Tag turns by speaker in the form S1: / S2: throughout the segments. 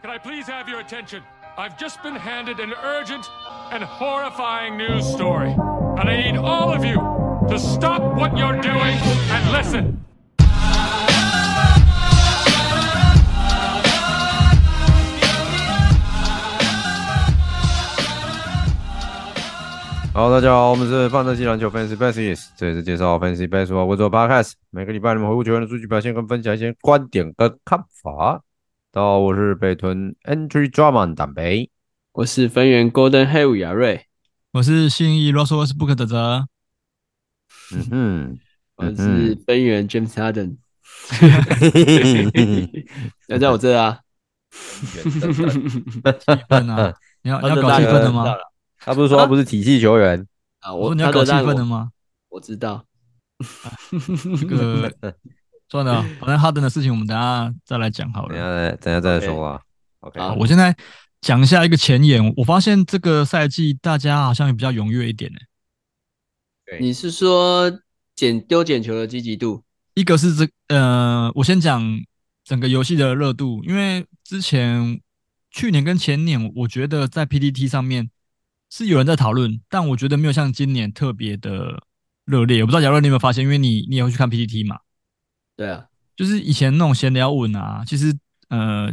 S1: can I please have your attention? I've just been handed an urgent and horrifying news story. And I need all of you to stop what you're doing and listen.
S2: 好，大家好，我们是范特西篮球 Fancy Baskets，这里是介绍 Fancy Basketball 温州 Podcast，每个礼拜我们回顾球员的数据表现跟分享一些观点跟看法。大家好，我是北屯 Entry Drummond 胆北。
S3: 我是分员 Golden Hill 亚瑞，
S4: 我是信义 Russell Westbrook 的哲，
S2: 嗯
S3: 我
S2: 嗯
S3: 是分员 James Harden，
S4: 嗯
S2: 哼，
S3: 要在我这啊，
S4: 气氛啊，你 要你
S3: 嗯他
S4: 要
S3: 的
S4: 搞
S3: 大
S4: 气
S3: 哥
S4: 氛的
S3: 知道
S4: 吗？
S3: 了
S2: 他不是说他不是体系球 员？
S3: 啊，
S4: 我
S3: 我
S4: 说你要
S3: 他
S4: 搞
S3: 的
S4: 气
S3: 大
S4: 氛
S3: 哥
S4: 的 吗？
S3: 我知道，
S4: 这个 算了，反正哈登的事情我们等一下再来讲好
S3: 嗯
S2: 等一
S4: 了。
S2: 下再等一下再说啊。OK，
S3: 好
S4: 好我现在讲一下一个前言，我发现这个赛季大家好像也比较踊跃一点呢、欸
S3: 你是说捡丢捡球的积极度？
S4: 一个是这呃，我先讲整个游戏的热度，因为之前去年跟前年，我觉得在 PPT 上面是有人在讨论，但我觉得没有像今年特别的热烈。我不知道姚乐你有没有发现，因为你你也会去看 PPT 嘛，
S3: 对啊，
S4: 就是以前那种闲聊文啊，其实呃，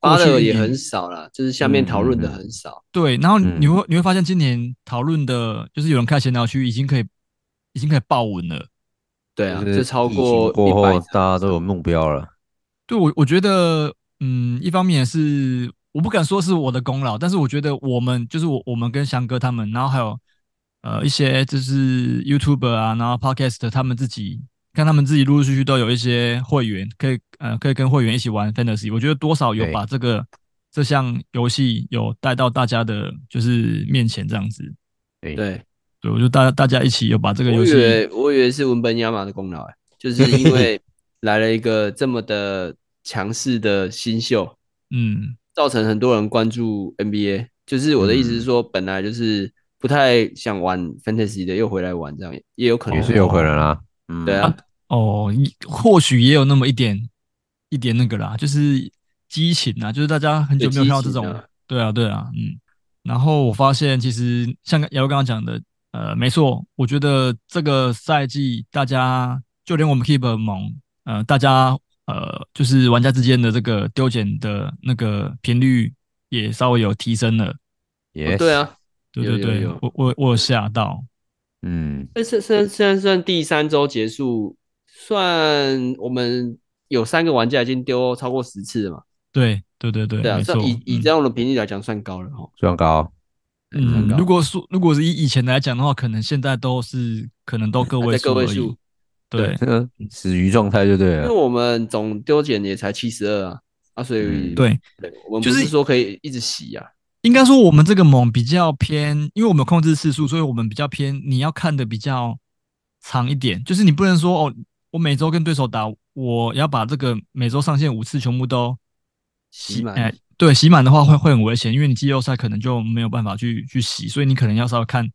S3: 发
S4: 过去
S3: 的
S4: 一
S3: 也
S4: 年
S3: 很少啦，就是下面
S2: 嗯
S3: 讨论的
S2: 嗯嗯
S3: 很少。
S4: 对，然后你
S2: 嗯
S4: 会、你会发现今年讨论的，就是有人开闲聊区已经可以已经可以爆文了。
S3: 对啊，
S2: 就是
S3: 就超
S2: 疫
S3: 过
S2: 情过
S3: 100
S2: 后，
S3: 场
S2: 大家都有目标了。
S4: 对我，我觉得，嗯，一方面是我不敢说是我的功劳，但是我觉得我们就是我，我们跟翔哥他们，然后还有呃一些就是 YouTuber 啊，然后 Podcast 他们自己，看他们自己陆陆续续都有一些会员，可以呃可以跟会员一起玩 Fantasy，我觉得多少有
S2: 对
S4: 把这个这项游戏有带到大家的就是面前这样子。
S2: 对，
S3: 对，
S4: 对，我觉得大家大家一起有把这个
S3: 我
S4: 游
S3: 以
S4: 戏，
S3: 为我以为是文本亚马的功劳欸，就是 因为来了一个这么的强势的新秀，
S4: 嗯，
S3: 造成很多人关注 NBA。就是我的意思是
S4: 嗯
S3: 说，本来就是不太想玩 fantasy 的，又回来玩，这样也也有可能
S2: 也是有可能啊。嗯，
S3: 对啊，
S4: 哦，一或许也有那么一点一点那个啦，就是激情啊，就是大家很久没有看到这种
S3: 对激情啊，
S4: 对啊，对啊，嗯。然后我发现，其实像刚姚刚刚讲的，呃，没错，我觉得这个赛季大家就连我们 Keep 盟，呃，大家呃，就是玩家之间的这个丢捡的那个频率也稍微有提升了，嗯
S2: 也
S3: 对，啊，
S4: 对
S3: 有
S4: 对
S3: 有
S4: 对，
S3: 有
S4: 我我我有吓到，
S2: 嗯，
S3: 但是现在现在算第三周结束，算我们有三个玩家已经丢超过十次了嘛？
S4: 对对对对，
S3: 对啊，
S4: 没
S3: 算
S4: 错，
S3: 以以
S4: 嗯
S3: 这样的频率来讲，算高了哦。
S2: 虽然高，
S4: 嗯
S3: 很，高
S4: 如果说如果是以以前来讲的话，可能现在都是可能都个
S3: 还
S4: 位
S3: 在
S4: 数
S3: 个位
S4: 而已
S3: 数，
S4: 对，
S2: 嗯， 死鱼状态就对
S3: 因为
S2: 了。
S3: 我们总丢减也才七十二啊，啊，所以
S2: 嗯
S4: 对，
S3: 我们
S4: 就
S3: 不
S4: 是
S3: 是说可以一直洗啊，
S4: 应该说我们这个猛比较偏，因为我们有控制次数，所以我们比较偏你要看的比较长一点，就是你不能说哦，我每周跟对手打，我要把这个每周上线五次全部都
S3: 洗满
S4: 哎、对，洗满的话会会很危险，因为你季后赛可能就没有办法去去洗，所以你可能要稍微看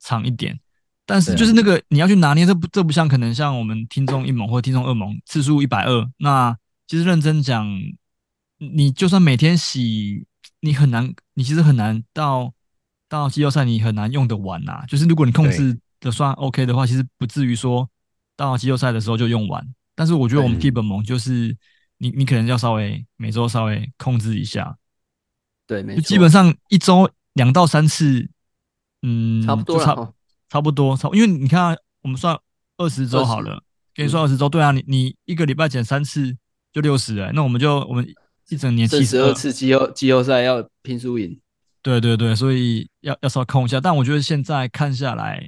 S4: 长一点。但是
S2: 对啊
S4: 就是那个你要去拿捏，这不这不像可能像我们听众一盟或听众二盟次数一百二，那其实认真讲，你就算每天洗，你很难，你其实很难到到季后赛你很难用得完呐、就是如果你控制的算 OK 的话，其实不至于说到季后赛的时候就用完。但是我觉得我们
S2: 嗯
S4: Keep 盟就是你你可能要稍微每周稍微控制一下，
S3: 对，没
S4: 就
S3: 错，
S4: 基本上一周两到三次，嗯，
S3: 差不多
S4: 就
S3: 了
S4: 差
S3: 哦
S4: 差不多，差不因为你看啊、我们算二十周
S3: 20
S4: 好了，给
S3: 嗯
S4: 你算二十周，对啊，你你一个礼拜减三次就六十哎，那我们就我们一整年
S3: 这
S4: 七
S3: 十二，次季后季后赛要拼输赢，
S4: 对对对，所以要要稍微控一下，但我觉得现在看下来。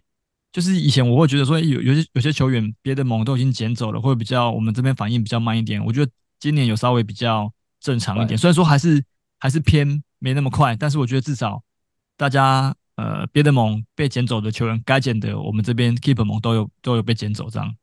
S4: 就是以前我会觉得说有有些有些球员别的盟都已经捡走了，会比较我们这边反应比较慢一点。我觉得今年有稍微比较正常一
S3: 对
S4: 点，虽然说还是还是偏没那么快，但是我觉得至少大家呃别的盟被捡走的球员，该捡的我们这边 keep 盟都有都有被捡走，这样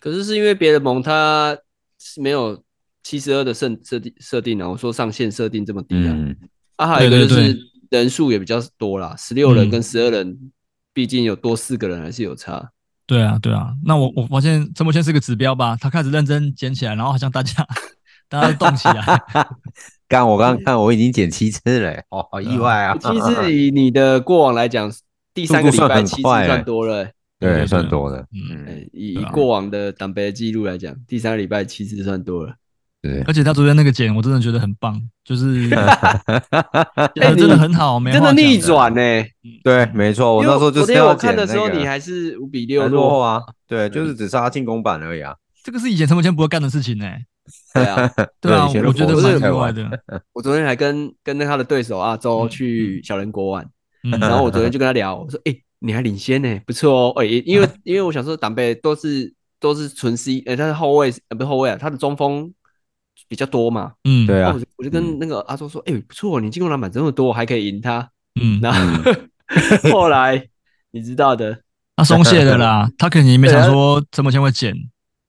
S3: 可是是因为别的盟他是没有七十二的设设定设定啊，我说上限设定这么低啊。
S2: 嗯，
S3: 啊，还有一个
S4: 对
S3: 就
S4: 对
S3: 是人数也比较多啦，十六人
S4: 嗯
S3: 跟十二人，毕竟有多四个人还是有差。
S4: 对啊，对啊。那我我发现陈柏谦是个指标吧，他开始认真捡起来，然后好像大家 大家都动起来，
S2: 干我
S3: 嗯
S2: 刚刚看我已经减七次了、欸，哦，好意外 啊！
S3: 其实以你的过往来讲，第三个礼
S2: 速度算
S3: 拜
S2: 很
S3: 七次
S2: 快欸
S3: 算多了欸、
S4: 对对
S2: 对，算多的，
S4: 嗯。
S3: 哎以以
S4: 对啊
S3: 过往的党杯记录来讲，第三个礼拜七次算多了。
S2: 对，
S4: 而且他昨天那个捡，我真的觉得很棒，就是 捡
S3: 哎
S4: 的真的
S3: 你
S4: 很好，没
S3: 真
S4: 话
S3: 的
S4: 讲
S3: 逆转呢、
S2: 对，没错，我那时候就
S3: 昨
S2: 是
S3: 天
S2: 要
S3: 我
S2: 减
S3: 看的时候，
S2: 那个
S3: 你还是五比
S2: 还
S3: 六
S2: 落后
S3: 落，
S2: 啊，对，就是只差进攻板而已啊，
S4: 这个是以前陈柏谦不会干的事情呢、
S3: 对啊，
S4: 对啊，
S2: 以前
S4: 我觉得
S2: 是
S4: 蛮意外，的。
S3: 我昨天还跟跟他的对手阿周
S4: 嗯
S3: 去小人国玩，
S4: 嗯，嗯
S3: 然后我昨天就跟他聊，我说：“哎、你还领先呢、不错哦。哎、因为因为我想说，党贝都是都是纯 C，呃，他是后卫，呃，不是后卫啊，他的中锋比较多嘛。
S4: 嗯，
S2: 对
S3: 然
S2: 啊
S3: 后我，就我就跟那个阿周说：，哎、不错，你进攻篮板这么多，还可以赢他。
S4: 嗯，
S3: 然后、 后来你知道的，
S4: 他松懈了啦，他肯 定没
S2: 啊
S4: 想说陈柏谦会捡，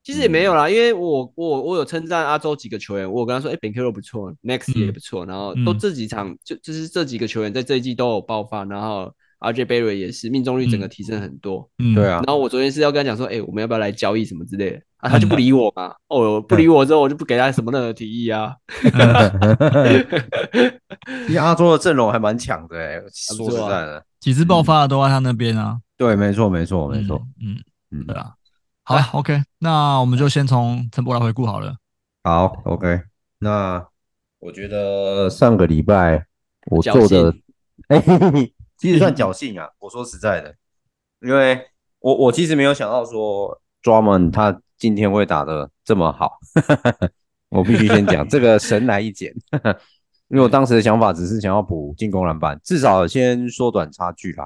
S3: 其实也
S2: 嗯
S3: 没有啦，因为我我我有称赞阿周几个球员，我有跟他说，哎、本 Q 不错，Next
S4: 嗯
S3: 也不错，然后
S4: 嗯
S3: 都这几场就就是这几个球员在这一季都有爆发，然后 RJ Barry 也是命中率整个
S4: 嗯
S3: 提升很多。
S4: 嗯，
S2: 对，啊
S3: 然，后我昨天是要跟他讲说，哎、我们要不要来交易什么之类的啊？他就
S2: 嗯
S3: 不理我嘛。哦，不理我之后，我就不给他什么任何提议啊。
S2: 其实阿周的阵容还蛮强的、欸，
S3: 不
S2: 说实
S3: 错啊
S2: 在的，
S4: 几次爆发的都在他那边啊，
S2: 对，没错，嗯没错，没错，
S4: 嗯，嗯，
S2: 嗯，
S4: 对 啊。好啊，OK，那我们就先从陈柏来回顾好了。
S2: 好，OK，那我觉得上个礼拜我
S3: 侥
S2: 做的
S3: 幸，
S2: 哎、其实算侥 幸啊。我说实在的，因为我我其实没有想到说 Drummond 他今天会打的这么好，我必须先讲这个神来一剪，因为我当时的想法只是想要补进攻篮板，至少先缩短差距啦。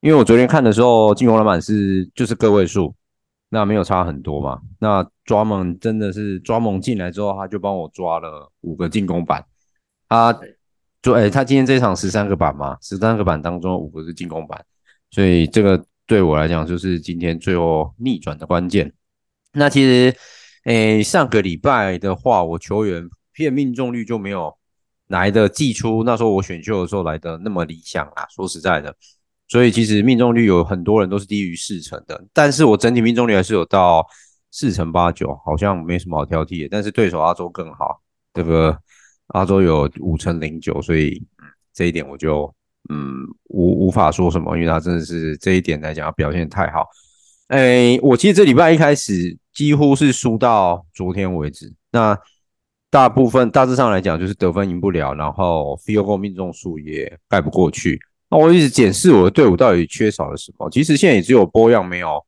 S2: 因为我昨天看的时候，进攻篮板是就是个位数，那没有差很多嘛。那抓猛真的是抓猛进来之后，他就帮我抓了五个进攻板。他就哎、他今天这场十三个板嘛，十三个板当中有五个是进攻板，所以这个对我来讲就是今天最后逆转的关键。那其实，诶、上个礼拜的话，我球员普遍命中率就没有来的季初那时候我选秀的时候来的那么理想啊。说实在的，所以其实命中率有很多人都是低于四成的，但是我整体命中率还是有到四成八九，好像没什么好挑剔的。但是对手阿周更好，这个阿周有五成零九，所以嗯这一点我就嗯无无法说什么，因为他真的是这一点来讲，他表现得太好。哎，我其实这礼拜一开始几乎是输到昨天为止，那大部分大致上来讲就是得分赢不了，然后 field goal 命中数也盖不过去。那我一直检视我的队伍到底缺少了什么。其实现在也只有波样没有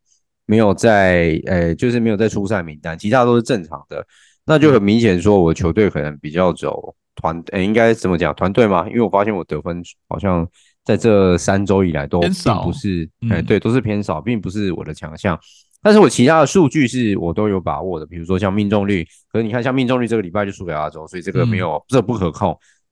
S2: 没有在，呃，就是没有在出赛名单，其他都是正常的。那就很明显说，我的球队可能比较走团，呃，应该怎么讲团队嘛？因为我发现我得分好像在这三周以来都
S4: 偏
S2: 并
S4: 少
S2: 不是，
S4: 嗯
S2: 哎、对，都是偏少，并不是我的强项。但是我其他的数据是我都有把握的，比如说像命中率，可是你看像命中率这个礼拜就输给阿周，所以这个没有，这不可控。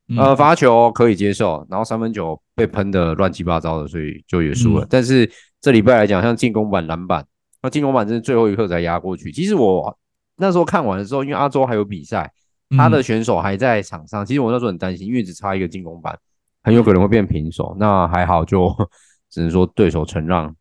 S4: 嗯
S2: 呃，罚球可以接受，然后三分球被喷的乱七八糟的，所以就也输了。
S4: 嗯
S2: 但是这礼拜来讲，像进攻板、篮板，那进攻板真是最后一刻才压过去。其实我那时候看完的时候，因为阿周还有比赛，
S4: 嗯
S2: 他的选手还在场上，其实我那时候很担心，因为只差一个进攻板，很有可能会变平手。那还好就，只能说对手承让，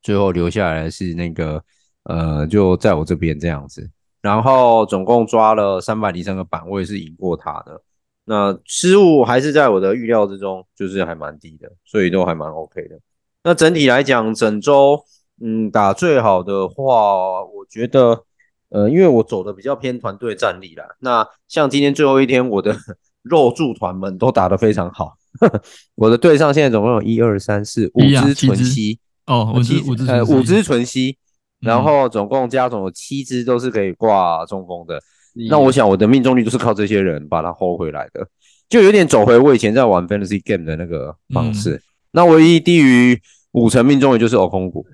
S2: 最后留下来的是那个呃，就在我这边这样子。然后总共抓了三百零三个板，我也是赢过他的。那失误还是在我的预料之中，就是还蛮低的，所以都还蛮 OK 的。那整体来讲，整周嗯打最好的话，我觉得呃，因为我走的比较偏团队战力啦。那像今天最后一天，我的 肉柱团们都打得非常好。 我的队上现在总共有一二三四五
S4: 一啊
S2: 只
S4: 七
S2: 纯
S4: 只
S2: 吸，
S4: 哦，五只
S2: 七
S4: 五只
S2: 呃五只
S4: 只，
S2: 纯吸，然
S4: 嗯
S2: 后总共加总有七只都是可以挂中锋的。
S3: 你
S2: 那我想我的命中率就是靠这些人把它 hold 回来的，就有点走回我以前在玩 fantasy game 的那个方式。那唯一低于五成命中率就是欧空谷，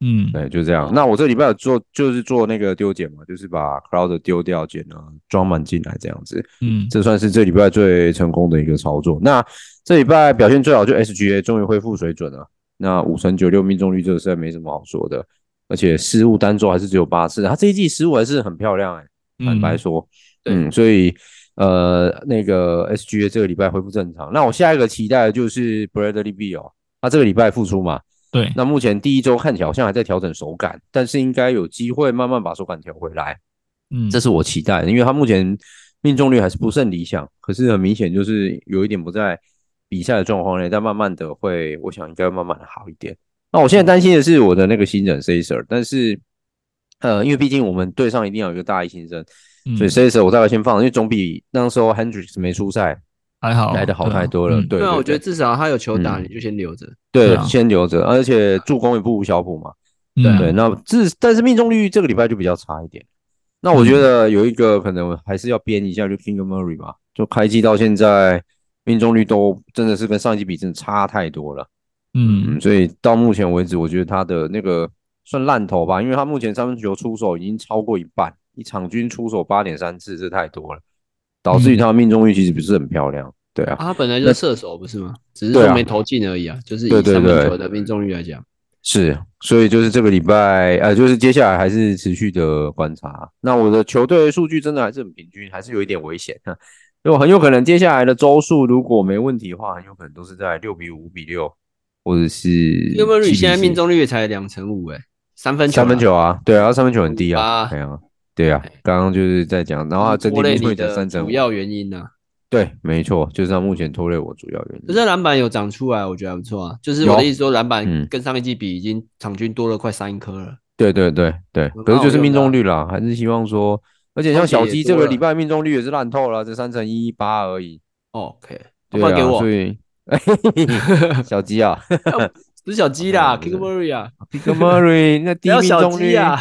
S4: 嗯，
S2: 对，就这样。那我这礼拜有做就是做那个丢捡嘛，就是把 Crowd 丢掉捡啊，装满进来这样子。
S4: 嗯，
S2: 这算是这礼拜最成功的一个操作。那这礼拜表现最好就 SGA 终于恢复水准了。那五成九六命中率这个实在没什么好说的，而且失误单周还是只有八次，他这一季失误还是很漂亮哎、坦
S4: 嗯
S2: 白说，
S3: 对
S2: 嗯，所以呃，那个 SGA 这个礼拜恢复正常。那我下一个期待的就是 Bradley Beal，他这个礼拜复出嘛，
S4: 嗯，对，
S2: 那目前第一周看起来好像还在调整手感，但是应该有机会慢慢把手感调回来，
S4: 嗯，
S2: 这是我期待的，因为他目前命中率还是不甚理想，可是很明显就是有一点不在比赛的状况内，但慢慢的会，我想应该慢慢的好一点。那我现在担心的是我的那个新人 Caesar，但是呃，因为毕竟我们队上一定要有一个大一新生，
S4: 嗯
S2: 所以 Caesar 我大概先放，因为总比那时候 Hendricks 没出赛
S4: 还好
S2: 来的好太多了。
S4: 哦对啊嗯
S2: 对
S3: 对啊，我觉得
S2: 对
S3: 至少他有球打，
S2: 嗯
S3: 你就先留着。
S4: 对
S2: 对
S4: 啊
S2: 先留着，而且助攻也不无小补嘛。
S4: 嗯
S3: 对啊
S2: 对，那这但是命中率这个礼拜就比较差一点。那我觉得有一个可能还是要编一下，就 King Murray 嘛，就开季到现在命中率都真的是跟上一季比，真的差太多了。
S4: 嗯
S2: 嗯，所以到目前为止，我觉得他的那个算烂头吧，因为他目前三分球出手已经超过一半，一场均出手八点三次，这太多了，导致于他的命中率其实不是很漂亮。对啊，
S3: 啊，他本来就是射手不是吗？只是
S2: 对
S3: 说
S2: 啊
S3: 没投进而已啊，就是以
S2: 对对
S3: 三分
S2: 对嗯
S3: 球的命中率来讲，
S2: 是，所以就是这个礼拜，呃，就是接下来还是持续的观察。那我的球队数据真的还是很平均，还是有一点危险。 哈因为很有可能接下来的周数如果没问题的话，很有可能都是在六比五、比六，或者是
S3: 因为
S2: 7
S3: 瑞
S2: 比
S3: 现在
S2: 4
S3: 命中率也才两成五哎，三分球
S2: 三分
S3: 啦
S2: 球啊，对啊，三分球很低啊，
S3: 啊哎
S2: 对
S3: 嗯
S2: 啊，对啊，刚刚就是在讲，然后他整体
S3: 拖累
S2: 命中
S3: 你
S2: 率才
S3: 的
S2: 三成五
S3: 主，要原因呢、啊，
S2: 对，没错，就是他目前拖累我主要原
S3: 可
S2: 因。
S3: 是篮板有长出来，我觉得还不错啊。就是
S2: 嗯有
S3: 我的意思说，篮
S2: 嗯
S3: 板跟上一季比，已经场均多了快三颗了。
S2: 对对对对，
S3: 蛮
S2: 可是
S3: 好
S2: 就是
S3: 用
S2: 命
S3: 的啊
S2: 中率啦，还是希望说，而且像
S3: 空姐
S2: 小
S3: 也
S2: 鸡
S3: 多
S2: 这个
S3: 了
S2: 礼拜命中率也是烂透了，这三乘一八而已。
S3: 哦 OK，
S2: 对
S3: 不然给
S2: 啊，
S3: 我
S2: 所，以 小鸡啊
S3: 不是小鸡啦
S2: 不
S3: ，King
S2: 是
S3: Murray 啊，
S2: ，Pick Murray 那
S3: 不
S2: 低
S3: 要
S2: 命
S3: 小
S2: 中
S3: 鸡
S2: 率
S3: 啊，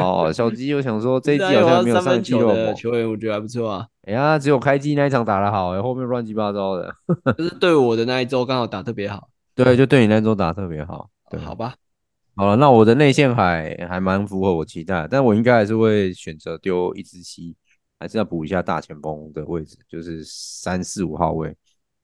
S2: 哦，小鸡我想 说这一季
S3: 对
S2: 好
S3: 啊有
S2: 像
S3: 啊
S2: 没有
S3: 三
S2: 上一
S3: 分
S2: 季
S3: 球
S2: 肉
S3: 的
S2: 猛，
S3: 球员，我觉得还不 错啊。
S2: 哎呀，只有开机那一场打得好，哎，后面乱七八糟的。
S3: 就是对我的那一周刚好打特别好，
S2: 对，就对你那周打得特别好。 对，
S3: 好吧，
S2: 好了，那我的内线还还蛮符合我期待，但我应该还是会选择丢一只七，还是要补一下大前锋的位置，就是三四五号位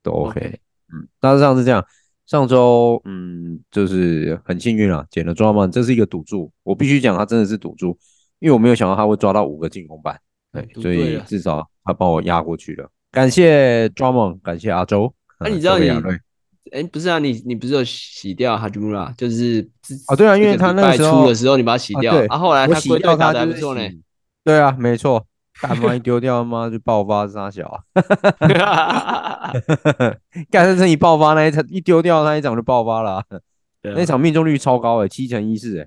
S2: 都 OK。
S3: OK
S2: 嗯，大致上是这样。上周嗯，就是很幸运啊，捡了抓曼，这是一个赌注，我必须讲，他真的是赌注，因为我没有想到他会抓到五个进攻板，对，
S3: 赌
S2: 所
S3: 对啊
S2: 以
S3: 了
S2: 至少他帮我压过去了。感谢抓曼，感谢阿周。
S3: 那
S2: 嗯
S3: 啊你知道
S2: 周
S3: 你
S2: 伟亚瑞
S3: 哎，不是啊，你你不是有洗掉哈吉姆拉，就是自
S2: 啊对啊因为
S3: 这
S2: 他那
S3: 礼
S2: 个
S3: 拜
S2: 时候
S3: 出的时候你把它洗
S2: 啊
S3: 掉
S2: 对，
S3: 啊，后来
S2: 我
S3: 他
S2: 洗
S3: 归
S2: 掉
S3: 队
S2: 他
S3: 打的还
S2: 就
S3: 不
S2: 是
S3: 错呢。
S2: 洗对啊，没错，干嘛一丢掉妈就爆发杀小啊！
S3: 啊
S2: 干这真一爆发那一场一丢掉那一场就爆发了啊、
S3: 对 啊
S2: 那场命中率超高哎、七成一四哎。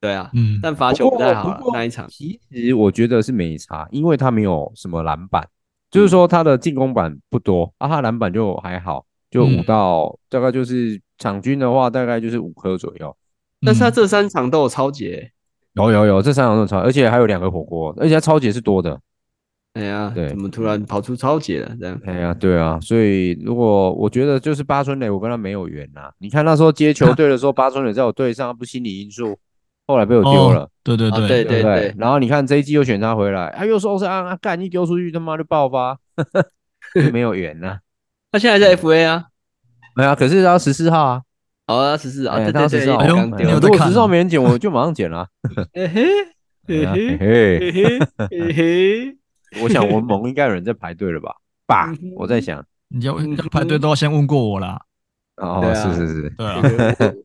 S3: 对啊，
S4: 嗯，
S3: 但罚球
S2: 不
S3: 不
S2: 过
S3: 太好
S2: 不
S3: 啊
S2: 过
S3: 那一场。
S2: 其实我觉得是没差，因为他没有什么篮板，就是说他的进攻板不多，啊，他篮板就还好，就五
S4: 嗯
S2: 到、大概就是场均的话，大概就是五颗左右。
S3: 但是他这三场都有超节，
S2: 有有有，这三场都超，而且还有两个火锅，而且他超姐是多的。
S3: 哎呀，
S2: 对
S3: 怎么突然跑出超节了？这样，
S2: 哎呀，对啊，所以如果我觉得就是八村垒，我跟他没有缘呐、你看那时候接球队的时候，八村垒在我队上，他不心理因素，后来被我丢
S4: 哦
S2: 了，
S4: 对对
S3: 啊
S4: 对
S3: 对
S2: 对不
S3: 对
S2: 然后你看这一季又选他回来，啊又受伤啊，干一丢出去他妈就爆发，就没有缘呐、
S3: 他现在在 FA 啊，
S2: 没有、啊，可是他十四号啊，
S3: 好啊，十四啊，
S2: 哎
S3: 对
S2: 他
S3: 对
S2: 十
S3: 对，
S2: 四号，
S4: 哎呦
S3: 刚
S4: 你
S3: 丢
S4: 有
S2: 如
S4: 在
S2: 果
S4: 看
S2: 十四
S4: 啊
S2: 号没人捡，我就马上捡啦、
S3: 嘿嘿
S2: 哎呀嘿
S3: 嘿
S2: 嘿，
S3: 嘿嘿嘿嘿，
S2: 我想文盟应该有人在排队了吧？吧
S3: 嗯哼，
S2: 我在想，
S4: 你要
S3: 嗯
S4: 要排队都要先问过我啦，
S2: 哦，
S3: 对啊
S2: 是是是，
S4: 对啊，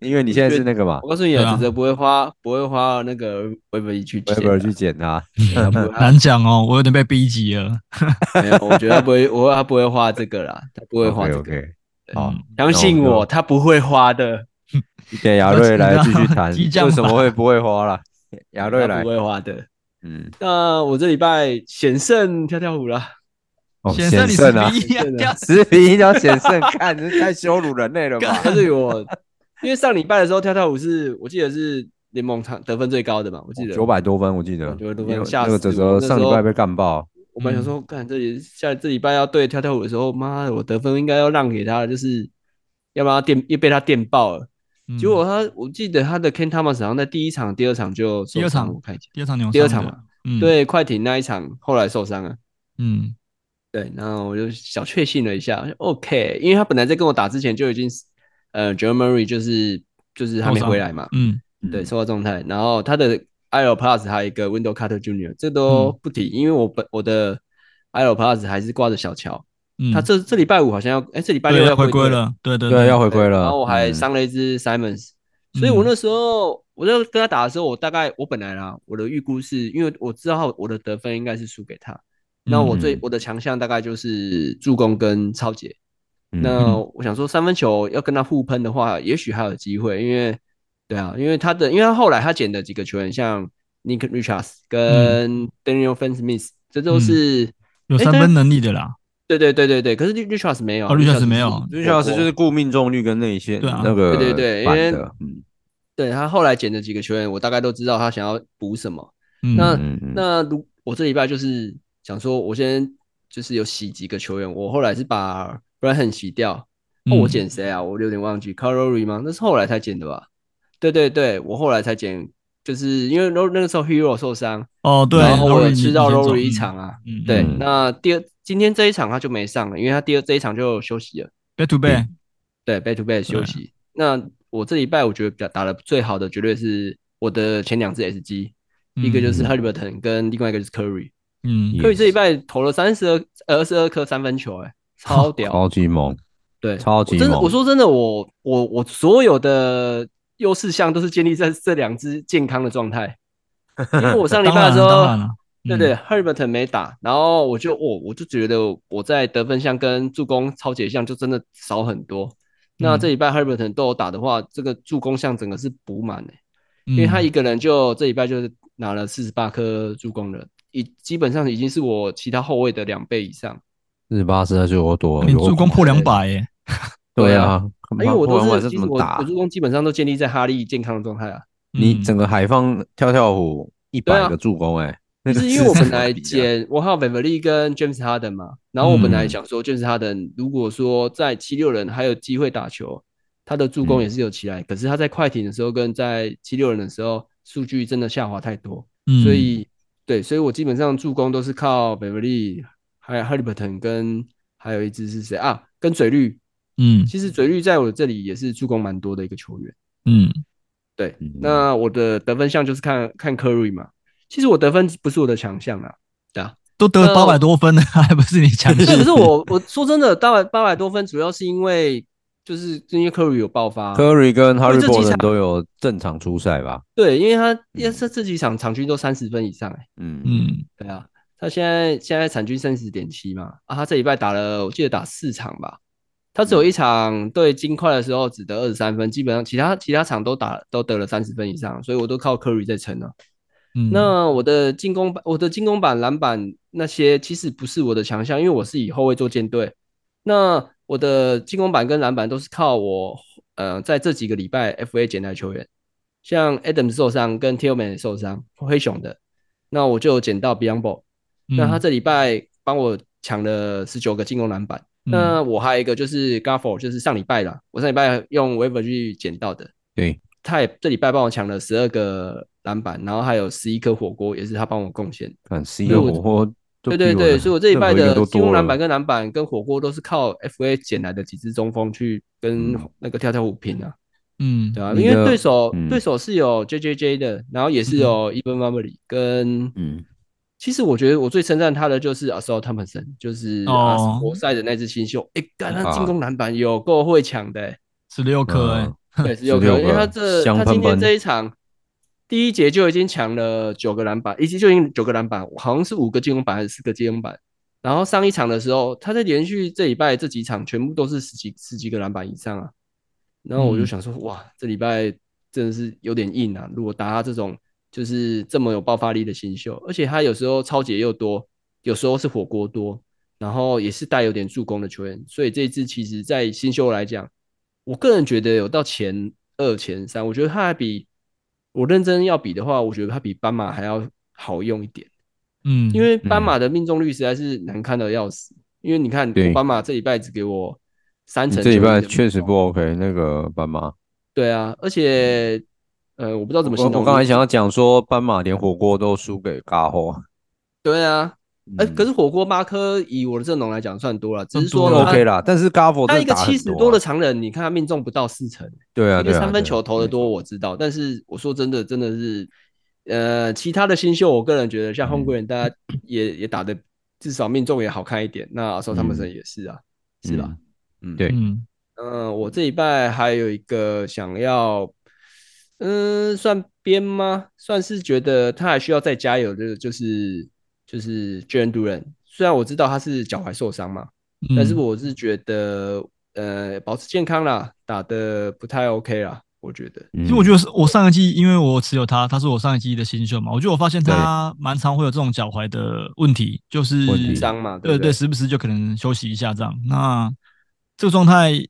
S2: 因为你现在是那个嘛
S3: 我告诉你
S4: 对
S3: 啊，
S4: 啊
S3: 指责不会花，不会花那个 Weber 去捡啊
S2: ，Weber
S3: 的
S2: 去捡他。
S3: 对他不会
S4: 难讲哦，我有点被逼急了，
S3: 没有，哎我觉得他不会，我他不会花这个啦，他不会花这
S2: o
S3: 个，
S2: k 好，
S4: 嗯
S3: 相信
S2: 那我
S3: 我，他不会花的，
S2: 给亚瑞来继续 谈，
S4: 激将
S2: 为什么
S4: 法
S2: 会不会花啦？亚瑞
S3: 他
S2: 来
S3: 不，会花的。
S2: 嗯，
S3: 那我这礼拜险胜跳跳虎啦，
S2: 哦
S4: 显胜你是
S2: 啊，
S4: 第一啊
S3: 显胜啊，
S4: 掉
S2: 十比一要险胜，看这太羞辱人类了 吧？
S3: 但是我因为上礼拜的时候跳跳虎是我记得是联盟场得分最高的嘛，我记
S4: 哦
S3: 得
S2: 九百多分，我记得，
S3: 哦900多分
S2: 因为
S3: 吓
S2: 那个
S3: 死
S2: 泽
S3: 我
S2: 泽
S3: 那
S2: 上
S3: 时
S2: 礼
S3: 候
S2: 拜被干爆，
S3: 我本
S4: 嗯
S3: 来想说，干这里下这礼拜要对跳跳舞的时候，妈的，我得分应该要让给他了，就是要不然他电又被他电爆了。
S4: 嗯
S3: 结果他我记得他的 Ken Thomas 好像在第一场、第二场就受
S4: 第二
S3: 伤
S4: 场
S3: 我看一下，
S4: 第二场牛
S3: 第二
S4: 伤
S3: 场
S4: 的
S3: 嘛，
S4: 嗯，，
S3: 对，快艇那一场后来受伤了。
S4: 嗯，
S3: 对，然后我就小确幸了一下我说，OK，因为他本来在跟我打之前就已经，呃 j e r m a r y 就是就是还没
S4: 受伤
S3: 回来嘛，
S4: 嗯，
S3: 对，受到状态，然后他的 i l Plus 还有一个 Window Cutter Junior，这都不提，因为我本我的 i l Plus 还是挂着小乔，
S4: 嗯，
S3: 他这这礼拜五好像要，哎，这礼拜六
S4: 对
S3: 要
S4: 回
S3: 归
S4: 归，了，对对
S2: 对，要回归了。
S3: 然后我还
S2: 嗯
S3: 伤了一只 Simons，所以我
S4: 嗯
S3: 那时候我在跟他打的时候，我大概我本来啦，我的预估是因为我知道我的得分应该是输给他，那我最
S2: 嗯
S3: 我的强项大概就是助攻跟超解。
S2: 嗯
S3: 那我想说三分球要跟他互喷的话，也许还有机会，因为对啊，因为他的因为他后来他捡的几个球员，像 Nick Richards 跟
S4: 嗯
S3: Daniel f e n Smith，这都是、
S4: 有
S3: 诶
S4: 三
S3: 但
S4: 分能力的啦，
S3: 对对对对对，可是 Nick Richards 没有啊
S4: 哦，Richards
S3: 是
S4: 没有
S2: 吕小老师就是顾命中率跟内线
S4: 对啊
S2: 那个
S3: 对对对因
S2: 版
S3: 为
S2: 的，嗯
S3: 对他后来捡的几个球员，我大概都知道他想要补什么。
S4: 嗯，
S3: 那
S2: 嗯嗯
S3: 那如我这礼拜就是想说，我先就是有洗几个球员，我后来是把 Brian 洗掉，哦，
S4: 嗯
S3: 我捡谁啊？我有点忘记 c a r o r y 吗？那是后来才捡的吧？对对对，我后来才捡，就是因为那那个时候 Hero 受伤，
S4: 哦对，
S3: 然后我
S4: Lowry
S3: 有
S4: 你
S3: 吃
S4: 你先
S3: 到 r
S4: 走
S3: o r y 一
S4: 嗯
S3: 场啊。
S4: 嗯，
S3: 对，
S2: 嗯
S3: 那第二今天这一场他就没上了，因为他第二这一场就休息了。
S4: ，back to back，
S3: 对，back to back 休
S4: 对啊
S3: 息。那我这礼拜我觉得比较打的最好的，绝对是我的前两只 SG，、一个就是
S2: 嗯
S3: Haliburton，跟另外一个就是 Curry。
S4: 嗯，嗯
S2: 也
S3: 科比这一拜投了三十二呃二十二颗三分球、欸，超屌，
S2: 超级猛，
S3: 对，
S2: 超级
S3: 我真的，
S2: 猛
S3: 我说真的，我我我所有的优势项都是建立在这两支健康的状 态，因为我上礼
S4: 当
S3: 拜的
S4: 然
S3: 时
S4: 了当
S3: 候，
S4: 然了，
S3: 对
S4: 嗯
S3: 对 h e r b e r t 没打，然后我就我、我就觉得我在得分项跟助攻超解项就真的少很多。那
S4: 嗯
S3: 这礼拜 h e r b e r t 都有打的话，这个助攻项整个是补满的、
S4: 嗯
S3: 因为他一个人就这礼拜就是拿了四十八颗助攻了，已基本上已经是我其他后卫的两倍以上。
S2: 四十八实在是有多
S4: 嗯你助攻破两百耶，嗯
S2: 对啊，看
S3: 因为
S2: 不然
S3: 我
S2: 不然
S3: 都
S2: 晚上
S3: 是其
S2: 怎
S3: 实
S2: 么
S3: 我我
S2: 打
S3: 助？攻基本上都建立在哈利健康的状态啊，
S2: 你
S4: 嗯
S2: 整个海放跳跳虎一
S3: 对
S2: 百
S3: 啊
S2: 个助攻，哎，那
S3: 就
S2: 个
S3: 是因为我本
S2: 什么
S3: 来
S2: 比啊
S3: 捡我还有 Beverly 跟 James Harden 嘛，然后我本来
S2: 嗯
S3: 想说 James Harden 如果说在七六人还有机会打球，他的助攻
S2: 嗯
S3: 也是有起来，可是他在快艇的时候跟在七六人的时候数据真的下滑太多，
S4: 嗯
S3: 所以对，所以我基本上助攻都是靠 Beverly 还有 Haliburton 跟还有一支是谁啊？跟嘴绿，
S4: 嗯
S3: 其实嘴绿在我这里也是助攻蛮多的一个球员。
S4: 嗯
S3: 对
S2: 嗯，
S3: 那我的得分项就是看看 Curry 嘛。其实我得分不是我的强项啦，对啊。
S4: 都得
S3: 那
S4: 八百多分了，还不是你强
S3: 对，
S4: 项？
S3: 可是我我说真的，八百八百多分主要是因为就是因为 Curry 有爆发，
S2: Curry 跟
S3: 为
S2: Harry
S3: 这几
S2: Borden
S3: 场
S2: 都有正常出赛吧？
S3: 对，因为他因为这这几场场均都三十分以上、欸，
S2: 嗯
S4: 嗯
S3: 对啊。他现在现在场均三十点七嘛，啊，他这礼拜打了，我记得打四场吧，他只有一场对金块的时候只得二十三分，基本上其他其他场都打都得了三十分以上，所以我都靠 Curry 在撑啊。
S4: 嗯，
S3: 那我的进攻板、我的进攻板、篮板那些其实不是我的强项，因为我是以后卫做舰队。那我的进攻板跟篮板都是靠我，呃，在这几个礼拜 FA 捡来球员，像 Adam 受伤跟 Tillman 受伤，灰熊的，那我就捡到 Biombo，、那他
S4: 嗯
S3: 这礼拜帮我抢了十九个进攻篮板。
S4: 嗯
S3: 那我还有一个就是 g a f f o 就是上礼拜啦，我上礼拜用 Waiver 去捡到的，
S2: 对，
S3: 他也这礼拜帮我抢了十二个篮板，然后还有十一颗火锅，也是他帮我贡献。
S2: 看 C
S3: 所
S2: 的
S3: 以我
S2: 火锅都
S3: 对
S2: 比
S3: 对
S2: 的
S3: 对，所以我这礼
S2: 任
S3: 拜
S2: 何
S3: 的
S2: 一个都
S3: 进攻
S2: 多
S3: 篮板
S2: 了。
S3: 跟篮板跟火锅都是靠 FA 捡来的几支中锋去跟
S2: 嗯
S3: 那个跳跳舞拼啊，
S4: 嗯
S3: 对啊，
S2: 你
S3: 因为
S2: 的
S3: 对手
S2: 嗯
S3: 对手是有 JJJ 的，然后也是有 Evan m a m e r y 跟
S2: 嗯，
S3: 其实我觉觉得我最称赞他的就是 a s o l Thompson，就是啊
S4: 哦
S3: 活塞的那支新秀，哎，干他
S2: 啊
S3: 进攻篮板有够会 抢的欸，
S4: 十六颗哎
S2: 嗯，
S3: 对，是有可
S2: 16
S3: 能，因为
S2: 个
S3: 他这
S2: 香
S3: 他
S2: 喷
S3: 今天
S2: 喷
S3: 这一场第一节就已经抢了九个篮板，一集就已经九个篮板，好像是五个进攻板还是四个进攻板。然后上一场的时候，他在连续这礼拜这几场全部都是十几十几个篮板以上啊。然后我就
S4: 嗯
S3: 想说，哇，这礼拜真的是有点硬啊！如果打他这种就是这么有爆发力的新秀，而且他有时候超解又多，有时候是火锅多，然后也是带有点助攻的球员，所以这一支其实，在新秀来讲，我个人觉得有到前二、前三，我觉得他还比我认真要比的话，我觉得他比斑马还要好用一点，
S4: 嗯，
S3: 因为斑马的命中率实在是难看的要死。因为你看，
S2: 对
S3: 我斑马这礼拜只给我三
S2: 你
S3: 成，哦
S2: 这礼拜确实不。OK，那个斑马
S3: 对啊，而且呃，我不知道怎么形
S2: 我
S3: 容。
S2: 我刚才想要讲说，斑马连火锅都输给嘎吼。
S3: 对啊，哎、
S2: 嗯
S3: 可是火锅八颗以我的阵容来讲算多了，只是
S4: 算多
S3: 说
S4: 了
S3: 他
S2: OK 啦，但是嘎佛
S3: 他一
S2: 真的
S3: 个
S2: 打
S3: 七
S2: 很
S3: 十
S2: 啊
S3: 多的常人，你看他命中不到四成，
S2: 对啊，
S3: 因为
S2: 对啊，
S3: 三分
S2: 对啊
S3: 球投的多，我知道。但是我说真的，真的是，呃，其他的新秀，我个人觉得像
S2: 嗯
S3: 红鬼人，大家也也打的至少命中也好看一点。那阿寿他们森也是啊，是吧？？嗯，
S2: 对
S4: 嗯，
S3: 嗯，我这一拜还有一个想要，嗯，算编吗？算是觉得他还需要再加油的，就是就是 j a n d u r a n 虽然我知道他是脚踝受伤嘛，但
S4: 嗯
S3: 是我是觉得，呃，保持健康啦，打的不太 OK 啦，我觉得。
S2: 嗯
S4: 其实我觉得是我上一季，因为我持有他，他是我上一季的新秀嘛，我觉得我发现他蛮常会有这种脚踝的问题，就是
S2: 问题
S3: 伤嘛，
S4: 对
S3: 不对？
S4: 时不时就可能休息一下这样。那这个状态，因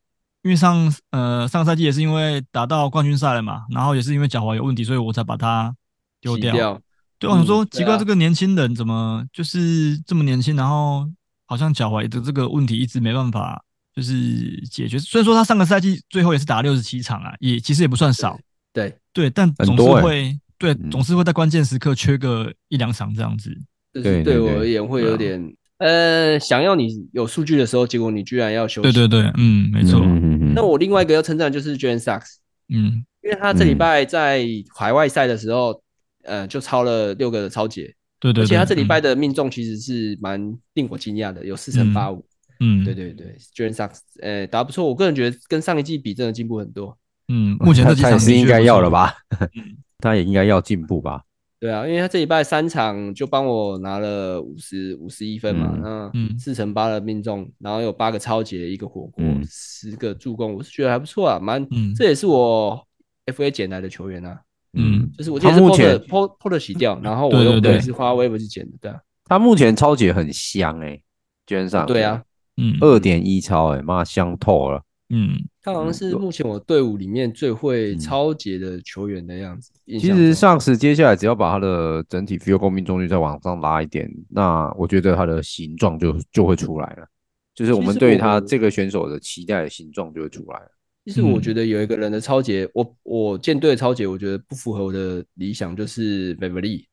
S4: 为上呃上赛季也是因为打到冠军赛了嘛，然后也是因为脚踝有问题，所以我才把他丢
S3: 洗
S4: 掉。对，我想
S3: 嗯
S4: 说
S3: 对
S4: 奇怪，
S3: 啊
S4: 这个年轻人怎么就是这么年轻，然后好像脚踝的这个问题一直没办法就是解决。虽然说他上个赛季最后也是打六十七场啊，也其实也不算少，
S3: 对，
S4: 对，但总是
S2: 多欸
S4: 会对
S2: 嗯
S4: 总是会在关键时刻缺个一两场这样子。
S3: 就是
S2: 对对
S3: 对我
S2: 对
S3: 而言会
S4: 对
S3: 有
S4: 啊
S3: 点，呃，想要你有数据的时候，结果你居然要休
S4: 对
S3: 息。
S4: 对对，嗯，没错，
S2: 嗯
S3: 那我另外一个要称赞的就是 j a n Sachs，
S4: 嗯
S3: 因为他这礼
S2: 嗯
S3: 拜在海外赛的时候，呃，就超了六个的超解，
S4: 对对对，
S3: 而且他这礼拜
S4: 嗯
S3: 的命中其实是蛮令我惊讶的，有四成
S4: 嗯
S3: 八五。
S4: 嗯
S3: 对对对 j a n Sachs，呃，打得不错，我个人觉得跟上一季比真的进步很多。
S4: 嗯，目前这几
S2: 他
S4: 场
S2: 也是
S4: 的确
S2: 应该
S4: 不
S2: 要
S4: 错
S2: 了？吧？
S3: 嗯
S2: 他也应该要进步吧？
S3: 对啊，因为他这礼拜三场就帮我拿了五十五十一分嘛，
S4: 嗯
S3: 那四乘八的命中，然后有八个超节，一个火锅
S2: 嗯，
S3: 十、个助攻，我是觉得还不错啊，蛮，
S4: 嗯
S3: 这也是我 FA 捡来的球员啊，
S4: 嗯
S3: 就是我记
S2: 他
S3: 得是
S2: 目
S3: p o d
S2: 前
S3: p o p o d 洗掉，然后我
S4: 对对
S3: 用
S4: 对
S3: 的是花 w e 去捡的，对啊，
S2: 他目前超姐很香哎，捐上
S3: 对啊，
S4: 嗯
S2: 二点一超哎，妈香透了。
S4: 嗯
S3: 他好像是目前我队伍里面最会超节的球员的样子，印
S2: 其
S3: 象
S2: 实
S3: 中
S2: 上次接下来只要把他的整体 field goal 命中率再往上拉一点，那我觉得他的形状就就会出来了，就是我
S3: 其
S2: 们
S3: 实
S2: 对
S3: 我
S2: 他这个选手的期待的形状就会出来了。
S3: 其实我
S4: 嗯
S3: 觉得有一个人的超节，我我舰队的超节，我觉得不符合我的理想，就是 Beverly。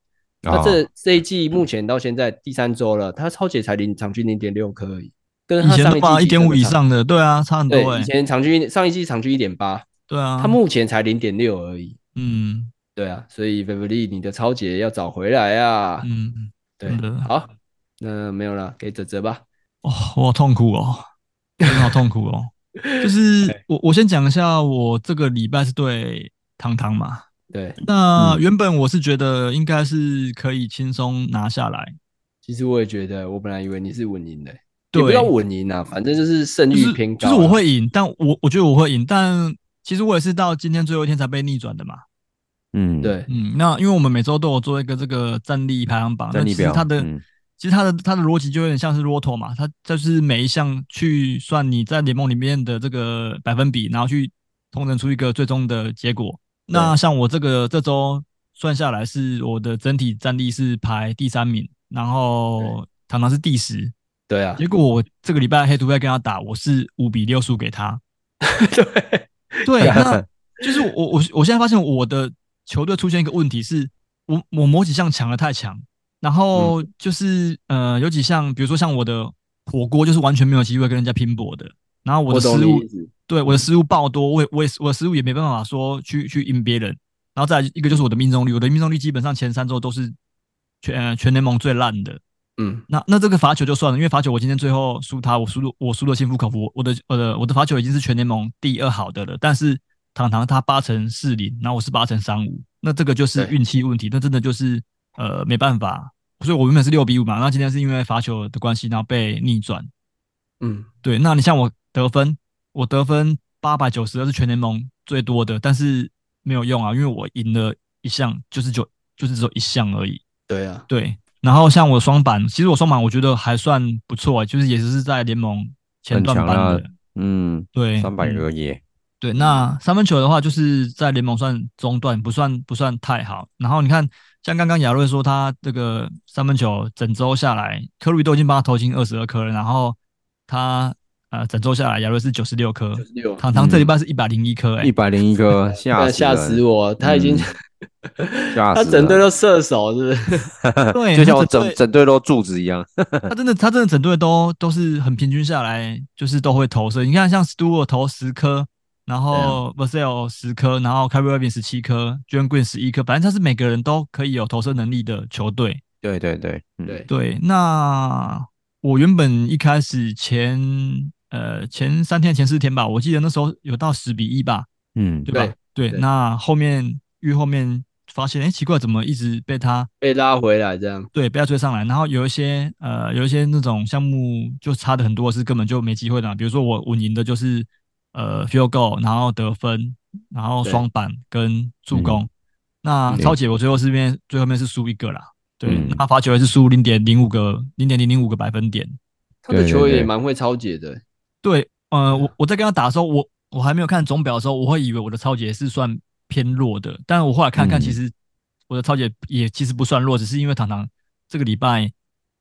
S3: 他啊这、
S4: 啊
S3: 这一季目前到现在第三周了，他超节才零场均零点六颗而已，跟
S4: 以
S3: 他
S4: 前
S3: 上
S4: 都
S3: 一
S4: 把
S3: 季
S4: 一点五
S3: 比
S4: 以
S3: 真的差，
S4: 上的，对啊，差很多
S3: 对，
S4: 哎
S3: 以，前场均上一季场均一点八，
S4: 对啊，
S3: 他目前才零点六而已。
S4: 嗯
S3: 对啊，所以 Beverly 你的超节要找回来啊。
S4: 嗯，
S3: 对
S4: 真的，
S3: 好，那没有了，给哲哲吧。
S4: 哦，我好痛苦哦，真的好痛苦哦。 就是我我先讲一下，我这个礼拜是对汤汤嘛，
S3: 对，
S4: 那
S2: 嗯
S4: 原本我是觉得应该是可以轻松拿下来，
S3: 其实我也觉得，我本来以为你是稳赢的，
S4: 对
S3: 也不要稳赢啊，反正就是胜
S4: 就是
S3: 率偏
S4: 就
S3: 高啊、
S4: 是我会赢，但我我觉得我会赢，但其实我也是到今天最后一天才被逆转的嘛。
S2: 嗯，
S3: 对，
S4: 嗯，那因为我们每周都有做一个这个战力排行榜，那
S2: 战力
S4: 其实
S2: 表
S4: 它的、
S2: 嗯
S4: 其实它的它的逻辑就有点像是 Roto 嘛，它就是每一项去算你在联盟里面的这个百分比，然后去统整出一个最终的结果。那像我这个这周算下来是我的整体战力是排第三名，然后糖糖是第十，
S3: 对啊，
S4: 结果我这个礼拜黑土会跟他打，我是五比六输给他。
S3: 对，
S4: 对，那就是我我我现在发现我的球队出现一个问题是，我我某几项抢的太强，然后
S3: 嗯
S4: 就是、呃有几项，比如说像我的火锅就是完全没有机会跟人家拼搏的，然后我的
S3: 懂
S4: 失
S3: 你
S4: 误
S3: 意思
S4: 对我的失误爆多，我也我也我的失误也没办法说去去赢别人，然后再来一个就是我的命中率，我的命中率基本上前三周都是全、呃、全联盟最烂的，
S3: 嗯，
S4: 那那这个罚球就算了，因为罚球我今天最后输他，我输的我输的心服口服，我的我的我的罚球已经是全联盟第二好的了，但是糖糖他八成四零，然后我是八成三五，那这个就是
S3: 对
S4: 运气问题，那真的就是呃没办法，所以我原本是六比五嘛，那今天是因为罚球的关系，然后被逆转。
S3: 嗯，
S4: 对，那你像我得分，我得分八百九十二是全联盟最多的，但是没有用啊，因为我赢了一项，就是就就是只有一项而已。
S3: 对啊，
S4: 对，然后像我双板，其实我双板我觉得还算不错、就是也是在联盟前
S2: 很
S4: 段
S2: 强
S4: 班
S2: 啊
S4: 的，，
S2: 嗯，
S4: 对，
S2: 三百
S4: 嗯
S2: 个耶，
S4: 对，那三分球的话，就是在联盟算中段，不算不算太好。然后你看，像刚刚亚瑞说，他这个三分球整周下来，科鲁比都已经帮他投进二十二颗了，然后他呃，整周下来亚瑞是九十六颗，
S3: 六
S4: 糖糖这礼拜是一百零一颗，哎
S2: 嗯一，百零一颗，吓
S3: 那
S2: 吓
S3: 吓死！我，他已经、
S4: 嗯
S2: 吓死
S3: 他
S2: 了！
S3: 整队都射手，是不是？
S4: 欸哎对，
S2: 就像我
S4: 他整
S2: 整整队都柱子一样，
S4: 他真的，他真的整队都都是很平均下来，就是都会投射。你看，像 Stewart 投十颗，然后 v e r s e l 十颗，然后 c a r r y Irving 十七颗 j o h n Green 十一颗，反正他是每个人都可以有投射能力的球队。
S2: 对对对，嗯
S3: 对，
S4: 对，那我原本一开始前呃前三天前四天吧，我记得那时候有到十比一吧，
S2: 嗯，
S4: 对吧？对，
S3: 对
S4: 那后面越后面发现，哎、奇怪，怎么一直被他
S3: 被拉回来这样。
S4: 对，不要追上来。然后有一些呃，有一些那种项目就差的很多，是根本就没机会的啊。比如说我稳赢的就是呃 field goal，然后得分，然后
S3: 对
S4: 双板跟助攻。那
S2: 嗯
S4: 超姐我最后是面最后面是输一个啦，对，
S2: 嗯
S4: 那罚球也是输零点零五个零点零零五个百分点。
S3: 他的
S2: 对对
S3: 球员也
S2: 对
S3: 蛮会超解的，
S4: 对，呃，我我在跟他打的时候，我我还没有看总表的时候，我会以为我的超姐是算偏弱的，但我后来看看，
S2: 嗯
S4: 其实我的超姐也其实不算弱，只是因为糖糖这个礼拜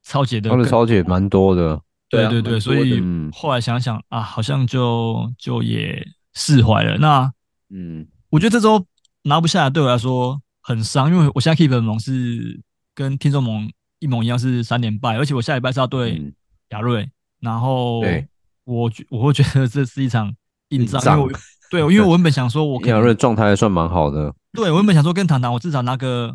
S4: 超姐的
S2: 他们
S4: 更
S2: 超姐蛮多的，
S3: 对啊
S4: 对
S3: 蛮
S4: 对，所
S3: 多的
S4: 以
S2: 嗯
S4: 后来想想啊，好像就就也释怀了。那
S2: 嗯，
S4: 我觉得这周拿不下来对我来说很伤，因为我现在 keep 的盟是跟听众盟一盟一样是三连败，而且我下礼拜是要对
S2: 嗯
S4: 亚瑞，然后
S2: 对
S4: 我觉我会觉得这是一场硬仗，因为我
S2: 硬
S4: 对，因为我原本想说我可
S2: 亚
S4: 能
S2: 瑞状态还算蛮好的，
S4: 对，我原本想说跟糖糖，我至少拿个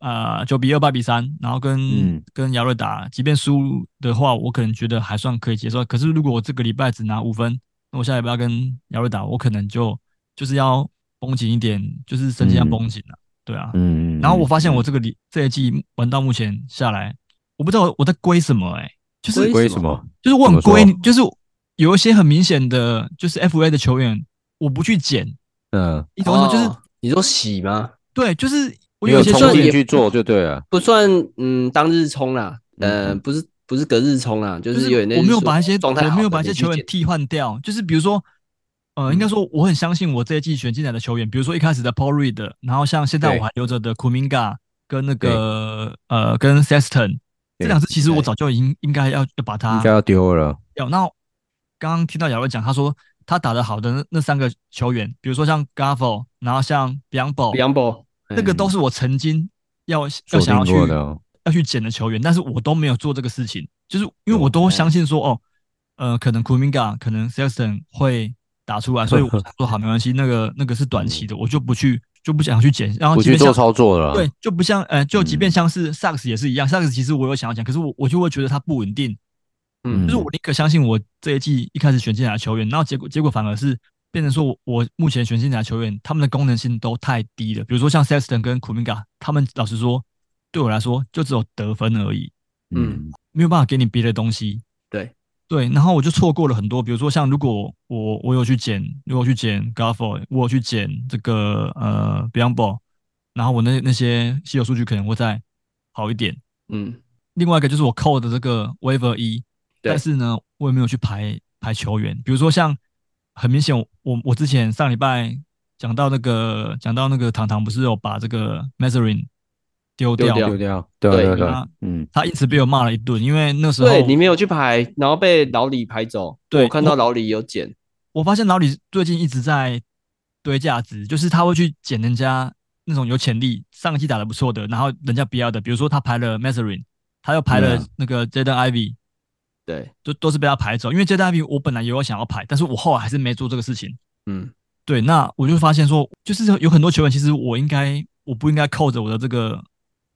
S4: 呃九比二、八比三，然后跟、
S2: 嗯
S4: 跟亚瑞打，即便输的话，我可能觉得还算可以接受。可是如果我这个礼拜只拿五分，那我下礼拜要跟亚瑞打，我可能就就是要绷紧一点，就是身心要
S2: 嗯
S4: 绷紧了、对啊。
S2: 嗯。
S4: 然后我发现我这个礼这一季玩到目前下来，我不知道我在归什么哎、就是
S2: 归什么？
S4: 就是我很
S2: 怎么
S4: 归
S2: 说，
S4: 就是有一些很明显的，就是 FA 的球员，我不去捡，
S2: 嗯，
S4: 你懂我意思吗？就是、
S3: 哦你说洗吗？
S4: 对，就是我
S2: 没
S4: 有
S2: 有
S4: 一些
S2: 冲
S4: 就
S3: 算
S4: 是
S2: 进
S3: 也
S2: 去做就对了。
S3: 不算嗯当日冲啦，呃，
S2: 嗯
S3: 不是不是隔日冲啦，就
S4: 就是
S3: 有点类似
S4: 我没有
S3: 说
S4: 把一些
S3: 状态
S4: 我
S3: 好
S4: 没有
S3: 的嗯
S4: 把一些
S3: 你去
S4: 球员
S3: 捡
S4: 替换掉，就是比如说，呃，应该说我很相信我这一季选进来的球员，比如说一开始的 Paul Reed，然后像现在
S2: 对
S4: 我还留着的 Kuminga 跟那个呃跟 Sexton 这两支，其实我
S3: 对
S4: 早就已经应该要要把它
S2: 应该要丢了。
S4: 掉。那刚刚听到亚瑞讲，他说他打得好的那那三个球员，比如说像 Gavel，然后像 b i a m b o
S3: Bianbo，
S4: 那个都是我曾经要要
S2: 锁
S4: 想要
S2: 定
S4: 去
S2: 过的，
S4: 要去捡的球员，但是我都没有做这个事情，就是因为
S2: 啊
S4: 我都相信说，哦，呃，可能 Kuminga，可能 Sexton 会打 出来，所以我才说好没关系，那个那个是短期的，我就不去就不想去捡，然后
S2: 嗯不
S4: 即
S2: 去
S4: 便
S2: 做
S4: 像
S2: 操作了。
S4: 对，就不像呃，就即便
S2: 嗯
S4: 像是 Sacks 也是一样、s a c k s 其实我有想要讲，可是我我就会觉得他不稳定，
S3: 嗯
S4: 就是我宁可相信我这一季一开始选进来的球员，然后结果结果反而是变成说我我目前选进来的球员，他们的功能性都太低了。比如说像 Sexton 跟 Kuminga，他们老实说，对我来说就只有得分而已，
S2: 嗯，
S4: 没有办法给你别的东西。
S3: 对
S4: 对，然后我就错过了很多，比如说像如果我我有去捡，如果去捡 g a f f o 我有去捡这个呃 b i a m b o 然后我那那些稀有数据可能会再好一点。
S3: 嗯，
S4: 另外一个就是我扣的这个 waiver 一，
S3: 对
S4: 但是呢，我也没有去排排球员，比如说像很明显我，我我之前上礼拜讲到那个讲到那个糖糖不是有把这个 m a z e r i n 丢
S3: 丢
S4: 掉，啊
S3: 掉
S2: 丢掉，对
S3: 对
S2: 对对
S4: 那，
S2: 嗯，
S4: 他因此被我骂了一顿，因为那时候
S3: 对你没有去排，然后被老李排走，
S4: 对
S3: 我看到老李有捡，
S4: 我发现老李最近一直在堆价值，就是他会去捡人家那种有潜力、上一季打得不错的，然后人家不要的，比如说他排了 m a z e r i n 他又排了
S2: 对
S3: 嗯
S2: 啊
S4: 那个 Jaden Ivy，
S3: 对，
S4: 都都是被他排走。因为 Jaden Ivy 我本来也有想要排，但是我后来还是没做这个事情。
S3: 嗯，
S4: 对，那我就发现说，就是有很多球员，其实我应该我不应该扣着我的这个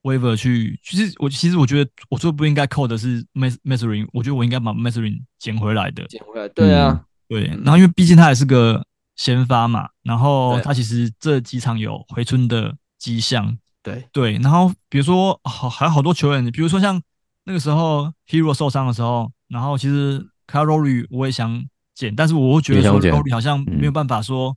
S4: waiver 去，其实我其实我觉得我最不应该扣的是 m a z e r i n 我觉得我应该把 m a z e r i n 捡回来的。
S3: 捡回来，对啊，
S4: 对，然后因为毕竟他也是个先发嘛，然后
S3: 对
S4: 他其实这几场有回春的迹象。
S3: 对，
S4: 对，然后比如说好还有好多球员，比如说像那个时候 Hero 受伤的时候，然后其实 c a r o l y 我也想捡，但是我会觉得
S2: 也
S4: 说
S2: 想
S4: c a
S2: 捡
S4: r o l y 好像没有
S2: 嗯
S4: 办法说，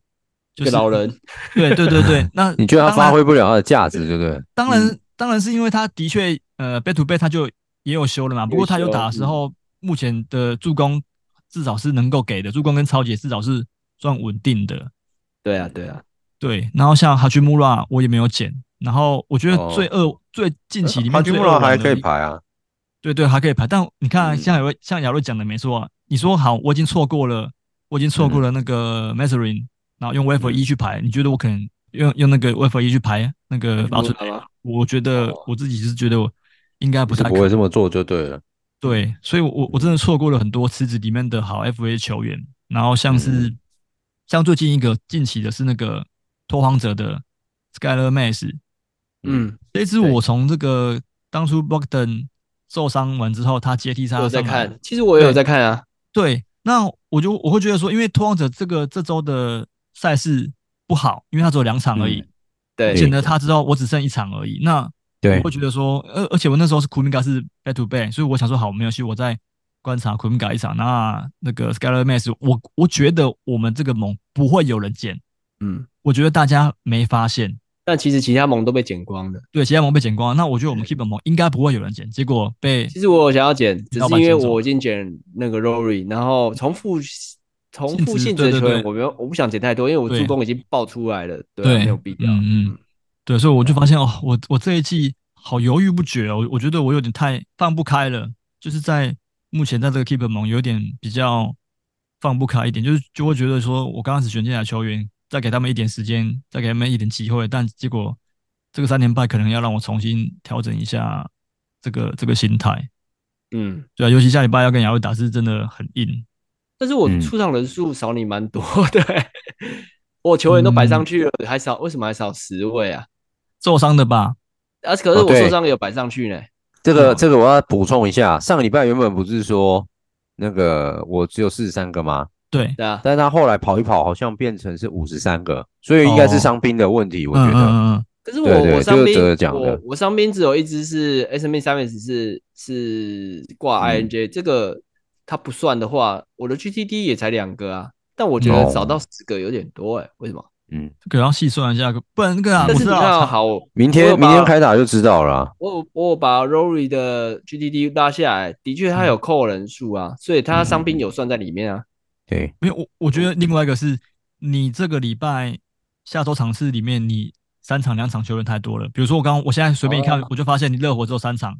S4: 就
S3: 这
S4: 是
S3: 个老人，
S4: 对对对 对，那
S2: 你觉得他
S4: 当然
S2: 发挥不嗯了他的价值，对不对？
S4: 当然，当然是因为他的确，呃，back to back 他就也有修了嘛。不过他有打的
S2: 嗯
S4: 时候，目前的助攻至少是能够给的，助攻跟超级至少是算稳定的。
S3: 对啊，对啊，
S4: 对，然后像哈 a 穆拉我也没有捡，然后我觉得最恶、最近期里
S2: 哈
S4: 面
S2: 基
S4: 最
S2: 穆
S4: 恶
S2: 哦呃拉还
S4: 玩的
S2: 可以，排啊，
S4: 对对，还可以排。但你看啊，
S3: 嗯
S4: 像雅瑞像雅瑞讲的没错啊，你说好，我已经错过了，我已经
S3: 嗯
S4: 错过了那个 m e s e r i n 然后用 Wave 一去排，你觉得我可能用用那个 Wave 一去排那个八
S3: 不
S4: 寸
S3: 会吗？
S4: 我觉得
S3: 哦
S4: 我自己是觉得我应该不
S3: 嗯
S2: 是
S4: 太
S2: 不
S4: 可
S2: 会这么做就对了。
S4: 对，所以我，我我真的错过了很多池子里面的好 FA 球员，然后像是、
S3: 嗯
S4: 像最近一个近期的是那个拓荒者的 Skyler Mays，
S3: 嗯，
S4: 这一支
S3: 对
S4: 我从这个当初 Bogdan 受伤完之后，他接替他
S3: 我有在
S4: 上来
S3: 看，其实我也有
S4: 对
S3: 在看啊。
S4: 对，那我就我会觉得说，因为拓荒者这个这周的赛事不好，因为他只有两场而已，
S3: 嗯对，
S4: 显得他之后我只剩一场而已。那
S2: 对
S4: 我会觉得说，而而且我那时候是库明嘎是 back to back，所以我想说好，没有戏，我再观察库明嘎一场。那那个 Skyler m a s 我我觉得我们这个盟不会有人捡，
S3: 嗯，
S4: 我觉得大家没发现，
S3: 但其实其他盟都被剪光了。
S4: 对，其他盟被捡光了，那我觉得我们 keep 盟应该不会有人捡，结果被
S3: 其实我有想要剪，只
S4: 老
S3: 是
S4: 板
S3: 因为
S4: 先走
S3: 我已经剪那个 Rory，然后重复重复性
S4: 性质
S3: 质
S4: 对
S3: 的球
S4: 对
S3: 员，
S4: 对
S3: 我没有我不想剪太多，因为我
S4: 对
S3: 助攻已经爆出来了，对啊，
S4: 对
S3: 没有必要。
S4: 嗯嗯对，所以我就发现哦，我我这一季好犹豫不决哦，我我觉得我有点太放不开了，就是在目前在这个 keeper 盟有点比较放不开一点，就是就会觉得说我刚开始选进来的球员，再给他们一点时间，再给他们一点机会，但结果这个三连败可能要让我重新调整一下这个这个心态，
S3: 嗯，
S4: 对啊，尤其下礼拜要跟雅慧打是真的很硬，
S3: 但是我
S2: 嗯
S3: 出场人数少你蛮多的、 我球员都摆
S2: 嗯
S3: 上去了，还少为什么还少十位啊？
S4: 受伤的吧？
S3: 啊，可是
S2: 哦
S3: 我
S2: 对
S3: 受伤也有摆上去呢。
S2: 这个这个我要补充一下，上个礼拜原本不是说那个我只有四十三个吗？
S4: 对，
S3: 对啊，
S2: 但是他后来跑一跑，好像变成是五十三个，所以应该是伤兵的问题，我觉
S4: 哦嗯
S2: 得。
S4: 嗯嗯
S3: 可是我
S2: 对对
S3: 我伤
S2: 就是哲
S3: 兵，
S2: 讲的
S3: 我我伤兵只有一只是 S M 三 S 是是挂
S2: 嗯
S3: I N J，、这个它不算的话，我的 G T D 也才两个啊。但我觉得
S2: 哦
S3: 少到十个有点多哎、为什么？
S2: 嗯，
S4: 嗯，可能要细算一下，不然那个啊，
S3: 但
S4: 我知
S3: 是你
S4: 道
S3: 看哦
S4: 啊，
S3: 好，我
S2: 明
S3: 我有
S2: 天
S3: 把
S2: 明天开打就知道了啊。
S3: 有我有把 Rory 的 G T D 拉下来，的确他
S2: 嗯
S3: 有扣人数啊，所以他伤兵有算在里面啊。
S2: 对，
S4: 没有，我我
S3: 哦
S4: 觉得另外一个是你这个礼拜下周场次里面，你三场两场球员太多了。比如说我刚刚我现在随便一看，
S3: 哦
S4: 我就发现你热火只有三场，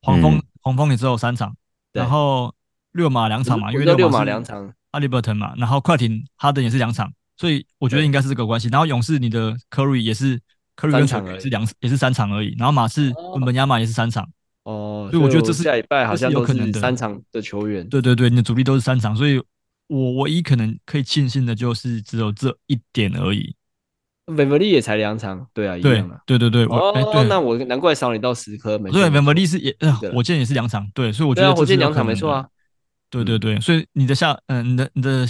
S4: 黄蜂、
S2: 嗯
S4: 黄蜂也只有三场，
S3: 对嗯
S4: 然后六马两场嘛，因为
S3: 六
S4: 马
S3: 马
S4: 是
S3: 两场，
S4: 阿利伯顿嘛，然后快艇哈登也是两场，所以我觉得
S3: 对
S4: 应该是这个关系。然后勇士你的科瑞也是科瑞跟
S3: 三
S4: 水
S3: 场
S4: 也
S3: 而已
S4: 是两也是三场而已，然后马刺
S3: 哦
S4: 文本亚马也是三场。
S3: 哦，
S4: 对
S3: 所以
S4: 我觉得这是
S3: 下礼拜
S4: 这
S3: 好
S4: 是
S3: 像
S4: 有
S3: 都
S4: 可能
S3: 是
S4: 的
S3: 三场的球员。
S4: 对对对，你的主力都是三场，所以我唯一可能可以庆幸的就是只有这一点而已。
S3: v e v e l y 也才两场，对啊，一
S4: 对
S3: 样啊。
S4: 对对对，我哎
S3: 哦，
S4: 对
S3: 那我难怪少你到十颗，没错
S4: 对，
S3: 没
S4: 文伯
S3: 错
S4: 利是也，呃
S3: 对了
S4: 火箭也是两场，对，所以我觉
S3: 对啊，
S4: 得
S3: 火
S4: 这
S3: 箭
S4: 是有
S3: 两
S4: 可
S3: 场
S4: 能
S3: 没错
S4: 的
S3: 啊，。
S4: 对对对，所以你的下，嗯、你的你的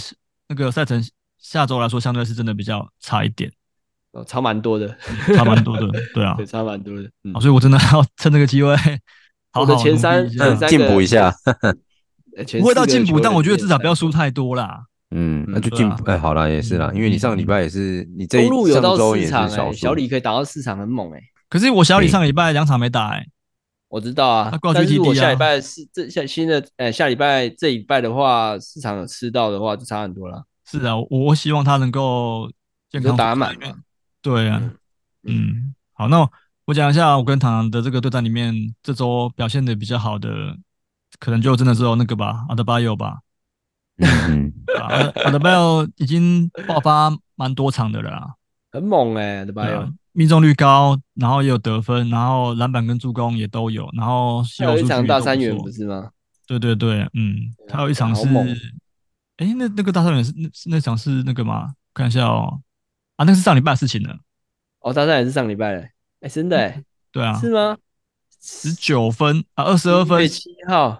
S4: 那个赛程下周来说，相对是真的比较差一点，
S3: 哦，差蛮多的，
S4: 差蛮多的，对啊
S3: 对，，差蛮多的。嗯
S4: 好，所以我真的要趁这个机会，好好
S3: 我的前三
S4: 努力一下嗯
S3: 前三
S2: 进步一下，
S3: 呃前
S4: 不会
S3: 四
S4: 到
S3: 个
S4: 进
S3: 球
S4: 步，
S3: 员啊
S4: 但我觉得
S3: 里面
S4: 至少不要输太多啦。
S2: 嗯，那
S3: 嗯
S2: 就
S4: 对
S2: 进
S4: 啊
S2: 步。哎，好啦，也是啦，因为你上个礼拜也是你这一
S3: 公路有
S2: 上
S3: 到
S2: 周也
S3: 四
S2: 是
S3: 场
S2: 少
S3: 哎，
S2: 数。
S3: 小李可以打到四场，很猛哎。
S4: 可是我小李
S2: 对
S4: 上礼拜两场没打、欸，
S3: 我知道啊
S4: 他，挂
S3: 但是
S4: GTD
S3: 我下
S4: 啊
S3: 礼拜是这下新的，哎，下礼拜这礼拜的话，市场有吃到的话，就差很多了。
S4: 是啊，我我希望他能够健
S3: 你就
S4: 康
S3: 打
S4: 复
S3: 满
S4: 出来
S3: 嘛，
S4: 对啊，
S3: 嗯
S4: 嗯，好，那我讲一下我跟唐唐的这个对战里面，这周表现的比较好的，可能就真的只哦有那个吧，阿德巴约吧。
S2: 嗯，
S4: 啊阿德阿德巴约 已经爆发蛮多场的了啦，
S3: 很猛哎，对吧？
S4: 对啊命中率高，然后也有得分，然后篮板跟助攻也都有，然后稀
S3: 还
S4: 有
S3: 有
S4: 数
S3: 哎一
S4: 据
S3: 场
S4: 也
S3: 大
S4: 都
S3: 三
S4: 不
S3: 元
S4: 错
S3: 不是吗？
S4: 对对对，嗯，
S3: 对啊
S4: 还有一场
S3: 好
S4: 是
S3: 猛，
S4: 诶，那那个大三元是那是那场是那个吗？看一下哦，啊，那是上礼拜的事情了，
S3: 哦，大三元是上礼拜嘞，哎，真的哎，
S4: 对啊，
S3: 是吗？
S4: 十九分啊，二十
S3: 嗯
S4: 二分，
S3: 七号，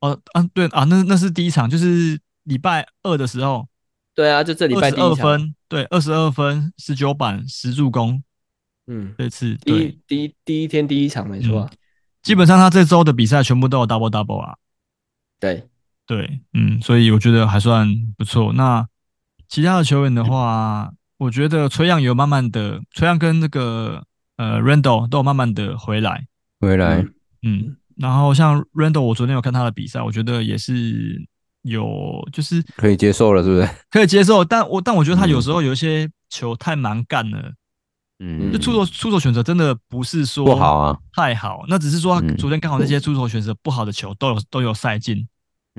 S4: 哦，啊，对啊，那那是第一场，就是礼拜二的时候，
S3: 对啊，就这礼
S4: 二
S3: 拜
S4: 十
S3: 第一
S4: 二
S3: 场，
S4: 分，对，二十二分，十九板，十助攻，
S3: 嗯，
S4: 这次
S3: 第
S4: 对嗯
S3: 一，第一第一天第一场没错啊，
S4: 基本上他这周的比赛全部都有 double double 啊，
S3: 对，
S4: 对，嗯，所以我觉得还算不错。那其他的球
S2: 嗯
S4: 员的话，我觉得崔样有慢慢的，崔样跟那个呃 Randall 都有慢慢的回来，
S2: 回来
S3: 嗯
S4: 嗯，然后像 Randall，我昨天有看他的比赛，我觉得也是有就是
S2: 可以接受了，是不是？
S4: 可以接受，但我但我觉得他有时候有一些球太蛮干了，
S2: 嗯
S4: 就出手出手选择真的不是说
S2: 不好啊，
S4: 太好，那只是说他
S2: 嗯
S4: 昨天刚好那些出手选择不好的球都有都有塞进，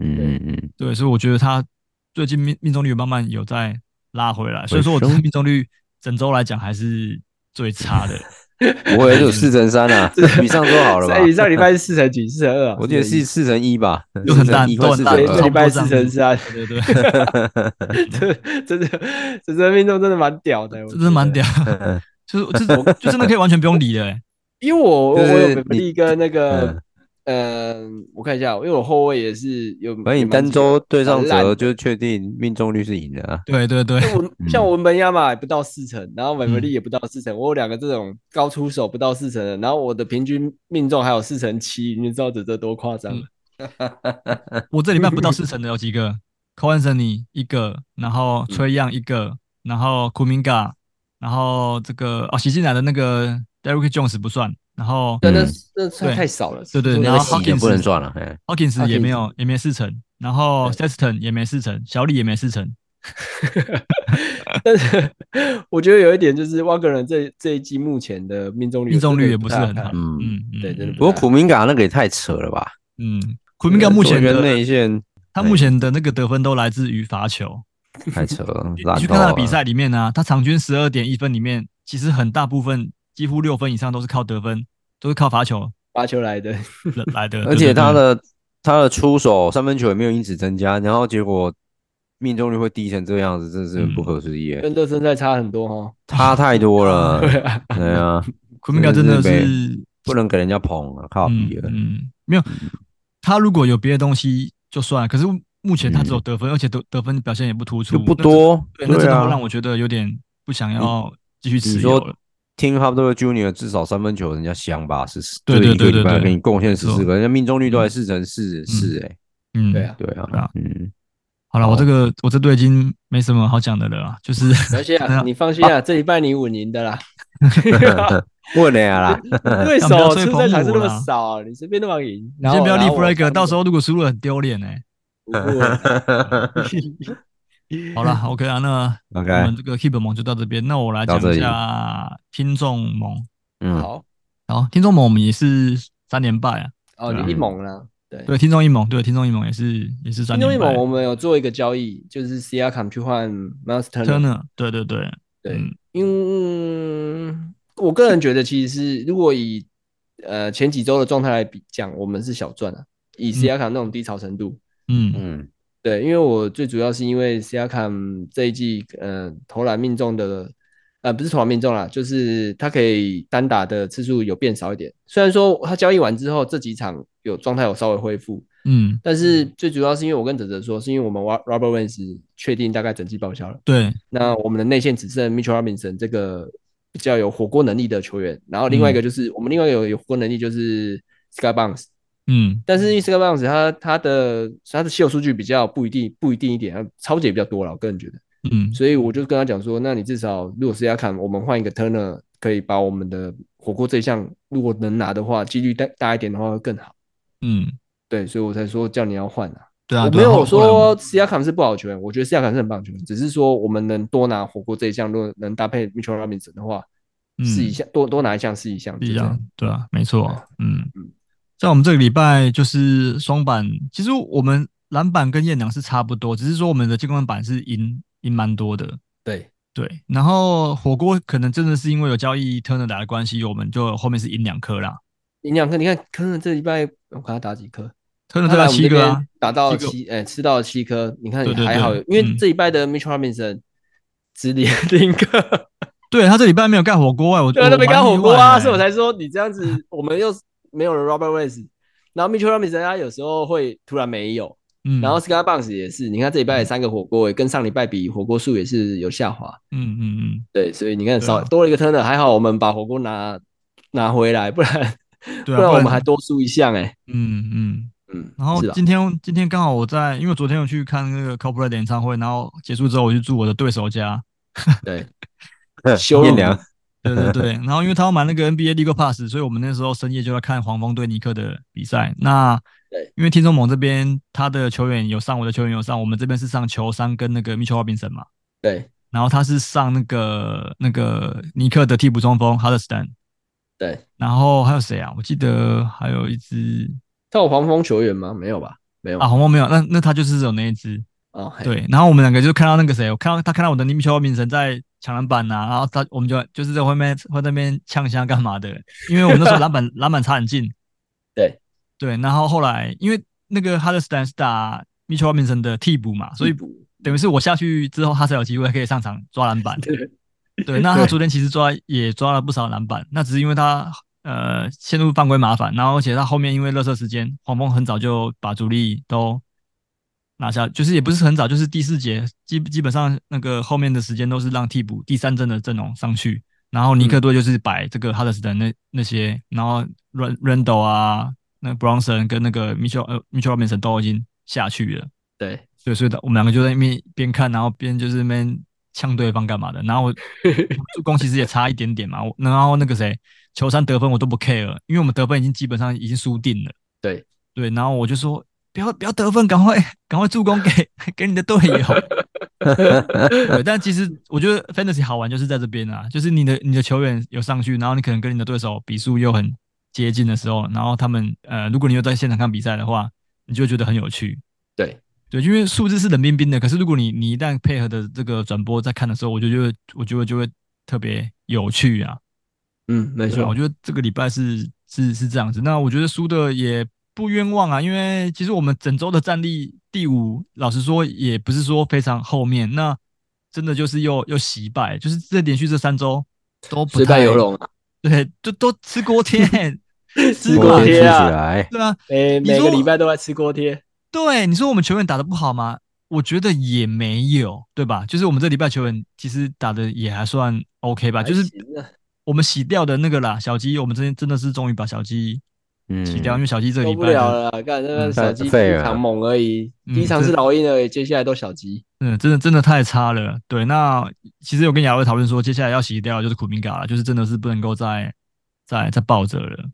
S2: 嗯嗯嗯，
S4: 对，所以我觉得他最近命命中率有慢慢有在拉回来，所以说我
S2: 回
S4: 的
S2: 升
S4: 命中率整周来讲还是最差的，
S2: 我也有四乘三啊，以上都好了吧？
S3: 所 以上礼拜是四乘几，四乘二 啊，
S2: 我记得是四乘一吧，
S4: 有很大
S2: 一
S4: 都很大
S3: 对，
S4: 差
S2: 啊
S3: 这
S4: 不多
S3: 礼拜
S4: 这样
S3: 四
S4: 子
S3: 乘三，
S4: 对对对，
S3: 真的，这这命中真的蛮屌的，我
S4: 这真的蛮
S3: 觉得。
S4: 屌，
S2: 嗯
S4: 就是就就真的可以完全不用理了、欸，
S3: 因为我我
S2: 就是
S3: 我有
S2: 你
S3: 本地跟那个，嗯，我看一下，因为我后卫也是有，
S2: 反正
S3: 也
S2: 你
S3: 蛮
S2: 单
S3: 几个
S2: 周对上
S3: 很烂
S2: 折
S3: 的
S2: 就确定命中率是赢的啊。
S4: 对对对，
S3: 像我像我文本亚马也不到四成，然后文本
S4: 嗯
S3: 利也不到四成，我有两个这种高出手不到四成的，然后我的平均命中还有四成七，你知道这这多夸张？
S4: 嗯我这礼拜不到四成的有几个 c o a n s o n y 一个，然后崔样一个，然后 Kuminga，然后这个哦，喜进来的那个 Derek Jones 不算，然后
S3: 真的
S2: 嗯
S3: 那
S4: 对
S3: 太少了，
S4: 对对
S3: 说
S4: 你
S3: 那
S4: 要
S3: 个
S4: 好
S3: 细
S2: 也不能算了，哎，
S4: Hawkins
S3: Hawkins
S4: 也没有也没四成，然后 Sexton 也没四成，小李也没四成，
S3: 但是 我觉得有一点就是汪格人这这一季目前的命中率
S4: 命中率
S3: 真的
S4: 也不是
S3: 太
S4: 很
S3: 看
S4: 好。
S2: 嗯
S4: 嗯嗯，
S3: 对真的
S2: 不过苦明嘎那个也太扯了吧？呃
S4: 嗯，Kuminga 目前
S2: 跟
S4: 的
S2: 内线
S4: 他目前的那个得分都来自于罚球，
S2: 太扯了，
S4: 你
S2: 烂
S4: 去
S2: 到
S4: 看他的
S2: 了啊
S4: 比，赛里面呢、他场均十二点一分里面，其实很大部分几乎六分以上都是靠得分，都是靠罚球
S3: 发球来的，
S4: 来的，
S2: 而
S4: 对
S2: 且
S4: 对
S2: 他
S4: 对
S2: 的他的出手三分球也没有因此增加，然后结果命中率会低成这样子，真是
S4: 嗯
S2: 很不可思议耶，
S3: 跟热身赛差很多哈。
S2: 差太 多了，对啊，
S4: 昆明高真的
S2: 真的
S4: 是
S2: 不能给人家捧啊，靠
S4: 嗯
S2: 比了，
S4: 嗯，没有他如果有别的东西就算了，可是目前他只有得分，而且得得分表现也不突出，
S2: 就不多，
S4: 那这，对，那真的会
S2: 啊
S4: 让。我觉得有点不想要继续持
S2: 你
S4: 有
S2: 说
S4: 了。
S2: 听 h u b d o Junior 至少三分球人家香吧，是是，
S4: 对对
S2: 就一个
S4: 对
S2: 礼拜
S4: 对对
S2: 给你贡献十
S4: 没
S2: 四
S4: 错
S2: 个，人家命中率都还四成四四，哎，
S4: 嗯，
S3: 对啊，
S2: 对
S4: 对
S2: 啊
S4: 啊，
S2: 嗯，
S4: 好了，我这个我这队已经没什么好讲的了啦，就是
S3: 而且
S4: 对啊
S3: 你放心啊，这一半你稳赢 的啦。
S2: 问了呀啦，
S3: 对手
S4: 不要吹
S3: 出
S4: 捧
S3: 赛场是
S4: 我
S3: 那么
S4: 啦
S3: 少，你随便那么赢，
S4: 你
S3: 然后
S4: 先不要立
S3: 然后我
S4: flag，到时
S3: 候
S4: 候如果输了很丢脸哎。
S3: 嗯
S4: 好 了，OK 啊，那我
S2: OK，
S4: 们这个 Keep 盟就到这边，那我来
S2: 到
S4: 讲
S2: 这
S4: 一
S2: 里
S4: 下听众盟。
S2: 嗯，
S3: 好
S4: 好，听众盟我们也是三连败啊，
S3: 哦，
S4: 对啊
S3: 你一盟啦，对。
S4: 对，听众一盟，对，听众一盟也是也是三
S3: 金钟一
S4: 连败
S3: 盟，。我们有做一个交易，就是 C R c o m 去换 Miles Turner，
S4: Turner，对对对，
S3: 对，
S4: 嗯
S3: 因为我个人觉得，其实是如果以呃前几周的状态来比讲，我们是小赚啊。以 C R c o m 那种低潮程度，
S4: 嗯
S2: 嗯
S3: 对，因为我最主要是因为 C R c o m 这一季，呃，投篮命中的，呃，不是投篮命中啦，就是他可以单打的次数有变少一点。虽然说他交易完之后这几场有状态有稍微恢复，
S4: 嗯，
S3: 但是最主要是因为我跟哲哲说，是因为我们 Wa- Robert w i n s 确定大概整季报销了。
S4: 对，
S3: 那我们的内线只剩 Mitchell Robinson 这个比较有火锅能力的球员，然后另外一个就是、我们另外一个有有火锅能力就是 Sky Bounce，
S4: 嗯
S3: 但是因为 Sky Bounce 他他的他的秀数据比较不一定不一定一点，他超解比较多了，我个人觉得，
S4: 嗯
S3: 所以我就跟他讲说，那你至少如果是要看我们换一个 Turner，可以把我们的火锅这一项如果能拿的话，几率大大一点的话会更好。
S4: 嗯，
S3: 对，所以我才说叫你要换啊。
S4: 对啊，
S3: 我
S4: 对
S3: 没
S4: 啊
S3: 有，
S4: 后来
S3: 说斯亚卡是不好的球员，我觉得斯亚卡是很棒的球员，只是说我们能多拿火锅这一项，如果能搭配 Mitchell Robinson 的话，
S4: 嗯
S3: 试一项多多拿一项试一项，
S4: 不一
S3: 就这
S4: 样
S3: 样，
S4: 对啊，没
S3: 对
S4: 错
S3: 啊，
S4: 嗯
S3: 嗯
S4: 像我们这个礼拜就是双板，其实我们篮板跟艳娘是差不多，只是说我们的进攻篮板是赢赢蛮多的，
S3: 对，
S4: 对。然后火锅可能真的是因为有交易 Turner 打的关系，我们就后面是赢两颗啦。
S3: 营养科，你看科恩这礼拜我看他打几颗，
S4: Turner 这
S3: 他
S4: 边
S3: 来我们
S4: 七
S3: 这
S4: 个啊
S3: 边，打到
S4: 七个
S3: 七，哎，吃到了七颗，你看
S4: 对对
S3: 还好
S4: 对，
S3: 因为
S4: 嗯
S3: 这礼拜的 Mitchell Robinson 只连 零 个，
S4: 对他这礼拜没有盖火锅哎，我
S3: 对，他没
S4: 蛮
S3: 干火
S4: 意
S3: 锅
S4: 外
S3: 啊，
S4: 的
S3: 所以我才说你这样子，我们又没有了 Robert w i l s 然后 Mitchell Robinson 他有时候会突然没有。
S4: 嗯，
S3: 然后 Sky Bounce 也是，你看这礼拜也三个火锅，跟上礼拜比火锅数也是有下滑。
S4: 嗯嗯嗯，
S3: 对，所以你看
S4: 对啊
S3: 少多了一个 Turner，还好我们把火锅拿拿回来，不然
S4: 对啊，
S3: 不然我们
S4: 然
S3: 还多输一项哎。
S4: 嗯嗯。
S3: 嗯，
S4: 然后
S3: 是吧？
S4: 今天今天刚好我在，因为我昨天有去看那个 c o p r a t 的演唱会，然后结束之后我就住我的对手家，
S3: 对，羞辱
S2: 艳
S4: 啊
S2: 良，
S4: 对对对。然后因为他要买那个 NBA League Pass，所以我们那时候深夜就在看黄蜂对尼克的比赛。那
S3: 对，
S4: 因为听众盟这边他的球员有上，我的球员有上，我们这边是上球三跟那个 Mitchell Robinson 嘛。
S3: 对，
S4: 然后他是上那个那个尼克的替补中锋 h a d e r s t o n
S3: 对，
S4: 然后还有谁啊？我记得还有一支
S3: 他有黄蜂球员吗？没有吧？没有
S4: 啊，红魔没有，那那他就是只有那一支。
S3: 哦，嘿，
S4: 对，然后我们两个就看到那个谁，我看到他看到我的尼米乔明神在抢篮板呐、啊然后他我们就就是在外面会在那边呛虾干嘛的，因为我们 那时候篮板篮板差很近。
S3: 对
S4: 对，然后后来因为那个哈德斯坦是打米乔明神的替补嘛，所以等于是我下去之后，他才有机会可以上场抓篮 板。
S3: 对
S4: 对，那他
S3: 对
S4: 昨天其实抓也抓了不少篮板，那只是因为他呃陷入犯规麻烦，然后而且他后面因为热射时间，黄蜂很早就把主力都拿下，就是也不是很早，就是第四节基基本上那个后面的时间都是让替补第三阵的阵容上去，然后尼克多就是摆这个哈德斯的那那些，然后 Ren- Randle 啊，那 Bronson 跟那个 Mitchell 呃 Mitchell Robinson 都已经下去了。
S3: 对，
S4: 对，所以我们两个就在那边边看，然后边就是那边呛对方干嘛的。然后我助攻其实也差一点点嘛，我然后那个谁，球三得分我都不 care，因为我们得分已经基本上已经输定了。
S3: 对
S4: 对，然后我就说不要不要得分，赶快 赶快助攻给给你的队友。对，但其实我觉得 fantasy 好玩就是在这边啊，就是你的你的球员有上去，然后你可能跟你的对手比数又很接近的时候，然后他们呃，如果你有在现场看比赛的话，你就会觉得很有趣。
S3: 对
S4: 对，因为数字是冷冰冰的，可是如果你你一旦配合的这个转播在看的时候，我就觉得我觉得就会特别有趣啊。
S3: 嗯，没
S4: 对啊，我
S3: 错，
S4: 觉得这个礼拜是是是这样子。那我觉得输的也不冤枉啊，因为其实我们整周的战力第五，老实说也不是说非常后面，那真的就是又又惜败，就是这连续这三周都不
S3: 虽败
S4: 太
S3: 犹，荣啊，
S4: 对，就都吃锅 贴，吃
S3: 吃锅
S2: 我先
S3: 贴
S2: 吃
S3: 啊
S2: 起来，
S4: 对啊，
S3: 哎，
S4: 你
S3: 每
S4: 说啊
S3: 个礼拜都在吃锅贴，
S4: 对，你说我们球员打得不好吗？我觉得也没有，对吧？就是我们这礼拜球员其实打得也还算 OK 吧，就是
S3: 还行啊
S4: 我们洗掉的那个啦，小鸡，我们真真的是终于把小鸡
S2: 嗯，
S4: 洗掉，因为小鸡这个
S3: 受
S4: 礼
S3: 不
S4: 拜
S3: 了
S4: 的
S3: 了啦，干那
S4: 嗯
S3: 个小鸡
S2: 废
S3: 第一
S2: 了
S3: 场猛而已，
S4: 嗯
S3: 第一场
S4: 这
S3: 是老鹰而已，接下来都小鸡，
S4: 嗯，真的真的太差了。对，那其实有跟亚威讨论说，接下来要洗掉的就是苦明嘎了，就是真的是不能够再再再抱着 了。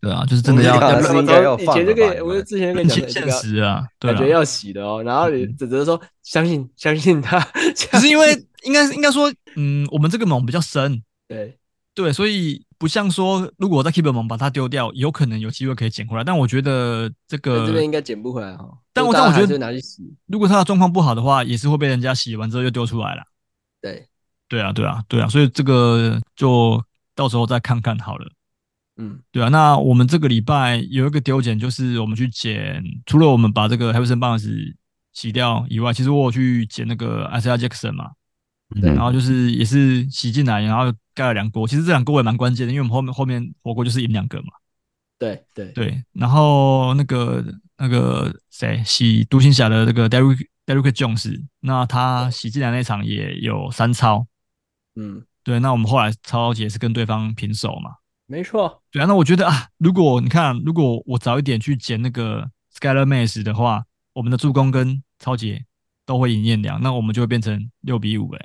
S4: 对啊，就是真的要
S2: 苦明嘎
S4: 要
S2: 是
S3: 我
S2: 应该要
S3: 哦以
S2: 放
S3: 前
S2: 了
S3: 就
S2: 吧
S3: 跟
S2: 应
S3: 我
S2: 该
S3: 就之前就跟
S4: 认
S3: 你讲
S4: 清
S3: 的这
S4: 现
S3: 个
S4: 实啊，对
S3: 感
S4: 啊
S3: 觉。要洗的哦，然后
S2: 嗯
S3: 你只是说相信相信他，
S4: 可是
S3: 相信
S4: 因为应该是应该说，嗯，我们这个猛比较深，
S3: 对
S4: 对，所以不像说，如果我在 Keep 猛把它丢掉，有可能有机会可以捡回来。但我觉得这
S3: 但
S4: 个
S3: 这边应该捡不回来哈，
S4: 但我
S3: 就大
S4: 但
S3: 家
S4: 我觉
S3: 还
S4: 得
S3: 是拿去洗，
S4: 如果他的状况不好的话，也是会被人家洗完之后又丢出来了。
S3: 对，
S4: 对啊，对啊，对啊，所以这个就到时候再看看好了。
S3: 嗯，
S4: 对啊，那我们这个礼拜有一个丢捡，就是我们去捡，除了我们把这个 Harrison Barnes 洗掉以外，其实我有去捡那个 Isaiah Jackson 嘛，
S2: 嗯
S4: 然后就是也是洗进来，然后盖了两锅。其实这两锅也蛮关键的，因为我们后面后面火锅就是赢两个嘛。
S3: 对对
S4: 对，然后那个那个谁洗独行侠的那个 Derek Derek Jones，那他洗进来那场也有三超，
S3: 嗯，
S4: 对，那我们后来超级也是跟对方平手嘛，
S3: 没错，
S4: 对啊，那我觉得啊，如果你看，如果我早一点去捡那个 Skyler Mays 的话，我们的助攻跟超杰都会赢燕良，那我们就会变成六比五哎、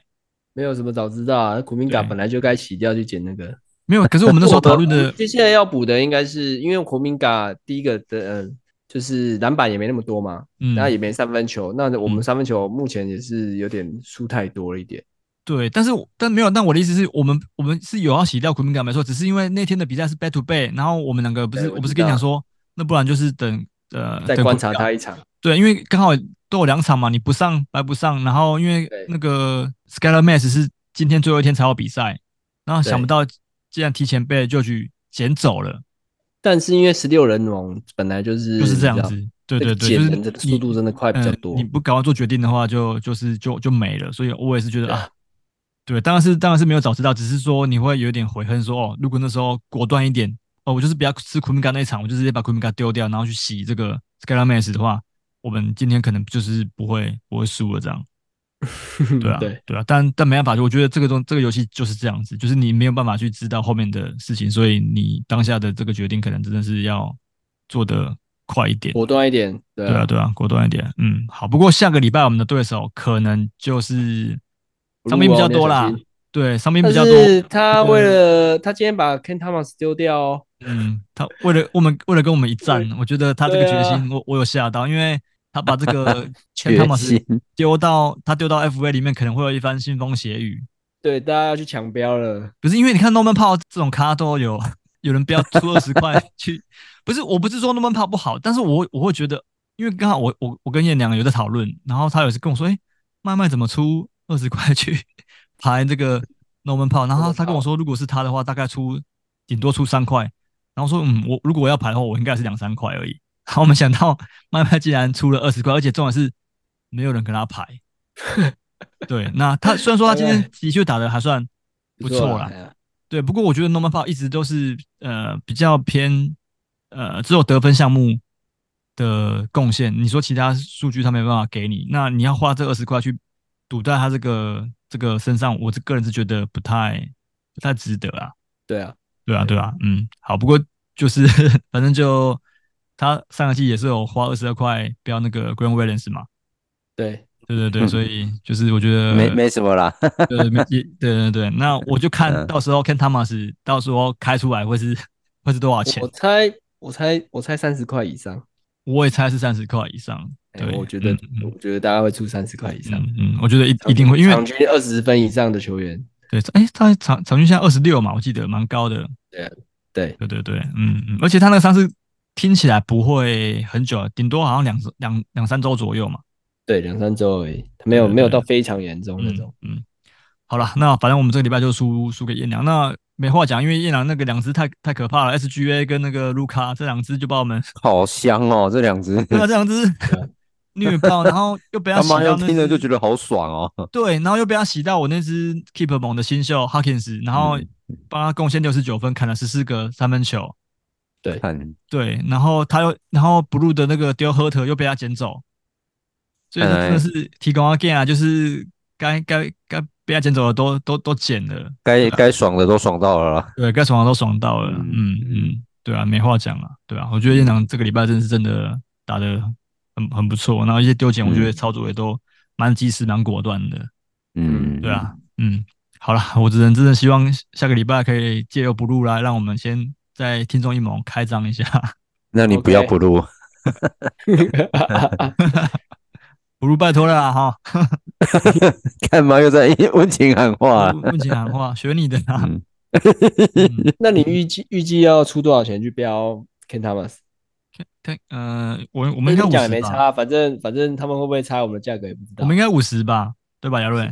S3: 没有什么早知道啊，苦明嘎
S4: 对
S3: 本来就该洗掉去捡那个。
S4: 没有， 可是我们那时候讨论
S3: 我们
S4: 的，
S3: 接下来要补的应该是因为苦明嘎第一个的呃就是篮板也没那么多嘛，
S4: 嗯，
S3: 那也没三分球，那我
S4: 嗯
S3: 们三分球目前也是有点输太多了一点。
S4: 对，但是我但没有，但我的意思是我们我们是有要洗掉国民感没错，只是因为那天的比赛是 back to back，然后我们两个不是
S3: 对我
S4: 不是
S3: 知
S4: 跟你讲
S3: 道
S4: 说，那不然就是等呃
S3: 再
S4: 等
S3: 观
S4: 国
S3: 察
S4: 民感
S3: 他一场，
S4: 对，因为刚好都有两场嘛，你不上白不上，然后因为
S3: 对
S4: 那个 Skyler Mass 是今天最后一天才有比赛，然后想
S3: 对
S4: 不到竟然提前被就去捡走了，
S3: 但是因为十六人龙本来就是
S4: 就是这样
S3: 你知道
S4: 子，对
S3: 这
S4: 对
S3: 个
S4: 对，
S3: 减
S4: 就是
S3: 人的
S4: 你
S3: 速度真的快比较
S4: 嗯
S3: 多
S4: 你不赶快做决定的话就，就是就就没了。所以我也是觉得
S3: 对啊
S4: 啊，对，当然是当然是没有早知道，只是说你会有点悔恨说，哦，如果那时候果断一点，哦，我就是不要吃昆明干那一场，我就直接把昆明干丢掉，然后去洗这个 Skyline m a s 的话，我们今天可能就是不会不会输了这样。对啊，
S3: 嗯对
S4: 啊，但但没办法，我觉得这个东这个游戏就是这样子，就是你没有办法去知道后面的事情，所以你当下的这个决定可能真的是要做得快一点。
S3: 果断一点，对
S4: 对啊，
S3: 啊，
S4: 对啊，果断一点。嗯，好。不过下个礼拜我们的对手可能就是伤兵比较多啦
S3: 你要小心，
S4: 对，伤兵比
S3: 但
S4: 较多。
S3: 是他为了他今天把 Ken Thomas 丢掉哦，
S4: 嗯，他为了我们为了跟我们一战，我觉得他这个
S3: 对
S4: 决
S3: 啊
S4: 心，我我有吓到，因为他把这 个全
S2: 决
S4: 他 们
S2: 心
S4: 是丢到他丢到 FA 里面，可能会有一番腥风血雨。
S3: 对，大家要去抢标了。
S4: 不是因为你看 Norman p o w 这种咖都有 有人标出二十块去，不是我不是说 Norman p o w 不好，但是我我会觉得，因为刚好我我我跟燕良有在讨论，然后他有一次跟我说，哎、麦麦怎么出二十块去 排这个 Norman p o w 然后他跟我说，如果是他的话，大概出顶多出三块，然后说嗯，我如果我要排的话，我应该是两三块而已。然后我没想到 麦麦竟然出了二十块，而且重点是没有人跟他排。 对，那他虽然说他今天的确打的还算不错啦
S3: 哎，呀
S4: 对，不过我觉得 Norman p o w 一直都是呃比较偏呃只有得分项目的贡献，你说其他数据他没办法给你，那你要花这二十块去赌在他这个这个身上，我这个人是觉得不太不太值得啊。
S3: 对啊，
S4: 对啊，对啊，嗯，好，不过就是 反正就他上个季也是有花二十二块标那个 Grant Williams 嘛，
S3: 对，
S4: 对对对，
S2: 嗯
S4: 所以就是我觉得
S2: 没没什么啦。
S4: 对对没也对对 对，那我就看
S2: 嗯
S4: 到时候 Ken Thomas 到时候开出来会是 会是多少钱
S3: 我？猜，我猜，我猜三十块以上。
S4: 我也猜是三十块以上。
S3: 哎
S4: 对，
S3: 我觉得
S4: 嗯，嗯
S3: 我觉得大概会出三十块以上，
S4: 嗯嗯，我觉得一一定会，因
S3: 场
S4: 为
S3: 均二十分以上的球员。
S4: 对，哎，他场场均现在二十六嘛，我记得蛮高的。
S3: 对，
S4: 对对对，嗯嗯，而且他那个伤势听起来不会很久，啊顶多好像两两两三周左右嘛。
S3: 对，两三周而已，没有
S4: 对对
S3: 没有到非常严重那种。
S4: 嗯，嗯好了，那反正我们这个礼拜就输输给燕良，那没话讲，因为燕良那个两只太太可怕了，SGA 跟那个卢卡这两只就把我们，
S2: 好香哦，这两只，
S4: 对啊，啊这两只 虐爆，然后又被他
S2: 他
S4: 洗
S2: 妈
S4: 到
S2: 要
S4: 那
S2: 听了
S4: 只
S2: 就觉得好 爽哦。
S4: 对，然后又被他洗到我那只 Keep 猛的新秀 Hawkins，然后
S2: 嗯
S4: 帮他贡献六十九分，砍了十四个三分球。
S3: 对，
S2: 看，
S4: 对，然后他又，然后 Blue 的那个 d i l h u r t 又被他捡走，所以
S2: 看
S4: 这
S2: 来
S4: 真的是提供 again 啊，就是该该该被他捡走的都都都捡了，
S2: 该该爽的都爽到了啦。
S4: 对该爽的都爽到了，嗯
S2: 嗯
S4: 嗯，对啊，没话讲啊，对啊，我觉得院长这个礼拜真是真的打的很很不错，然后一些丢捡，我觉得
S2: 嗯
S4: 操作也都蛮及时、蛮果断的，
S2: 嗯，
S4: 对啊，嗯，好了，我只能真的希望下个礼拜可以借由 Blue 来让我们先在听众一盟开张一下。
S2: 那你不要
S3: OK
S2: 不录，
S4: 嗯不如拜托了啦哈，
S2: 干嘛又在 温情喊
S3: 啊
S2: 话？
S4: 问问起喊话，学你的 啦。
S2: 嗯，
S4: 嗯
S3: 那你预计预计要出多少钱去标 Ken Thomas？
S4: 看，呃，我我
S3: 我
S4: 们应该
S3: 讲
S4: 五
S3: 也
S4: 十
S3: 没
S4: 吧，
S3: 差，反正反正他们会不会差我们的价格也不知道。
S4: 我们应该五十吧，对吧，亚瑞？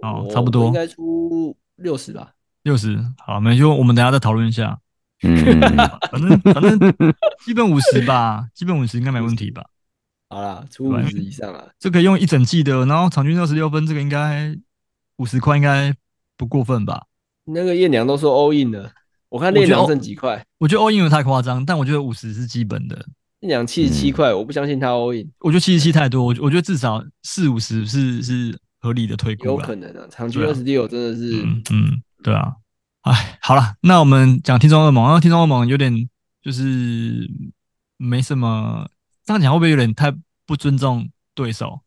S4: 哦
S3: 我
S4: 差不多
S3: 我应该出六十吧。
S4: 六十，好，没就我们等一下再讨论一下。
S2: 嗯，
S4: 反正反正基本五十吧，基本五十应该没问题吧？
S3: 好啦，出五
S4: 对
S3: 十以上啦。
S4: 这个用一整季的，然后场均二十六分，这个应该五十块应该不过分吧？
S3: 那个叶娘都说 all in 了，我看叶娘剩几块？
S4: 我觉得 all in 有点太夸张，但我觉得五十是基本的。
S3: 叶娘七十七
S2: 嗯
S3: 块，我不相信他 all in，
S4: 我觉得七十七太多，我我觉得至少四五十是是合理的推
S3: 有
S4: 估了
S3: 可。能啊。场均
S4: 对啊
S3: 二十六真的是，
S4: 嗯嗯，对啊。哎，好了，那我们讲听众噩梦，然后听众噩梦有点就是没什么，这样讲会不会有点太不尊重对手？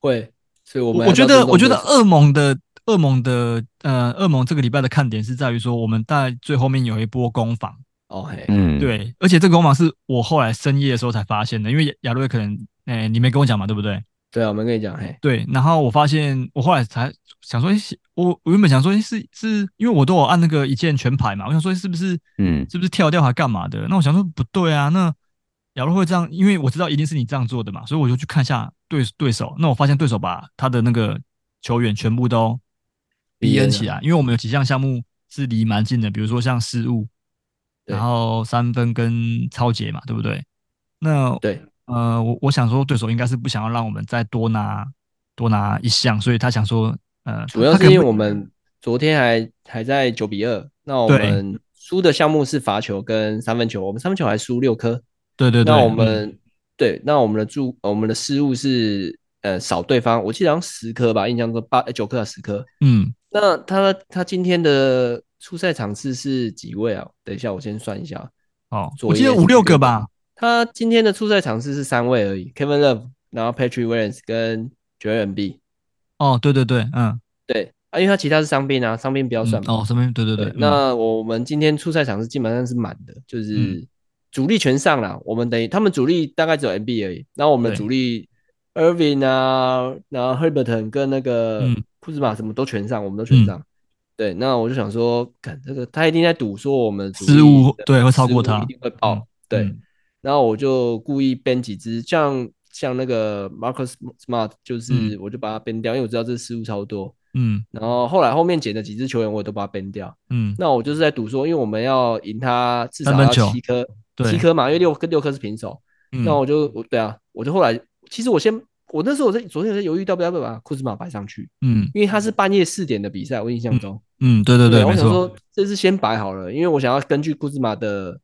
S3: 会，所以我
S4: 我
S3: 们
S4: 我觉得，我觉得
S3: 二
S4: 噩梦的噩梦的呃，噩梦这个礼拜的看点是在于说，我们在最后面有一波攻防，
S3: 哦嘿，
S2: 嗯，
S4: 对，而且这个攻防是我后来深夜的时候才发现的，因为亚亚瑞可能，哎、你没跟我讲嘛，对不对？
S3: 对啊，我们跟你讲嘿，
S4: 对，然后我发现，我后来才想说，诶是我我原本想说，诶是是因为我都有按那个一键全排嘛，我想说是不是，
S2: 嗯
S4: 是不是跳掉还干嘛的？那我想说不对啊，那假如会这样，因为我知道一定是你这样做的嘛，所以我就去看一下对对手。那我发现对手把他的那个球员全部都
S3: 逼
S4: 逼
S3: 恩
S4: 恩起来，因为我们有几项项目是离蛮近的，比如说像失误，
S3: 对
S4: 然后三分跟超节嘛，对不对？那
S3: 对，
S4: 呃，我我想说，对手应该是不想要让我们再多拿多拿一项，所以他想说，呃，
S3: 主要
S4: 他可
S3: 是因为
S4: 能
S3: 我们昨天还还在九比二，那我
S4: 对
S3: 们输的项目是罚球跟三分球，我们三分球还输六颗，
S4: 对对对，
S3: 那我
S4: 嗯
S3: 们、对，那我们的助我们的失误是呃少对方，我记得好像十颗吧，印象中八呃九颗还是十颗。
S4: 嗯
S3: 那他他今天的出赛场次是几位啊？等一下我先算一下，
S4: 哦，
S3: 左
S4: 我记得
S3: 边是
S4: 五六
S3: 这
S4: 个
S3: 个
S4: 吧，
S3: 他今天的出赛场次是三位而已，Kevin Love，然后 Patrick Williams 跟 Joel b d
S4: 哦，对对对，嗯，
S3: 对啊，因为他其他是伤病啊，伤病不要
S4: 嗯
S3: 算嘛。
S4: 哦，什么？对对对，嗯
S3: 那我们今天出赛场是基本上是满的，
S4: 嗯
S3: 就是主力全上了。我们等于他们主力大概只有 MB 而已，那我们的
S4: 对
S3: 主力 Irving 啊，然后 Herbert 跟那个
S4: 嗯
S3: 库兹马什么都全上，我们都全上。对，那我就想说，看这个他一定在赌说我们主
S4: 失
S3: 力
S4: 误
S3: 的
S4: 对会超
S3: 失
S4: 过
S3: 误
S4: 他
S3: 一定会爆。
S4: 嗯
S3: 对，
S4: 嗯
S3: 然后我就故意编几支，像像那个 Marcus Smart，就是
S4: 嗯
S3: 我就把它编掉，因为我知道这失误超多。
S4: 嗯
S3: 然后后来后面捡的几支球员我也都把它编掉。
S4: 嗯，
S3: 那我就是在赌说，因为我们要赢他至少
S4: 三分
S3: 要
S4: 球
S3: 七颗，
S4: 对
S3: 七颗嘛，因为六跟六颗是平手。
S4: 嗯
S3: 那我就我对啊，我就后来其实我先我那时候我在昨天我在犹豫要不要把库兹马摆上去，
S4: 嗯
S3: 因为他是半夜四点的比赛，我印象中。
S4: 嗯，对对
S3: 我
S4: 没
S3: 想
S4: 错，
S3: 说这次先摆好了，因为我想要根据库兹马的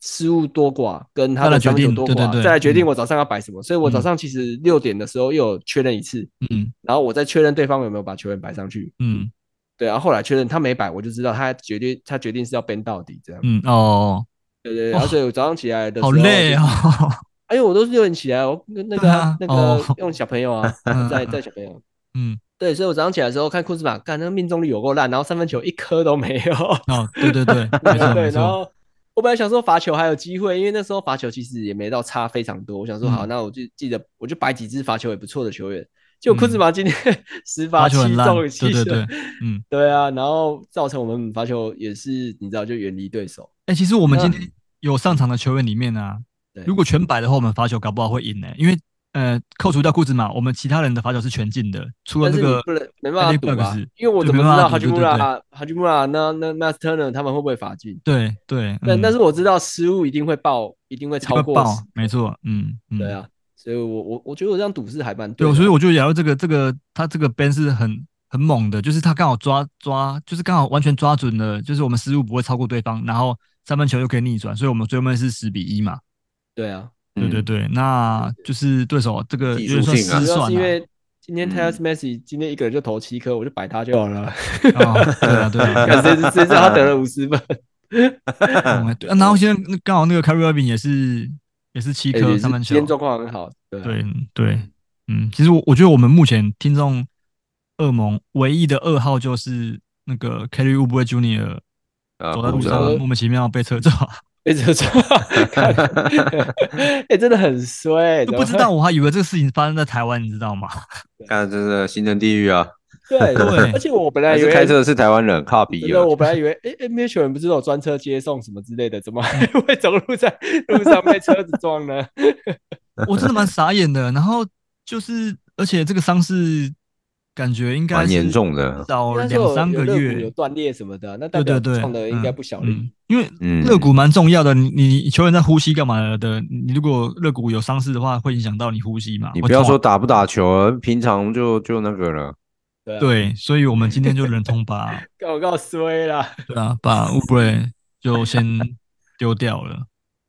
S3: 失误多寡跟他
S4: 再来
S3: 的
S4: 决
S3: 伤球
S4: 定
S3: 多
S4: 对对对
S3: 寡，再来决定
S4: 嗯
S3: 我早上要摆什么。所以我早上其实六点的时候又有确认一次，
S4: 嗯
S3: 然后我再确认对方有没有把球员摆上去。
S4: 嗯
S3: 对，然后后来确认他没摆，我就知道他决定他决定是要 ban 到底这样。
S4: 嗯哦，
S3: 对对对，然后所以我早上起来的时候
S4: 好累
S3: 啊。
S4: 哦，
S3: 哎呦，我都是六点起来，我那那个
S4: 对
S3: 啊、
S4: 啊
S3: 那个
S4: 哦
S3: 用小朋友啊
S4: 嗯，
S3: 在在小朋友。
S4: 嗯
S3: 对，所以我早上起来的时候看库兹马，干那个命中率有够烂，然后三分球一颗都没有。
S4: 哦，对对 对， 没错
S3: 对，
S4: 没
S3: 然
S4: 错，
S3: 后我本来想说罚球还有机会，因为那时候罚球其实也没到差非常多。我想说
S4: 嗯
S3: 好，那我就记得我就摆几支罚球也不错的球员。结果库兹
S4: 嗯
S3: 马今天 十罚
S4: 罚球
S3: 七
S4: 很烂，
S3: 中
S4: 对
S3: 七
S4: 对
S3: 分，
S4: 对，嗯，
S3: 对啊，然后造成我们罚球也是你知道就远离对手。
S4: 哎，其实我们
S3: 那
S4: 今天有上场的球员里面呢，
S3: 对，
S4: 如果全摆的话，我们罚球搞不好会赢呢，因为呃，扣除掉库兹马，我们其他人的罚球是全进的，除了
S3: 但
S4: 那
S3: 是你
S4: 个
S3: 不能没办法
S4: Alec
S3: 赌啊
S4: Burks，，
S3: 因为我
S4: 对
S3: 怎么
S4: 没办
S3: 知
S4: 法
S3: 道
S4: 赌
S3: 哈吉
S4: 对
S3: 穆
S4: 对
S3: 拉、哈吉穆拉啊那那那 Turner 他们会不会罚进？
S4: 对对，
S3: 但、但
S4: 嗯
S3: 是我知道失误一定会爆，一定会
S4: 一定会
S3: 超过
S4: 爆
S3: 10，
S4: 没错，嗯嗯，
S3: 对啊，所以我我我觉得我这样赌是还蛮
S4: 对，
S3: 的
S4: 所以我就聊到这个这个他这个 ban 是很很猛的，就是他刚好抓抓，就是刚好完全抓准了，就是我们失误不会超过对方，然后三分球又可以逆转，所以我们最后面是十比一嘛。
S3: 对啊，
S2: 嗯
S4: 对对对，那就是对手这个
S2: 技
S4: 有点
S2: 术
S4: 算
S2: 性啊
S4: 失
S3: 主要
S4: 算
S3: 是因为今天
S2: 嗯
S3: t y l e r Messi 今天一个人就投七颗，我就摆他就好 了。
S4: 啊，哦对啊对啊。
S3: 看谁知谁知道他得了五十 分，
S4: 嗯对啊然后现在刚好那个 Kyrie Irving 也是也是七
S3: 哎
S4: 颗
S3: 也是
S4: 三分
S3: 今
S4: 球
S3: 天，状况很好，对啊
S4: 对对，嗯，其实我我觉得我们目前听众恶魔唯一的噩耗就是那个 Kelly u b r e Junior
S2: 啊，
S4: 走在路
S2: 不知
S4: 上
S2: 道哎
S3: 了
S4: 莫名其妙被车撞，
S3: 被这抓，看哎，真的很衰，
S4: 就不知道，我还以为这个事情发生在台湾，你知 道吗？
S2: 看这是行人地狱啊！
S3: 怎么
S4: 对
S3: 会对，而且我本来
S2: 还
S3: 以
S2: 是
S3: 为
S2: 开车的是台湾人，靠比
S3: 真
S2: 啊
S3: 的，！我本来以为，诶 n b a 球员不是都有专车接送什么之类的，怎么还 会走路在路上被车子 撞呢？
S4: 我真的蛮傻眼的。然后就是，而且这个伤势感觉应该
S2: 蛮严
S4: 是
S2: 重的
S4: 至少
S3: 应该是有
S4: 哦两三个
S3: 有肋骨
S4: 月
S3: 有，断裂什么的，啊那代
S4: 对
S3: 表
S4: 对对，
S3: 撞的应该不小
S4: 嗯
S3: 力。
S4: 嗯因为
S2: 嗯
S4: 肋骨蛮重要的，你你球员在呼吸干嘛的？你如果肋骨有伤势的话，会影响到你呼吸嘛？
S2: 你
S4: 会
S2: 不要
S4: 痛啊
S2: 说打不打球啊，平常就就那个了。
S3: 对啊，
S4: 对，所以我们今天就忍痛 把
S3: 告告衰啦，
S4: 对啊，把 u b r e 就先丢掉了。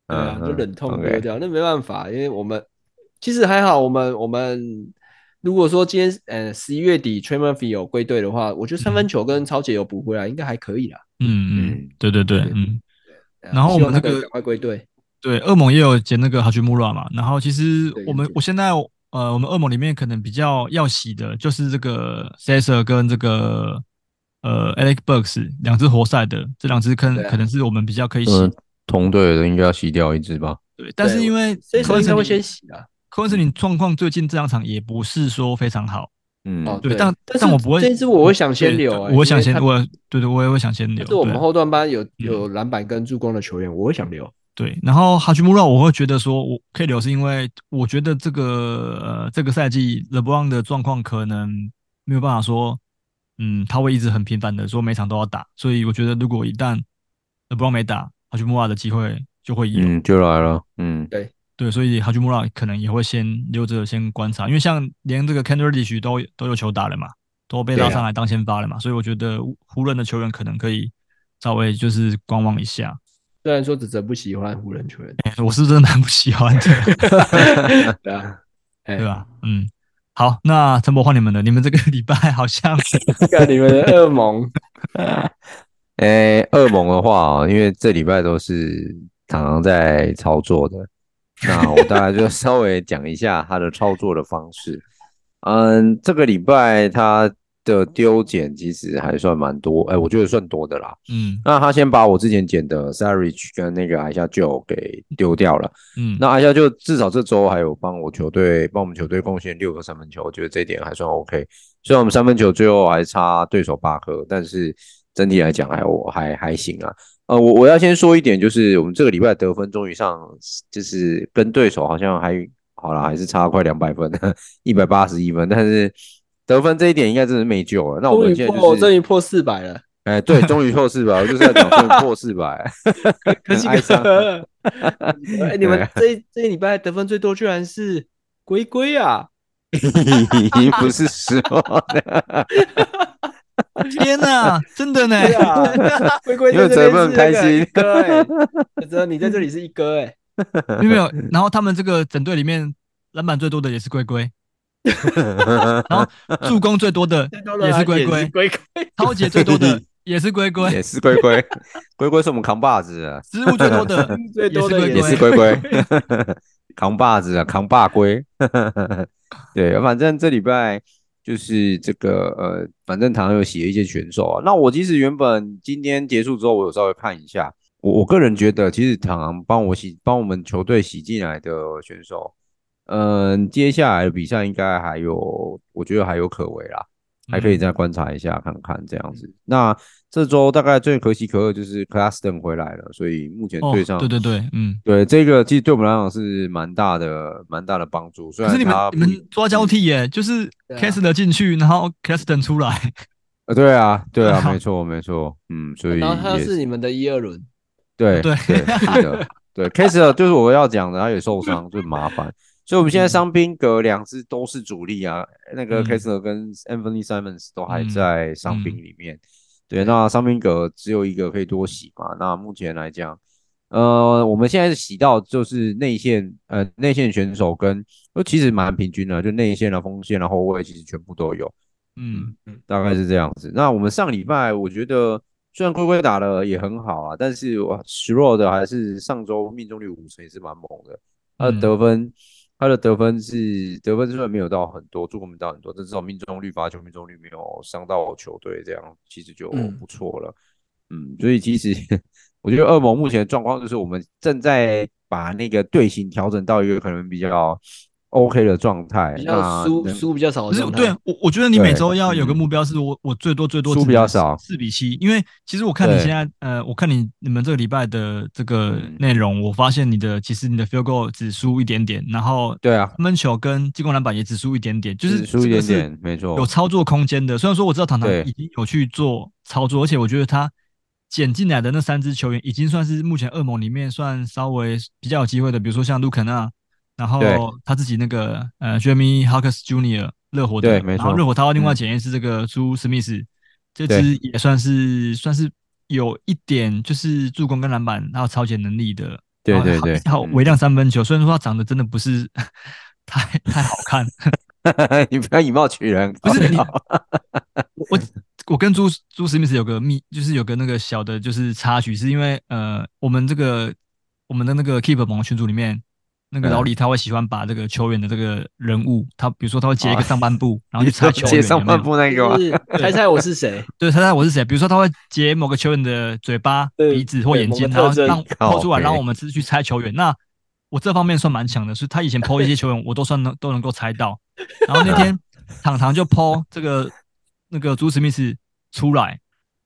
S3: 对啊，
S2: 嗯
S3: 就忍痛
S2: ，OK
S3: 丢掉，那没办法，因为我们其实还好，我们我们如果说今天呃十一月底 t r e m o r y 有归队的话，我觉得三分球跟超姐有补回来，应该还可以啦。
S4: 嗯嗯
S2: 嗯，
S4: 对对对
S3: 对，
S4: 嗯。
S3: 对啊
S4: 然后我
S3: 希望
S4: 们
S3: 他
S4: 那
S3: 可以
S4: 个
S3: 赶快归队，
S4: 对，恶魔也有剪那个 Hajimura 嘛。然后其实
S3: 对
S4: 我们
S3: 对
S4: 我现在呃，我们恶魔里面可能比较要洗的就是这个 Cesar 跟这个呃 Alec Burks 两只活塞的这两只可能
S3: 对啊
S4: 可能是我们比较可以洗。
S2: 嗯，同队的应该要洗掉一支吧？
S4: 对，但是因为
S3: 所以说
S4: Collins
S3: 应该会
S4: 你
S3: 先洗啦。
S4: Collins 你状况最近这两场也不是说非常好。
S2: 嗯，
S3: 哦
S4: 对，
S3: 对
S4: 但
S3: 但是
S4: 但我不会，
S3: 这一支我会想先
S4: 对
S3: 留
S4: 对
S3: 欸
S4: 我会想
S3: 因为
S4: 先
S3: 他
S4: 我对对，我也会想先留。
S3: 但是我
S4: 对嗯
S3: 们
S4: 啊
S3: 后段班有有篮板跟助攻的球员，我会想留。
S4: 对，然后哈奇穆勒，我会觉得说，我可以留，是因为我觉得这个呃这个赛季 LeBron 的状况可能没有办法说，嗯，他会一直很频繁的说每场都要打，所以我觉得如果一旦 LeBron 没打，哈奇穆勒的机会就会有。
S2: 嗯，就来了。嗯，
S4: 对，所以哈奇穆勒可能也会先留着先观察，因为像连这个 Kendrick 都都有球打了嘛，都被
S3: 对
S4: 拉
S3: 啊
S4: 上来当先发了嘛，所以我觉得湖人的球员可能可以稍微就是观望一下。
S3: 虽然说子哲不喜欢湖人球 员，
S4: 哎我是真的蛮不喜欢的。
S3: 对啊，哎
S4: 对吧？嗯，好，那陈博换你们的，你们这个 礼拜好像
S3: 看你们的恶魔，
S2: 诶，恶魔的话哦，因为这礼拜都是常常在操作的，那我大概就 稍微讲一下他的操作的方式。嗯，这个礼拜他的丢捡其实还算蛮多，哎、我觉得算多的啦。
S4: 嗯
S2: 那他先把我之前捡的 Sarich 跟那个艾夏就给丢掉了。
S4: 嗯，
S2: 那艾夏就至少这周还有帮我球队帮我们球队贡献六个三分球，我觉得这一点还算 OK。虽然我们三分球最后还差对手八颗，但是整体来讲还我还还行啊。呃，我我要先说一点，就是我们这个礼拜得分终于上，就是跟对手好像还好啦，还是差快两百分，一百八十一分，但是得分这一点应该真是没救了。 那我
S3: 终
S2: 们
S3: 于
S2: 现在
S3: 破，
S2: 就是
S3: 终于破四百了，
S2: 哎，对，终于破四百，我就是要讲终于破四百，
S3: 可 惜
S2: 很哀伤啊
S3: 哥。哎，你们这一这一礼拜得分最多居然是龟龟 啊！
S2: 不是时候的，
S4: 天哪，真的呢，
S3: 对啊，龟龟
S2: 因为
S3: 在
S2: 咱们
S3: 这边是那
S2: 很开
S3: 个
S2: 心
S3: 一哥哎，哲哲你在这里是一哥哎，
S4: 没有没有。然后他们这个整队里面篮板最多的也是龟龟， 然后助攻 最多的啊也是龟龟，
S3: 龟龟。
S4: 超姐最多的也是龟龟，
S2: 也是龟龟，龟龟是我们扛把子啊，
S4: 失误最多的
S3: 最多的
S4: 也
S2: 也是龟龟， 扛把子啊，扛把龟。 对，反正这礼拜就是这个呃，反正唐有写一些选手啊。那我其实原本今天结束之后，我有稍微看一下，我我个人觉得，其实唐帮我洗帮我们球队洗进来的选手，嗯，接下来的比赛应该还有，我觉得还有可为啦。还可以再观察一下看看这样子。那这周大概最可喜可贺就是 Claston 回来了，所以目前
S4: 哦
S2: 对上、，
S4: 对对对，嗯。
S2: 对这个其实对我们来讲是蛮大的蛮大的帮助。虽
S4: 可是
S2: 然
S4: 你们
S2: 他
S4: 你们抓交替耶，就是
S3: 对啊
S4: c a s t e r 进去，然后 c a s t e r 出来，
S2: 呃对啊对
S4: 对啊
S2: 啊没错没错嗯所以
S3: 然后他
S2: 也
S3: 是你们的一二轮，
S2: 对
S4: 对
S2: 对是的对 c a s e r 就是我要讲的，他也受伤就麻烦。所以我们现在伤兵格两支都是主力啊，那个
S4: 嗯
S2: c a s e r 跟 Anthony Simons 都还
S4: 嗯
S2: 在伤兵里面。对，那伤兵格只有一个可以多洗嘛。那目前来讲，呃，我们现在是洗到就是内线，呃，内线选手跟呃其实蛮平均的，就内线啊、锋线啊、后卫其实全部都有。
S4: 嗯，
S2: 大概是这样子。那我们上礼拜我觉得虽然龟龟打的也很好啊，但是哇，徐若的还是上周命中率五成也是蛮猛的，他的
S4: 嗯
S2: 得分。他的得分是得分虽然没有到很多，助攻没到很多，但至少命中率、罚球命中率没有伤到球队，这样其实就
S3: 嗯
S2: 不错了。嗯，所以其实 我觉得恶魔目前的状况就是我们正在把那个队形调整到一个可能比较 OK 的状态，
S3: 比
S2: 那
S3: 较输
S2: 能
S3: 输比较少
S4: 可
S3: 的
S4: 是
S3: 状态，
S4: 对啊我我觉得你每周要有个
S2: 嗯
S4: 目标，是我我最多最多
S2: 输
S4: 只
S2: 比较
S4: 能
S2: 少
S4: 四比七，因为其实我看你
S2: 对
S4: 现在呃，我看你你们这个礼拜的这个
S2: 嗯
S4: 内容，我发现你的其实你的 field goal 只输一点点，然后
S2: 对啊，
S4: 闷球跟进攻篮板也只输一点点，就是
S2: 只输一
S4: 这个
S2: 点
S4: 是
S2: 点，没错，
S4: 有操作空间的。虽然说我知道唐唐
S2: 对
S4: 已经有去做操作，而且我觉得他捡进来的那三支球员已经算是目前恶魔里面算稍微比较有机会的，比如说像卢肯纳，然后
S2: 对
S4: 他自己那个呃 Jeremy Hawkins Jr. 热火的，
S2: 对没
S4: 然后
S2: 错
S4: 热火他另外
S2: 嗯
S4: 检验是这个朱史密斯，这
S2: 对
S4: 支也算是算是有一点就是助攻跟篮板还有超前能力的。
S2: 对
S4: 然后
S2: 对
S4: 好
S2: 对
S4: 还有
S2: 嗯
S4: 微量三分球，虽然说他长得真的不是 太太好看，
S2: 你不要以貌取人，
S4: 不是你
S2: 靠腰
S4: 我我我跟朱朱史密斯有个密，就是有个那个小的，就是插曲，是因为呃，我们这个我们的那个 Keep 盟群组里面，那个老
S2: 嗯
S4: 李他会喜欢把这个球员的这个人物，他比如说他会截一个
S2: 啊
S4: 上半 部，然后
S2: 你
S4: 去
S2: 说
S4: 猜球员
S2: 接上
S4: 有没
S2: 半
S4: 有？
S2: 部那个吗
S3: 就？是猜猜我是谁？
S4: 对，猜猜我是谁？比如说他会截某个球员的嘴巴、
S3: 对
S4: 鼻子或眼睛，
S3: 对
S4: 然
S3: 某个
S4: 后
S3: 特征
S4: 让
S2: 靠
S4: 抛出来，
S2: 北
S4: 让我们是去猜球员。那我这方面算蛮强的，是他以前抛一些球员，我都算能都能够猜到。然后那天糖糖就抛这个那个朱史密斯出来，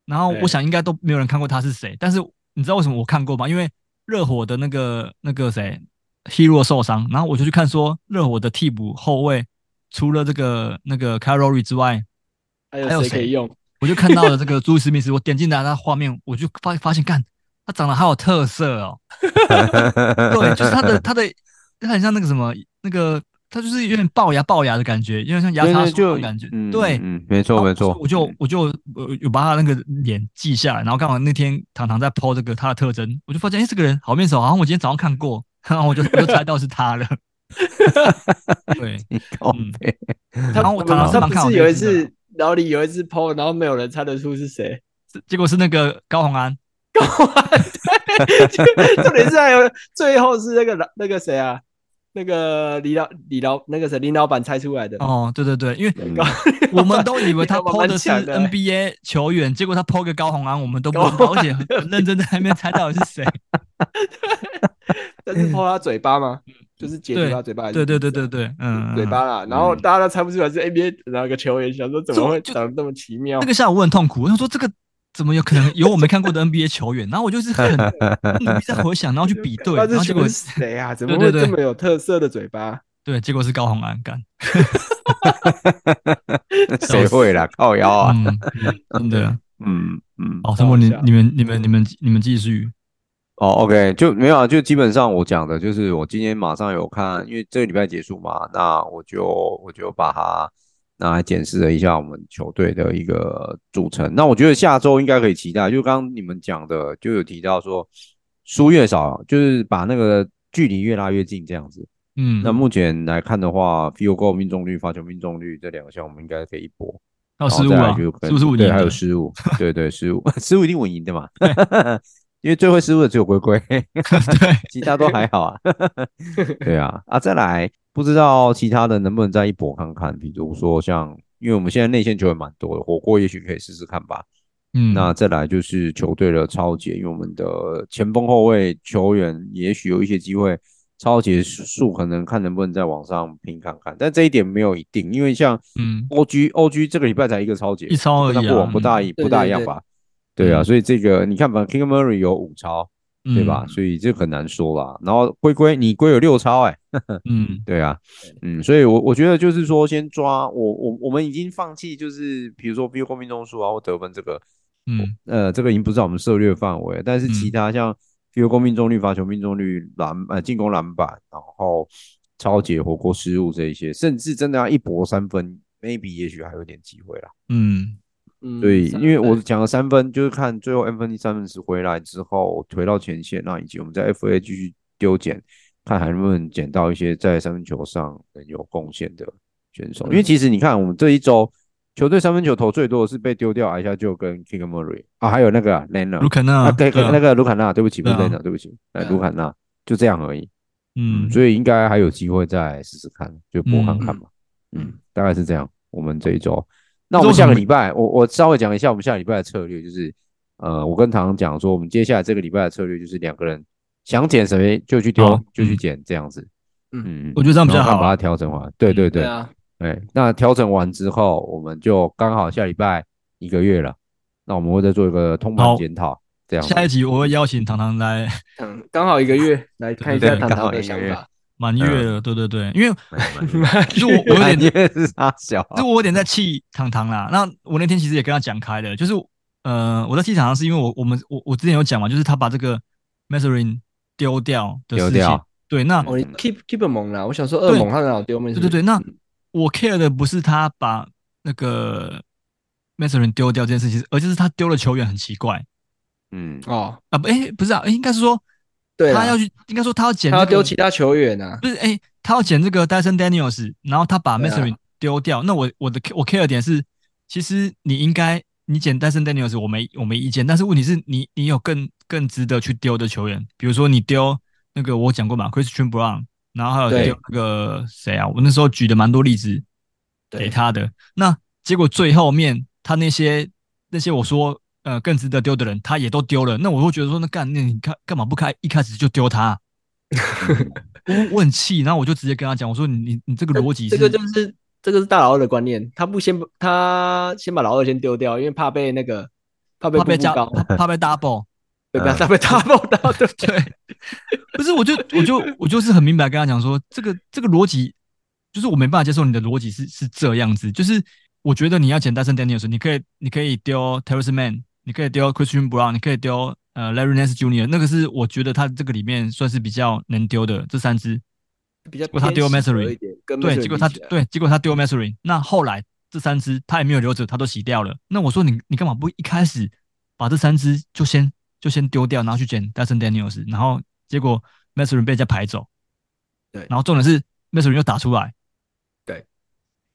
S4: 然后
S3: 对
S4: 我想应该都没有人看过他是谁，但是你知道为什么我看过吗？因为热火的那个那个谁 Hero 受伤，然后我就去看说热火的替补后卫除了这个那个 c a r o r y 之外，
S3: 还
S4: 还有
S3: 有哎谁可
S4: 谁
S3: 以用？
S4: 我就看到了这个朱史密斯，我点进来他画面，我就发发现，干他长得好有特色 哦。对，就是他 的他的，他很像那个什么那个，他就是有点龅牙龅牙的感觉，有点像牙
S2: 对
S4: 刷
S2: 对，
S4: 梳
S2: 就
S4: 的感觉。
S2: 嗯
S4: 对，
S2: 嗯，没错
S4: 然后
S2: 没错，
S4: 我就我就我有把他那个脸记下来，然后刚好那天糖糖在抛这个他的特征，我就发现，哎，这个人好面熟，好像我今天早上看过， 然后我就我就猜到是他了。 对，
S2: 你靠
S4: 嗯
S2: 背，
S4: 然后我
S3: 他
S4: 唐唐
S3: 们他
S4: 上看
S3: 不
S4: 我
S3: 是
S4: 就
S3: 有一
S4: 知道
S3: 次老李有一次 PO，然后没有人猜得出是谁。
S4: 结果是那个高洪安，
S3: 对，重点是还有最后是那个老那个谁啊，那个李老李老那个谁林老板猜出来的。
S4: 哦，对对对，因为
S2: 嗯
S4: 我们都以为他
S3: 你还蛮
S4: 抛的是
S3: 强的欸
S4: NBA 球员，结果他抛个高洪安，我们都不知道，而且很认真在那边猜到底是谁。
S3: 但是碰他嘴巴吗？就是截住他嘴巴还是
S4: 嗯对对对
S3: 怎
S4: 对
S3: 样
S4: 对，嗯，嗯
S3: 嘴巴
S4: 嗯
S3: 啦。然后
S2: 嗯
S3: 大家都猜不出来是 NBA 哪个球员，想说怎么会
S4: 就
S3: 长得那么奇妙
S4: 那？个下午我很痛苦，我想说这个怎么有可能有我没看过的 NBA 球员？然后我就是很努力在回想，然后去比 对，
S3: 那
S4: 然
S3: 这
S4: 后结
S3: 球
S4: 果
S3: 员是谁啊？怎么
S4: 对
S3: 会
S4: 对
S3: 这
S4: 对
S3: 么有特色的嘴巴？
S4: 对，结果是高洪安干。
S2: 谁会啦？靠腰啊！
S4: 嗯，真的。
S2: 嗯嗯，
S4: 好，陈博，你
S3: 好笑
S4: 你们你们你们你们继续。
S2: 哦，OK，就没有啊，就基本上我讲的就是我今天马上有看，因为这个礼拜结束嘛，那我就我就把它拿来检视了一下我们球队的一个组成。那我觉得下周应该可以期待，就刚刚你们讲的，就有提到说输越少，就是把那个距离越拉越近这样子。
S4: 嗯，
S2: 那目前来看的话，field goal 命中率、发球命中率这两个项，我们应该可以一搏。
S4: 还有
S2: 然后
S4: 失误
S2: 哦再来
S4: 啊，
S2: 就可
S4: 是
S2: 能
S4: 不是五
S2: 对，
S4: 年
S2: 还有
S4: 的
S2: 失误，对对，失误，失误一定稳赢的嘛， 因为最会失误的只有龟龟，
S4: 对，
S2: 其他都还好啊。 对啊，啊，再来，不知道其他的能不能再一搏看看，比如说像，因为我们现在内线球员蛮多的，火锅也许可以试试看吧。
S4: 嗯，
S2: 那再来就是球队的超解，因为我们的前锋后卫球员也许有一些机会，超解数可能看能不能再往上拼看看，但这一点没有一定，因为像
S4: 嗯
S2: O G O G 这个礼拜才一个超解，
S4: 一超而
S2: 跟
S4: 已
S2: 他过
S4: 啊，
S2: 往不大一
S3: 对
S2: 不大一
S3: 对
S2: 样
S3: 对
S2: 吧？对啊，
S4: 嗯
S2: 所以这个你看吧，King Murray 有五超，
S4: 嗯
S2: 对吧？？所以这很难说啦。然后龟龟，你龟有六超哎、
S4: 嗯
S2: 对啊，嗯，所以我我觉得就是说，先抓我我我们已经放弃，就是比如说 B 过命中数啊或得分这个，
S4: 嗯
S2: 呃，这个已经不是我们策略范围了，但是其
S4: 嗯
S2: 他像 field goal 命中率、罚球命中率、篮呃进攻篮板，然后超解火锅失误这一些，甚至真的要一搏三分，maybe 也许还有点机会啦。
S4: 嗯
S3: 嗯
S2: 对，
S3: 是啊
S2: 因为我
S3: 对
S2: 讲了三分，就是看最后 Anthony 三分时回来之后推到前线，那以及我们在 FA 继续丢捡，看还能不能捡到一些在三分球上能有贡献的选手。因为其实你看，我们这一周球队三分球投最多的是被丢掉矮下就跟 King Murray 啊，还有那个 l e n a
S4: 卢
S2: r
S4: 肯纳
S2: 啊，对，
S4: 对啊
S2: 那个卢卡纳，对不起，不是 l
S4: 对
S2: e
S4: 啊
S2: n a 对不起，哎，
S3: 对啊
S2: 卢卡纳就这样而已。
S4: 嗯，
S2: 所以应该还有机会再试试看，就搏看看吧。
S3: 嗯
S2: 嗯，大概是这样。我们这一周，那我们下个
S4: 为什么
S2: 礼拜，我我稍微讲一下我们下个礼拜的策略，就是呃，我跟唐唐讲说，我们接下来这个礼拜的策略就是两个人想捡谁就去丢，
S4: 好
S2: 就去
S4: 嗯
S2: 捡这样子。嗯，
S4: 我觉得这样比较
S2: 然后
S4: 好啊
S2: 把它调整完。对对对
S3: 对，啊，
S2: 哎，那调整完之后，我们就刚好下礼拜一个月了，那我们会再做一个通
S4: 好
S2: 盘检讨，这样子。
S4: 下一集我会邀请糖糖来
S3: 嗯，刚好一个月来看一
S2: 对
S3: 下
S2: 对
S3: 唐
S2: 刚好
S3: 唐的
S2: 一个
S3: 想
S2: 月
S3: 法。
S4: 满月了，对对对，因为就我 我有
S2: 我
S4: 点
S2: 觉得是傻小啊，
S4: 就我有点在气糖糖啦。那我那天其实也跟他讲开了，就是呃，我在气糖糖是因为我我们我我之前有讲嘛，就是他把这个 Messerin 丢掉的
S2: 丢
S4: 事情
S2: 掉。。
S4: 对，那
S3: 哦，你 keep keep 猛啦，我想说
S4: 对
S3: 二猛他哪有丢？对
S4: 对对对，那我 care 的不是他把那个 Messerin 丢掉这件事情，而就是他丢了球员很奇怪
S2: 嗯，
S3: 哦，
S4: 啊，不，哎，不是啊，诶应该是说
S3: 对啦，
S4: 他要去，应该说他要捡、
S3: 他
S4: 这
S3: 要
S4: 个，
S3: 丢其他球员啊，
S4: 不是，哎、他要捡这个 Dyson Daniels，然后他把 m
S3: 对
S4: e
S3: 啊
S4: s e r i 丢掉。那我我的我 care 的点是，其实你应该你捡 Dyson Daniels，我没我没意见，但是问题是你你有更更值得去丢的球员，比如说你丢那个我讲过嘛，Christian Brown，然后还有
S3: 对
S4: 丢那个谁啊，我那时候举的蛮多例子给
S3: 对
S4: 他的。那结果最后面他那些那些我说呃更值得丢的人，他也都丢了。那我会觉得说，那干那你干干嘛不开一开始就丢他啊、
S2: 嗯
S4: 我我很气，然后我就直接跟他讲，我说你你你这个逻辑是
S3: 呃这个就是这个是大老二的观念，他不先他先把老二先丢掉，因为怕被那个怕被
S4: 怕被
S3: 步步
S4: 加
S3: 高，
S4: 怕怕被 double，
S3: 对吧？他被他碰到，对不对？
S4: 对，不是我就我就我就是很明白跟他讲说，这个这个逻辑就是我没办法接受你的逻辑是是这样子，就是我觉得你要捡单身 Daniels，你可以你可以丢 Terrence Man，你可以丢 Christian Brown，你可以丢呃 Larry Nance Jr，那个是我觉得他这个里面算是比较能丢的这三支，
S3: 比较
S4: 果他丢
S3: 偏
S4: Mathurin
S3: 柔一点，跟
S4: 对，
S3: Mathurin
S4: 结果他
S2: 啊
S3: 比起来
S4: 对，结果他丢 m a s s e r i 那后来这三只他也没有留着，他都洗掉了。那我说你你干嘛不一开始把这三只就先就先丢掉，然后去捡 Dyson Daniels，然后结果 m a s s e r i 被人家排走，
S3: 对
S4: 然后重点是 m a s s e r i 又打出来，
S3: 对，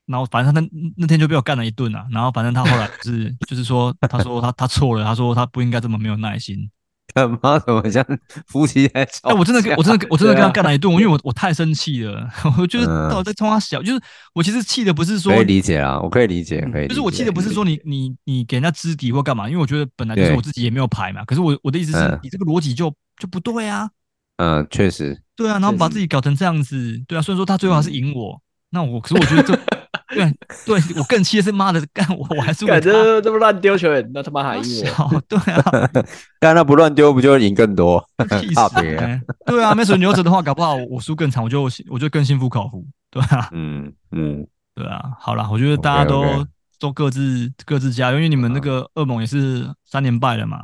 S4: 然后反正他那那天就被我干了一顿啊，然后反正他后来就是就是说他说他他错了，他说他不应该这么没有耐心，
S2: 干嘛？怎么像夫妻在吵
S4: 哎，
S2: 架？
S4: 我 真的跟我真的我真的
S2: 哦对
S4: 跟
S2: 啊
S4: 他干了一顿，因为我我太生气了， 我就是
S2: 嗯
S4: 到底在冲他小，就是我其实气的不是说
S2: 可以理解啊，我可以理解，可以理解。
S4: 就是我气的不是说你你你给人家知敌或干嘛，因为我觉得本来就是
S2: 对
S4: 我自己也没有牌嘛。可是我我的意思是
S2: 嗯
S4: 你这个逻辑就就不对啊，
S2: 嗯，确实，嗯
S4: 对啊，然后
S3: 确
S4: 把
S3: 实
S4: 自己搞成这样子，对啊。虽然说他最后还是赢我，那我可是我觉得 这对对我更气的是妈的干我我还输给
S3: 感觉
S4: 他，
S3: 这么乱丢球员，那他妈还赢我，
S4: 小对啊，
S2: 干他不乱丢，不就赢更多？
S4: 气
S2: 差
S4: 死
S2: 别啊
S4: 欸对啊，没水牛者的话，搞不好我我输更惨，我就我就更心服口服，对啊。
S2: 嗯嗯，
S4: 对啊，好啦，我觉得大家都
S2: OK，OK 啊
S4: 都各自各自加油，因为你们那个恶梦也是三连败了嘛。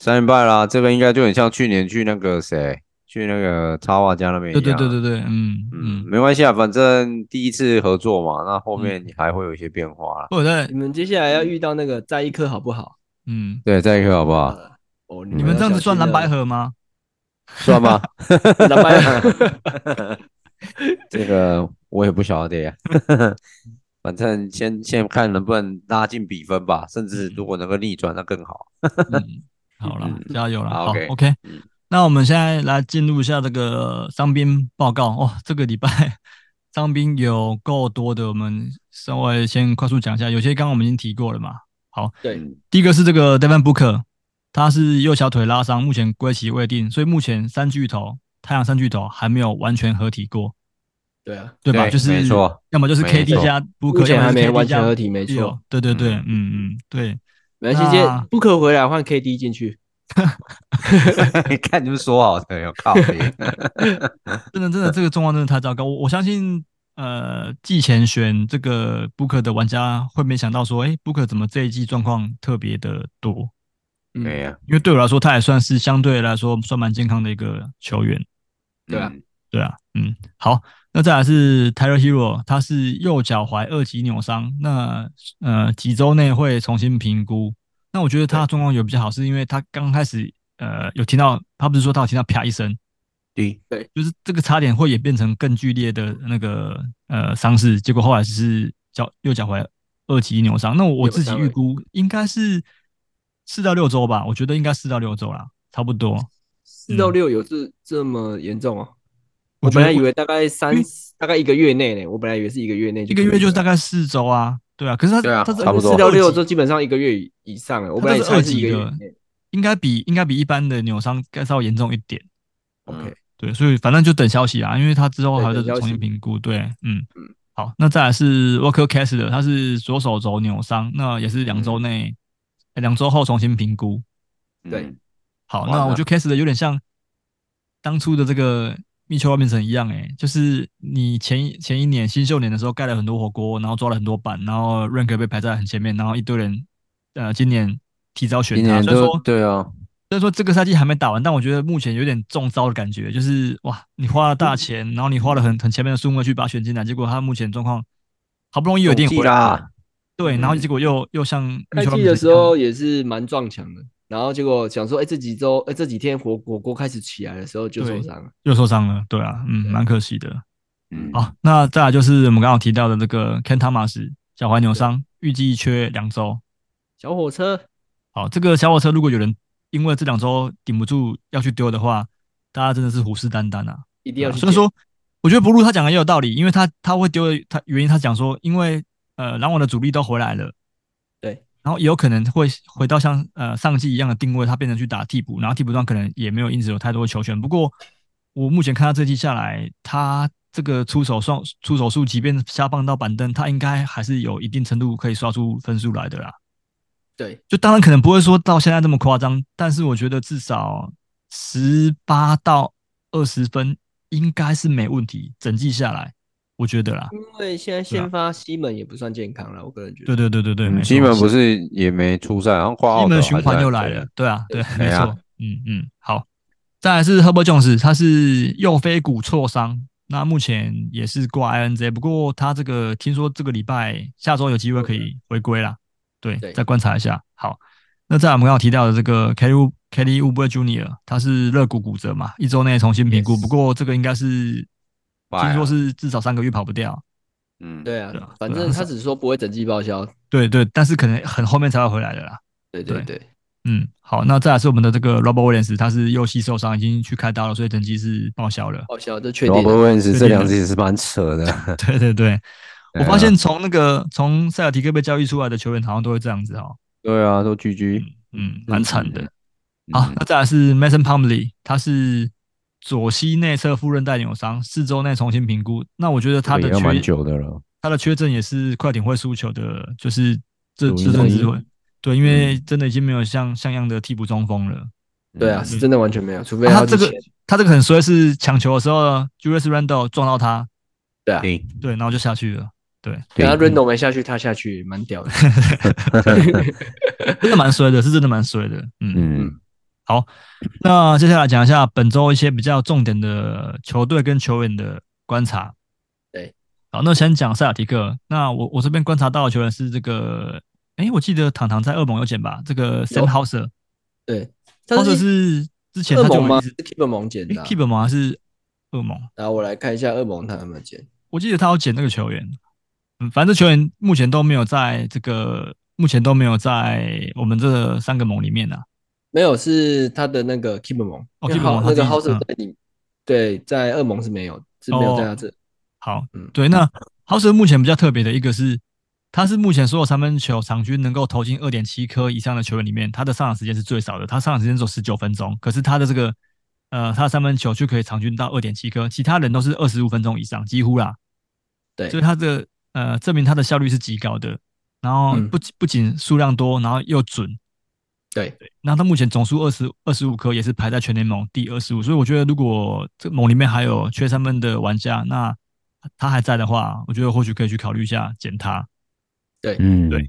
S2: 三连败啦，这个应该就很像去年去那个谁，去那个插画家那边一
S4: 对
S2: 样。啊
S4: 对对对对，嗯
S2: 嗯，
S4: 嗯，
S2: 没关系啊，反正第一次合作嘛，那后面
S4: 嗯
S2: 你还会有一些变化啦。
S4: 或者在
S3: 你们接下来要遇到那个在一颗好不好？
S4: 嗯，
S2: 对，再一个好不好？
S3: 啊，哦，
S4: 你们这样子算蓝白
S3: 河，
S4: 合吗？
S2: 算吗？
S3: 蓝 白河，
S2: 这个我也不晓得呀， 反正先先看能不能拉近比分吧，甚至如果能够逆转，那更好。
S4: 嗯，好啦，加油啦，
S2: 好
S4: 好
S2: ，OK
S4: ，OK
S2: 嗯。
S4: 那我们现在来进入一下这个伤兵报告哦。这个礼拜 伤兵有够多的，我们稍微先快速讲一下，有些刚刚我们已经提过了嘛。
S3: 对，
S2: 嗯
S4: 第一个是这个 Devin Booker，他是右小腿拉伤，目前归期未定，所以目前三巨头太阳三巨头还没有完全合体过，
S3: 对啊，
S4: 对吧？
S2: 对
S4: 就是
S2: 没错，
S4: 要么就是
S2: 没
S4: KD
S2: 错
S4: 加 Booker，
S3: 目前
S4: 要么
S3: 还
S4: 就是
S3: 没
S4: KD
S3: 完全
S4: 加
S3: 合体，没错
S4: Leo，，对对对，
S2: 嗯
S4: 嗯嗯对，
S3: 没关系，
S4: 那
S3: 先不可回来换 KD 进去，
S2: 看你们说好的，有靠 嗯边。
S4: 真的真的这个状况真的太糟糕，我我相信。呃，季前选这个 Booker 的玩家会没想到说，哎、b o o k e r 怎么这一季状况特别的多？
S3: 嗯
S2: 对呀，
S4: 因为对我来说，他也算是相对来说算蛮健康的一个球员。
S3: 对啊
S2: 嗯，
S4: 对啊，嗯，好，那再来是 Tyler Hero，他是右脚踝二级扭伤，那呃几周内会重新评估。那我觉得他的状况有比较好，是因为他刚开始呃有听到，他不是说他有听到啪一声，
S2: 对，
S4: 就是这个差点会演变成更剧烈的那个呃伤势，结果后来只是脚右脚踝二级扭伤。那我我
S3: 扭
S4: 自己
S3: 伤
S4: 预
S3: 而已
S4: 估应该是四到六周吧，我觉得应该四到六周啦，差不多。
S3: 四到六有这这么严重哦？
S4: 嗯我
S3: 我
S4: 觉
S3: 本
S4: 得
S3: 来以
S4: 会
S3: 为大概三大概一个月内呢，我本来以为是一个月内，
S4: 一个月就是大概四周啊，对啊。可是他
S2: 对啊
S4: 他是
S2: 差不多
S3: 四到六
S4: 周。
S3: 周基本上一个月以上了，我本
S4: 它
S3: 来
S4: 这
S3: 以
S4: 是二
S3: 为是一
S4: 级
S3: 个月
S4: 的
S3: 内，
S4: 应该比应该比一般的扭伤该稍微严重一点。
S3: 嗯
S2: OK，
S4: 对，所以反正就等消息啊，因为他之后还要
S3: 对
S4: 再
S3: 等消
S4: 重新
S3: 息
S4: 评估。对，嗯
S3: 嗯
S4: 好，那再来是 Walker Kessler，他是左手肘扭伤，那也是两周内，哎两周后重新评估。
S3: 对
S2: 嗯
S4: 好，
S2: 完
S4: 那我
S2: 了
S4: 觉得 Kessler 有点像当初的这个 Mitchell Robinson 一样、欸，就是你前一前一年新秀年的时候盖了很多火锅，然后抓了很多板，然后 Rank 被排在很前面，然后一堆人，呃，今年提早选
S2: 今
S4: 他，
S2: 年
S4: 所以
S2: 都
S4: 说。
S2: 对啊，
S4: 虽然说这个赛季还没打完，但我觉得目前有点中招的感觉，就是哇，你花了
S3: 嗯
S4: 大钱，然后你花了很很前面的数目去把他选进来，结果他目前状况好不容易有点
S2: 中计
S4: 回来
S2: 啦
S4: 了，对，然后结果又又像
S3: 开嗯季的时候也是蛮撞墙的，然后结果想说，哎，这几周，哎，这几天火火锅开始起来的时候就
S4: 对
S3: 受伤了，
S4: 又受伤了，对啊，嗯，蛮可惜的。
S2: 嗯，
S4: 好，那再来就是我们刚刚有提到的这个 Ken Thomas 小踝扭伤，预计缺两周。
S3: 小火车
S4: 好，这个小火车如果有人因为这两周顶不住要去丢的话，大家真的是虎视眈眈啊。
S3: 一定要去
S4: 所以
S3: 捡，
S4: 说，我觉得不入他讲的也有道理，因为他他会丢的，他原因他讲说，因为呃篮网的主力都回来了，
S3: 对，
S4: 然后也有可能会回到像呃上季一样的定位，他变成去打替补，然后替补端可能也没有因此有太多的球权。不过我目前看他这季下来，他这个出手算出手数，即便下放到板凳，他应该还是有一定程度可以刷出分数来的啦。
S3: 对，
S4: 就当然可能不会说到现在这么夸张，但是我觉得至少十八到二十分应该是没问题，整季下来，我觉得啦。
S3: 因为现在先发西门也不算健康了，我个人觉得
S4: 啊对，对对对对，没错
S2: 西门不是也没出赛，然后
S4: 西
S2: 挂澳
S4: 门
S2: 的
S4: 循环又来了，，哦对啊，对，没
S2: 对啊
S4: 错，嗯嗯，好。再来是 Herbert Jones，他是右腓骨挫伤，那目前也是挂 INJ，不过他这个听说这个礼拜下周有机会可以回归啦，对，
S3: 对
S4: 再观察一下。好，那再来我们刚刚有提到的这个 Kelly Wu- Kelly u b e r Junior，他是肋骨骨折嘛，一周内重新评估，
S3: Yes
S4: 不过这个应该是
S2: 拜啊
S4: 听说是至少三个月跑不掉，
S2: 嗯，
S3: 对
S4: 对啊
S3: 啊，反
S4: 对啊
S3: 正他只说不会整季报销，
S4: 对对，但是可能很后面才会回来的啦。
S3: 对对对，
S4: 嗯，好，那再来是我们的这个 Robert Williams，他是右膝受伤，已经去开刀了，所以等级是报销了。
S3: 好笑，这确定
S2: Robert
S3: 了
S2: Williams
S4: 确
S2: 这
S4: 定
S2: 两
S4: 了
S2: 只也是蛮扯的。
S4: 对对对，我
S2: 对啊
S4: 发现从那个从塞尔提克被交易出来的球员好像都会这样子哦，
S2: 对啊，都 GG。
S4: 嗯，蛮惨的。
S2: 嗯
S4: 好，那再来是 Mason Plumlee，他是左膝内侧副韧带扭伤，四周内重新评估。那我觉得他
S2: 这
S4: 的
S2: 个也要蛮
S4: 缺
S2: 久的了。
S4: 他的缺阵也是快艇会输球的，就是这
S2: 主因
S4: 这阵
S2: 之一
S4: 子会对，因为真的已经没有像像样的替补中锋了。
S3: 对啊，
S2: 嗯
S3: 是真的完全没有，除非
S4: 啊
S3: 他
S4: 他这
S3: 之
S4: 个
S3: 前
S4: 他这个很衰，是抢球的时候 Julius Randle 撞到他，
S3: 对啊，
S2: 对
S4: 对，然后就下去了，
S3: 等
S4: 啊
S3: 他
S2: 对
S3: Randall 没下去，他下去也 蛮屌的。
S4: 真的蛮衰的，是真的蛮衰的。嗯，
S2: 嗯，
S4: 那接下来讲一下本周一些比较重点的球队跟球员的观察。
S3: 对，
S4: 好，那先讲塞尔提克。那我我这边观察到的球员是这个，诶，我记得糖糖在二盟有捡吧？这个 Sam Hauser，
S3: 对，
S4: 或
S3: 但
S4: 者
S3: 是
S4: 是之前
S3: 恶
S4: 他就
S3: 魔
S4: 有
S3: 吗？
S4: 一
S3: 是
S4: 直
S3: Keep 蒙捡
S4: 诶
S3: 的啊。
S4: ，Keep 盟还是恶盟？
S3: 然后我来看一下恶魔他有没有捡。
S4: 我记得他有捡那个球员，嗯，反正这球员目前都没有在这个，目前都没有在我们这三个盟里面啊。
S3: 没有，是他的那个 Keep 蒙，
S4: 哦
S3: 因为
S4: Keep 蒙
S3: 好
S4: 他
S3: 那个
S4: 自己
S3: House
S4: 嗯哦
S3: 在你对在恶魔是没有，是没有在他这。
S4: 好，
S3: 嗯
S4: 对，那 h o u 目前比较特别的一个是，他是目前所有三分球场均能够投进二点七颗以上的球员里面，他的上场时间是最少的，他上场时间只有十九分钟，可是他的这个呃，他的三分球却可以场均到二点七颗，其他人都是二十五分钟以上，几乎啦，
S3: 对
S4: 所以他的呃，证明他的效率是极高的，然后
S3: 嗯
S4: 不仅不仅数量多，然后又准，
S3: 对，
S4: 那他目前总数二十二十五颗，也是排在全联盟第二十五，所以我觉得如果这个盟里面还有缺三分的玩家，那他还在的话，我觉得或许可以去考虑一下捡他。
S2: 嗯，
S4: 对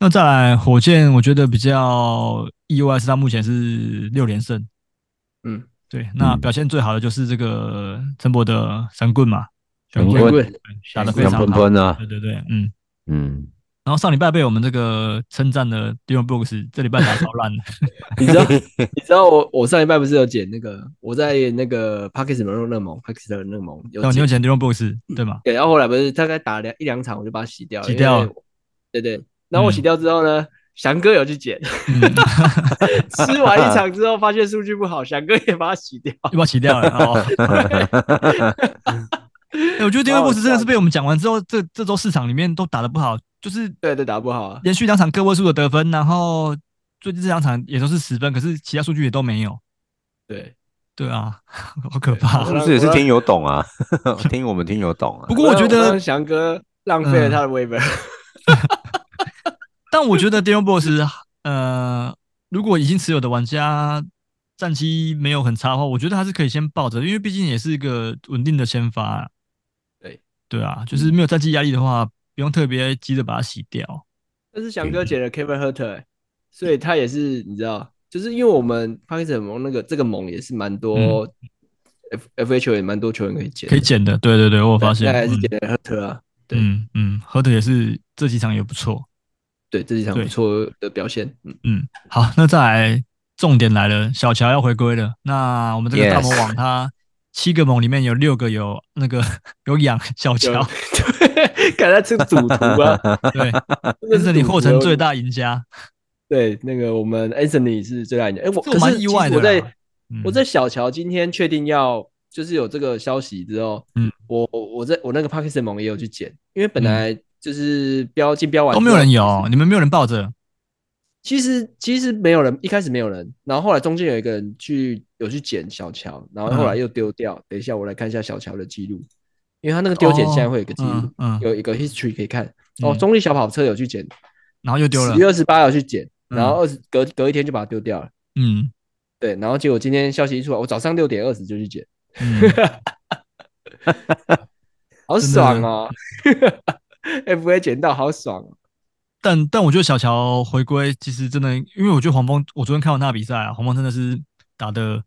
S4: 那再来火箭，我觉得比较意外是他目前是六连胜，
S3: 嗯，
S4: 对，那
S2: 嗯
S4: 表现最好的就是这个陈博的神棍嘛，
S2: 神
S4: 神棍
S2: 棍
S3: 对
S4: 打得非
S2: 杨
S4: 常
S2: 喷
S4: 好，
S2: 喷啊，
S4: 对对对，嗯。
S2: 嗯，
S4: 然后上礼拜被我们这个称赞的 Dion Brooks，这礼拜打超 烂的，
S3: 你知道你知道我我上一拜不是有捡那个我在那个 Pockets 门热蒙 Pockets 的热蒙有
S4: 然哦后你
S3: 捡
S4: 有捡 Dion Brooks 对吗？
S3: 对，然后后来不是大概打两一两场，我就把它洗掉，
S4: 洗掉
S3: 因为我。对对，然后
S4: 嗯
S3: 我洗掉之后呢，翔哥有去捡，
S4: 嗯。
S3: 吃完一场之后发现数据不好，翔哥也把它洗掉。
S4: 又把它洗掉了哦。欸我觉得 d i
S3: 蛮
S4: o
S3: 好
S4: b 真
S3: 笑
S4: 的
S3: 的
S4: 是被我们讲完之后，这这周市场里面都打得不好，就是
S3: 对对，打不好啊。
S4: 连续两场个位数的得分，然后最近这两场也都是十分，可是其他数据也都没有。
S3: 对，
S4: 对啊， 好可怕
S2: 是
S3: 对。
S2: 不是也是听友懂啊？ 听我们听友懂啊
S4: 不。过我觉
S3: 让
S4: 得嗯
S3: 让，翔哥浪费了他的 waiver，
S4: 但我觉得 d i o b 呃，如果已经持有的玩家战绩没有很差的话，我觉得还是可以先抱着，因为毕竟也是一个稳定的先发、
S3: 对
S4: 对啊，就是没有战绩压力的话，不用特别急着把它洗掉。
S3: 但是翔哥捡了 Kevin Herter，欸所以他也是你知道，就是因为我们 Pockets 盟那个这个盟也是蛮多 F F H 也蛮多球员可以捡
S4: 嗯
S3: 的，
S4: 可以捡的，对对对，我有
S3: 对，
S4: 发现，
S3: 那还是
S4: 嗯
S3: 捡了 Herter 啊。对
S4: 嗯嗯，喝的也是这几场也不错，
S3: 对，这几场
S4: 对
S3: 不错的表现，嗯，
S4: 嗯，好，那再来重点来了，小乔要回归了。那我们这个
S2: Yes
S4: 大魔王他七个盟里面有六个有那个 有养小
S3: 就
S4: 乔，
S3: 对，感觉是赌徒啊。
S4: 对，
S3: 这
S4: 但是你获成最。大赢家，
S3: 对，那个我们 Anthony 是最大赢家。哎，我
S4: 这我蛮意外的
S3: 可是其实
S4: 啦
S3: 我在、
S4: 嗯
S3: 我在小乔今天确定要就是有这个消息之后，
S4: 嗯，
S3: 我我我在我那个 Pakistan 盟也有去捡，因为本来就是标竞标完
S4: 都嗯哦没有人
S3: 之后
S4: 有，你们没有人抱着，
S3: 其实其实没有人，一开始没有人，然后后来中间有一个人去有去捡小乔，然后后
S4: 嗯
S3: 来又丢掉。等一下我来看一下小乔的记录，因为他那个丢捡
S4: 哦
S3: 现在会有一个记录，
S4: 嗯嗯，
S3: 有一个 history 可以看。哦，
S4: 嗯
S3: 中立小跑车有去捡，
S4: 然后又丢了
S3: 十，月二十八有去捡，
S4: 嗯
S3: 然后二十隔隔一天就把它丢掉了。
S4: 嗯
S3: 对，然后结果今天消息一出来，我早上六点二十就去捡，
S4: 嗯，
S3: 好
S4: 真的
S3: 爽哦 ！F A 捡到好爽哦，
S4: 但但我觉得小乔回归其实真的，因为我觉得黄蜂，我昨天看完他的比赛啊，黄蜂真的是打的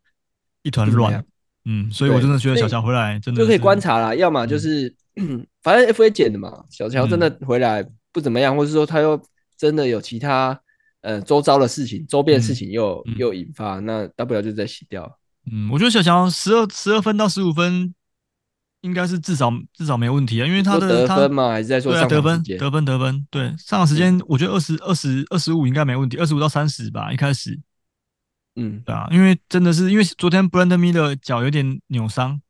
S4: 一团
S3: 不怎么
S4: 乱
S3: 样，
S4: 嗯，所以我真的觉得小乔回来真的嗯
S3: 就可以
S4: 是
S3: 观，察啦。要么就是、 反正 F A 捡的嘛，小乔真的
S4: 嗯
S3: 回来不怎么样，或者说他又真的有其他呃周遭的事情、周边的事情又、
S4: 嗯嗯
S3: 又引发，那大不了就再洗掉。
S4: 嗯，我觉得小乔十二十二分到十五分，应该是至少至少没问题啊，因为他
S3: 说
S4: 的
S3: 得
S4: 他
S3: 分嘛，还是在说
S4: 对啊
S3: 上
S4: 得
S3: 场时
S4: 分
S3: 间？嗯
S4: 得分得分，对上场时间我觉得二十二十二十五应该没问题，二十五到三十吧，一开始
S3: 嗯，
S4: 对啊，因为真的是因为昨天 Brandon Miller 脚有点扭伤，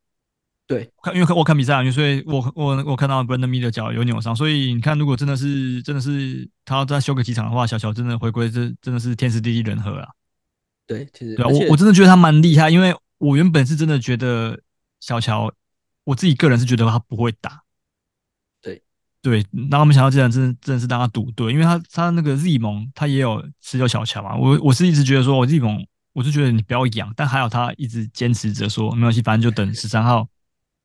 S3: 对，
S4: 看因为我看比赛啊，因为所以我我我看到 Brandon Miller 脚有扭伤，所以你看如果真的是真的是他要再休个几场的话，小乔真的回归这真的是天时地利人和啊。
S3: 对，其实
S4: 对啊，
S3: 而且
S4: 我我真的觉得他蛮厉害，因为我原本是真的觉得小乔，我自己个人是觉得他不会打。
S3: 对
S4: 对，然后没想到竟然真的真的是让他赌对，因为他他那个 Z 盟他也有持有小乔嘛，我我是一直觉得说我 Z 盟，我是觉得你不要养，但还好他一直坚持着说没关系，反正就等十三号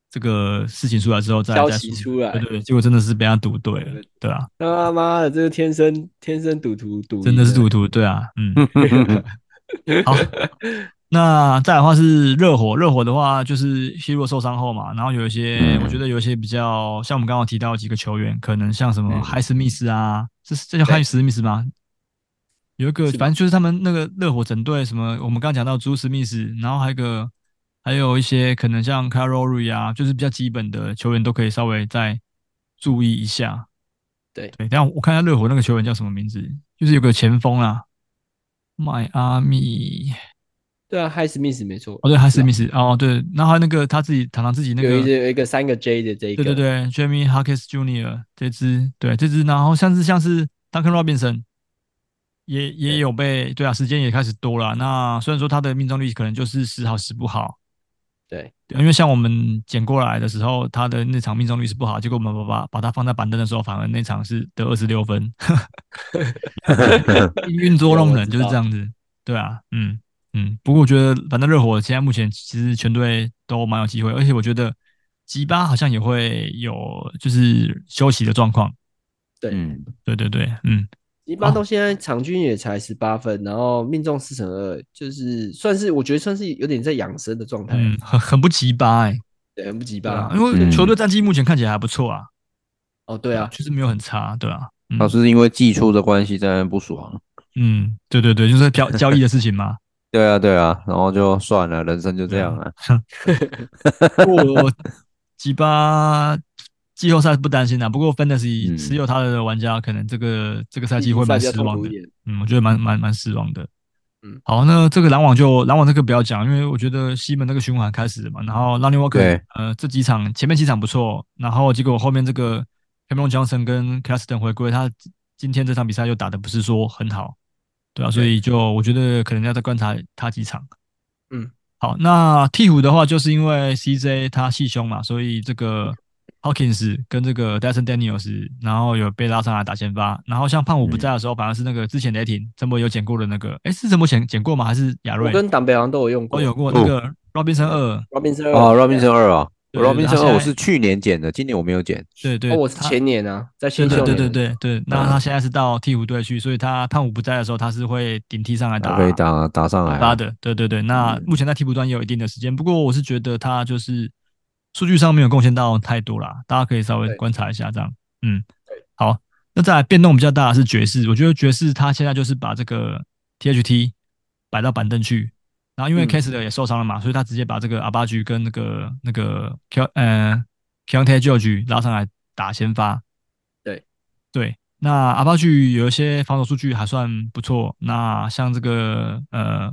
S4: 这个事情出来之后再
S3: 消
S4: 再
S3: 息
S4: 说
S3: 出来
S4: 对对对，结果真的是被他赌对了，对啊，
S3: 他妈的，这是天生天生赌徒赌赢
S4: 真的是赌徒，对啊，嗯。好，那再来的话是热火，热火的话就是 Hero 受伤后嘛，然后有一些、
S2: 嗯
S4: 我觉得有一些比较像我们刚刚提到几个球员，可能像什么
S2: 嗯
S4: 海史密斯啊，这是这叫海史密斯吗？有一个，
S3: 是吧
S4: 反正就是他们那个热火整队什么，我们刚刚讲到朱史密斯，然后还有一个还有一些可能像 c a r o r y 啊，就是比较基本的球员都可以稍微再注意一下。
S3: 对
S4: 对，等一下我看一下热火那个球员叫什么名字，就是有个前锋啦，迈阿密
S3: 对啊，嗨史密斯没错。
S4: 哦，对，还是 Miss 哦，对，然后还有那个他自己堂堂自己那个，
S3: 啊有一个有一个三个 J 的这一个，
S4: 对对对，Jamie Harkes Jr. 这支，对这支，然后像是像是 Duncan Robinson 也也
S3: 对
S4: 有被，对啊，时间也开始多了。那虽然说他的命中率可能就是时好时不好，
S3: 对
S4: 对因为像我们捡过来的时候，他的那场命中率是不好，结果我们把把把他放在板凳的时候，反而那场是得二十六 分，命运捉弄人就是这样子，对啊，嗯嗯。不过我觉得，反正热火现在目前其实全队都蛮有机会，而且我觉得吉巴好像也会有就是休息的状况，
S2: 嗯，
S4: 对对对，嗯，
S3: 一般都现在场均也才十八分，然后命中四成二，就是算是我觉得算是有点在养生的状态，
S4: 嗯，很很不吉巴哎、
S3: 对，很不急
S4: 对啊
S3: 吧？，
S4: 因为
S2: 嗯
S4: 球队战绩目前看起来还不错啊，
S3: 哦，对啊，
S4: 就是没有很差，对啊，嗯
S2: 他是因为技术的关系在那边不爽。
S4: 嗯，对对对，就是交交易的事情嘛。
S2: 对啊，对啊，然后就算了，人生就这样了。
S4: 我 我吉巴季后赛不担心啊，不过 Fantasy
S2: 嗯
S4: 持有他的玩家可能这个这个赛季会蛮
S3: 比较
S4: 失
S3: 痛
S4: 望
S3: 苦
S4: 的
S3: 一。点，
S4: 嗯，我觉得蛮蛮蛮失望的。
S3: 嗯
S4: 好，那这个篮网就篮网这个不要讲，因为我觉得西门那个循环开始了嘛，然后 Lonnie Walker
S2: 对
S4: 呃这几场前面几场不错，然后结果后面这个 Cameron Johnson 跟 Claxton 回归，他今天这场比赛又打的不是说很好，对啊，所以就我觉得可能要再观察他几场。
S3: 嗯，
S4: 好，那鹈鹕的话，就是因为 CJ 他气胸嘛，所以这
S3: 嗯
S4: 个 Hawkins 跟这个 Dyson Daniels，然后有被拉上来打先发，然后像胖虎不
S3: 嗯
S4: 在的时候，反而是那个之前雷霆陈博有捡过的那个，哎，是陈博捡捡过吗？还是亚
S3: 我
S4: 瑞？哦
S3: 跟哦党北航都有用过，
S4: 我有过那个 Robinson 二，
S3: Robinson
S2: 哦
S3: 二
S2: ，Robinson 二啊
S4: 对对对他
S2: ，Robinson
S4: 现
S2: 二
S4: 在
S2: 我是去年捡的，今年我没有捡。
S4: 对对，
S3: 哦，我是
S4: 他
S3: 前年啊，
S4: 对
S3: 在新秀
S4: 对对对
S3: 年
S4: 对对，那他现在是到鹈鹕队去，所以他胖虎不在的时候，他是会顶替上来打
S2: 可以打打上来
S4: 搭
S2: 啊。
S4: 的，对对对。那目前在替补端也有一定的时间，不过我是觉得他就是数据上没有贡献到太多啦，大家可以稍微
S3: 对
S4: 观察一下这样。嗯，好，那再来变动比较大的是爵士，我觉得爵士他现在就是把这个 THT 摆到板凳去，然后因为
S3: 嗯
S4: k e s l e r 也受伤了嘛，所以他直接把这个阿巴局跟那个那个 Q 呃 k a n t e George 拉上来打先发，对，那阿巴剧有一些防守数据还算不错。那像这个呃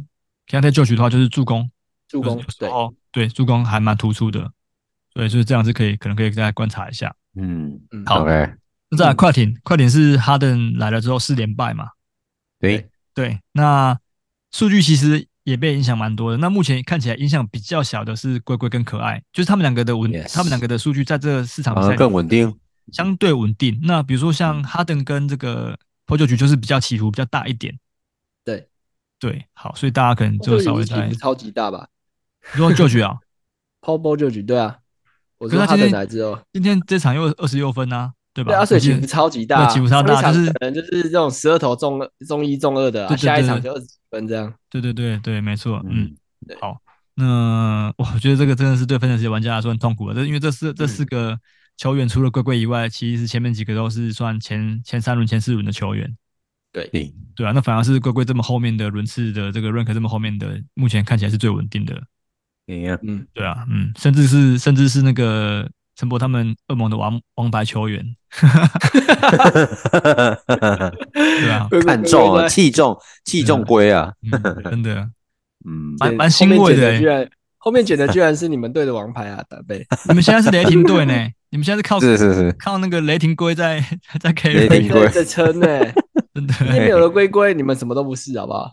S4: k a n t e George 的话，就是助攻，
S3: 助攻
S4: 就是哦有
S3: 对
S4: 时，候对助攻还蛮突出的。所以就是这样子，可以可能可以再观察一下。
S2: 嗯，
S3: 嗯，
S4: 好
S2: ，OK，
S4: 那再来
S3: 嗯
S4: 快艇，快艇是哈登来了之后四连败嘛，
S2: 对，
S4: 对，那数据其实也被影响蛮多的。那目前看起来影响比较小的是龟龟跟可爱，就是他们两个的稳
S2: Yes
S4: 他们两个的数据在这市场比
S2: 好
S4: 赛
S2: 像
S4: 里
S2: 更稳定。
S4: 相对稳定。那比如说
S3: 嗯
S4: 像哈登跟这个 p o j o 就是比较起伏比较大一点。
S3: 对
S4: 对，好，所以大家可能就稍微
S3: 起
S4: 在
S3: 伏超级大吧
S4: 你说 j o 啊，
S3: ，Paul b o j o 对啊， 我
S4: 可是
S3: 说
S4: 他
S3: 哈
S4: 今
S3: 登
S4: 天
S3: 来之后。
S4: 今天这场又二十六分啊，对吧？
S3: 哦对啊，所以
S4: 就
S3: 起
S4: 是
S3: 伏超级大，啊
S4: 对起伏超
S3: 上一
S4: 大
S3: 场
S4: 就是
S3: 可能就是这种十二投中中一中二的啊，
S4: 对对对哦
S3: 下一场就二十几分这样。
S4: 对对对对，没错，嗯
S2: 嗯，
S4: 好，那我觉得这个真的是对分析玩家来说很痛苦的，这因为这四这
S3: 嗯
S4: 四个球员除了龟龟以外，其实前面几个都是算前前三轮、前四轮的球员。
S2: 对，
S4: 对啊，那反而是龟龟这么后面的轮次的这个 rank 这么后面的，目前看起来是最稳定的。
S2: 你呀、
S3: 嗯，
S4: 对啊，嗯，甚至是甚至是那个陈博他们恶魔的王王牌球员，对啊，
S2: 看中啊，器重器重龟啊，
S4: 嗯真的
S2: 嗯，
S4: 蛮蛮欣慰的、
S3: 居
S4: 欸。
S3: 然后面捡的居然是你们队的王牌啊，打 贝。
S4: 你们现在是雷霆队呢，你们现在是靠
S2: 是是是，
S4: 靠那个雷霆龟在 在 carry，
S2: 雷霆 龟
S3: 在撑呢，
S4: 真的
S3: 今天有了龟龟，你们什么都不是，好不好？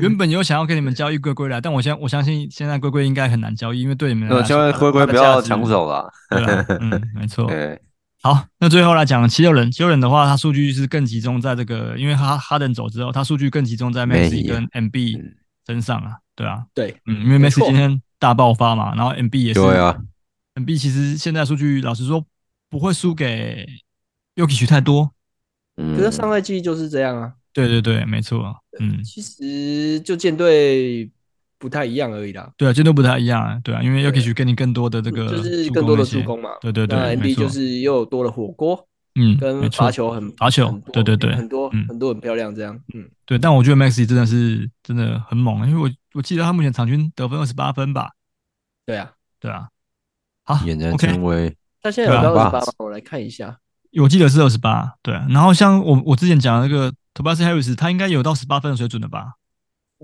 S4: 原本有想要跟你们交易龟龟来，但我相我相信现在龟龟应该很难交易，因为对你们
S2: 那
S4: 来
S2: 千
S4: 说，
S2: 万龟龟不要抢手啦。
S4: 对啊， 嗯，没错。
S2: 对，
S4: 好，那最后来讲七六人，七六人的话，他数据是更集中在这个，因为哈哈登走之后，他数据更集中在 m e s
S2: Messi
S4: i 跟 MB
S2: 嗯
S4: 身上啊，对啊，
S3: 对，
S4: 嗯，因为 m
S3: 没
S4: e s
S3: 错
S4: i 今天大爆发嘛，然后 MB 也是，
S2: 对啊，
S4: m b 其实现在数据老实说不会输给 Yuki 太多，
S2: 嗯
S3: 可是上赛季就是这样啊。
S4: 对对对，没错，嗯，
S3: 其实就舰队不太一样而已啦，
S4: 对啊，这都不太一样啊，对啊，因为 Yuki 给你更多的这个
S3: 就是更多的
S4: 那些
S3: 助，攻嘛。
S4: 对对
S3: 那
S4: 对，没
S3: NB
S4: 错
S3: 就，是又有多了火锅
S4: 嗯，没
S3: 跟
S4: 错
S3: 罚，球很
S4: 罚球
S3: 很多
S4: 对对对
S3: 很多
S4: 嗯
S3: 很多很漂亮这样。嗯，
S4: 对，但我觉得 Maxi 真的是真的很猛，啊因为我我记得他目前场均得分二十八分吧，
S3: 对啊，
S4: 对啊，好
S2: 俨然
S4: OK，
S2: 成为
S3: 他现在
S4: 对
S3: 有
S2: 啊
S3: 到二十
S2: 哇
S3: 八吗？我来看一下，
S4: 我记得是二十八，对啊。然后像我我之前讲的那个 Tobias Harris，他应该有到十八分的水准了吧？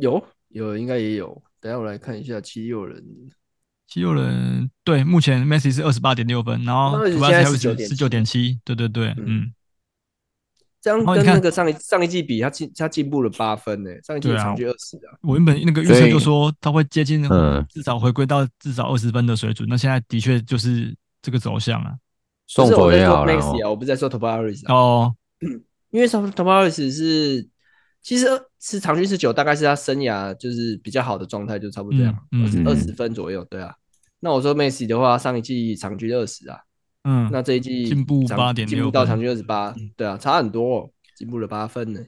S3: 有有应该也有。等一下我来看一下七六人，
S4: 七六人对，目前 Messi 是二十八点六分，然后
S3: Tobias 哦现
S4: Tobias
S3: 在
S4: Harris 十九点七
S3: 19.7，
S4: 对对对，嗯
S3: 嗯，这样
S4: 然哦后你
S3: 跟那
S4: 看
S3: 个上一上一季比，他进他进步了八分呢、上一季
S4: 对啊
S3: 场均二十啊，
S4: 我原本那个预
S2: 所
S4: 测
S2: 以
S4: 就说他会接近，
S2: 嗯
S4: 至少回归到至少二十分的水准，那现在的确就是这个走向啊了。
S2: 送
S3: 不是
S2: 走
S3: 我在
S2: 也
S3: 说
S2: 好哦然后
S3: Maxi 啊，我不是在说 Tobias 啊，
S4: 哦，
S3: 因为 Tobias 是其实是场均十九，大概是他生涯就是比较好的状态，就差不多这样，
S4: 嗯
S3: 二
S4: 嗯
S3: 十二十分左右，对啊。那我说 Messi 的话，上一季场均二十啊，
S4: 嗯，
S3: 那这一季
S4: 进步
S3: 场
S4: 8.6
S3: 进步到
S4: 分嗯
S3: 场均二十八，对啊，差很多、哦，进步了八分呢、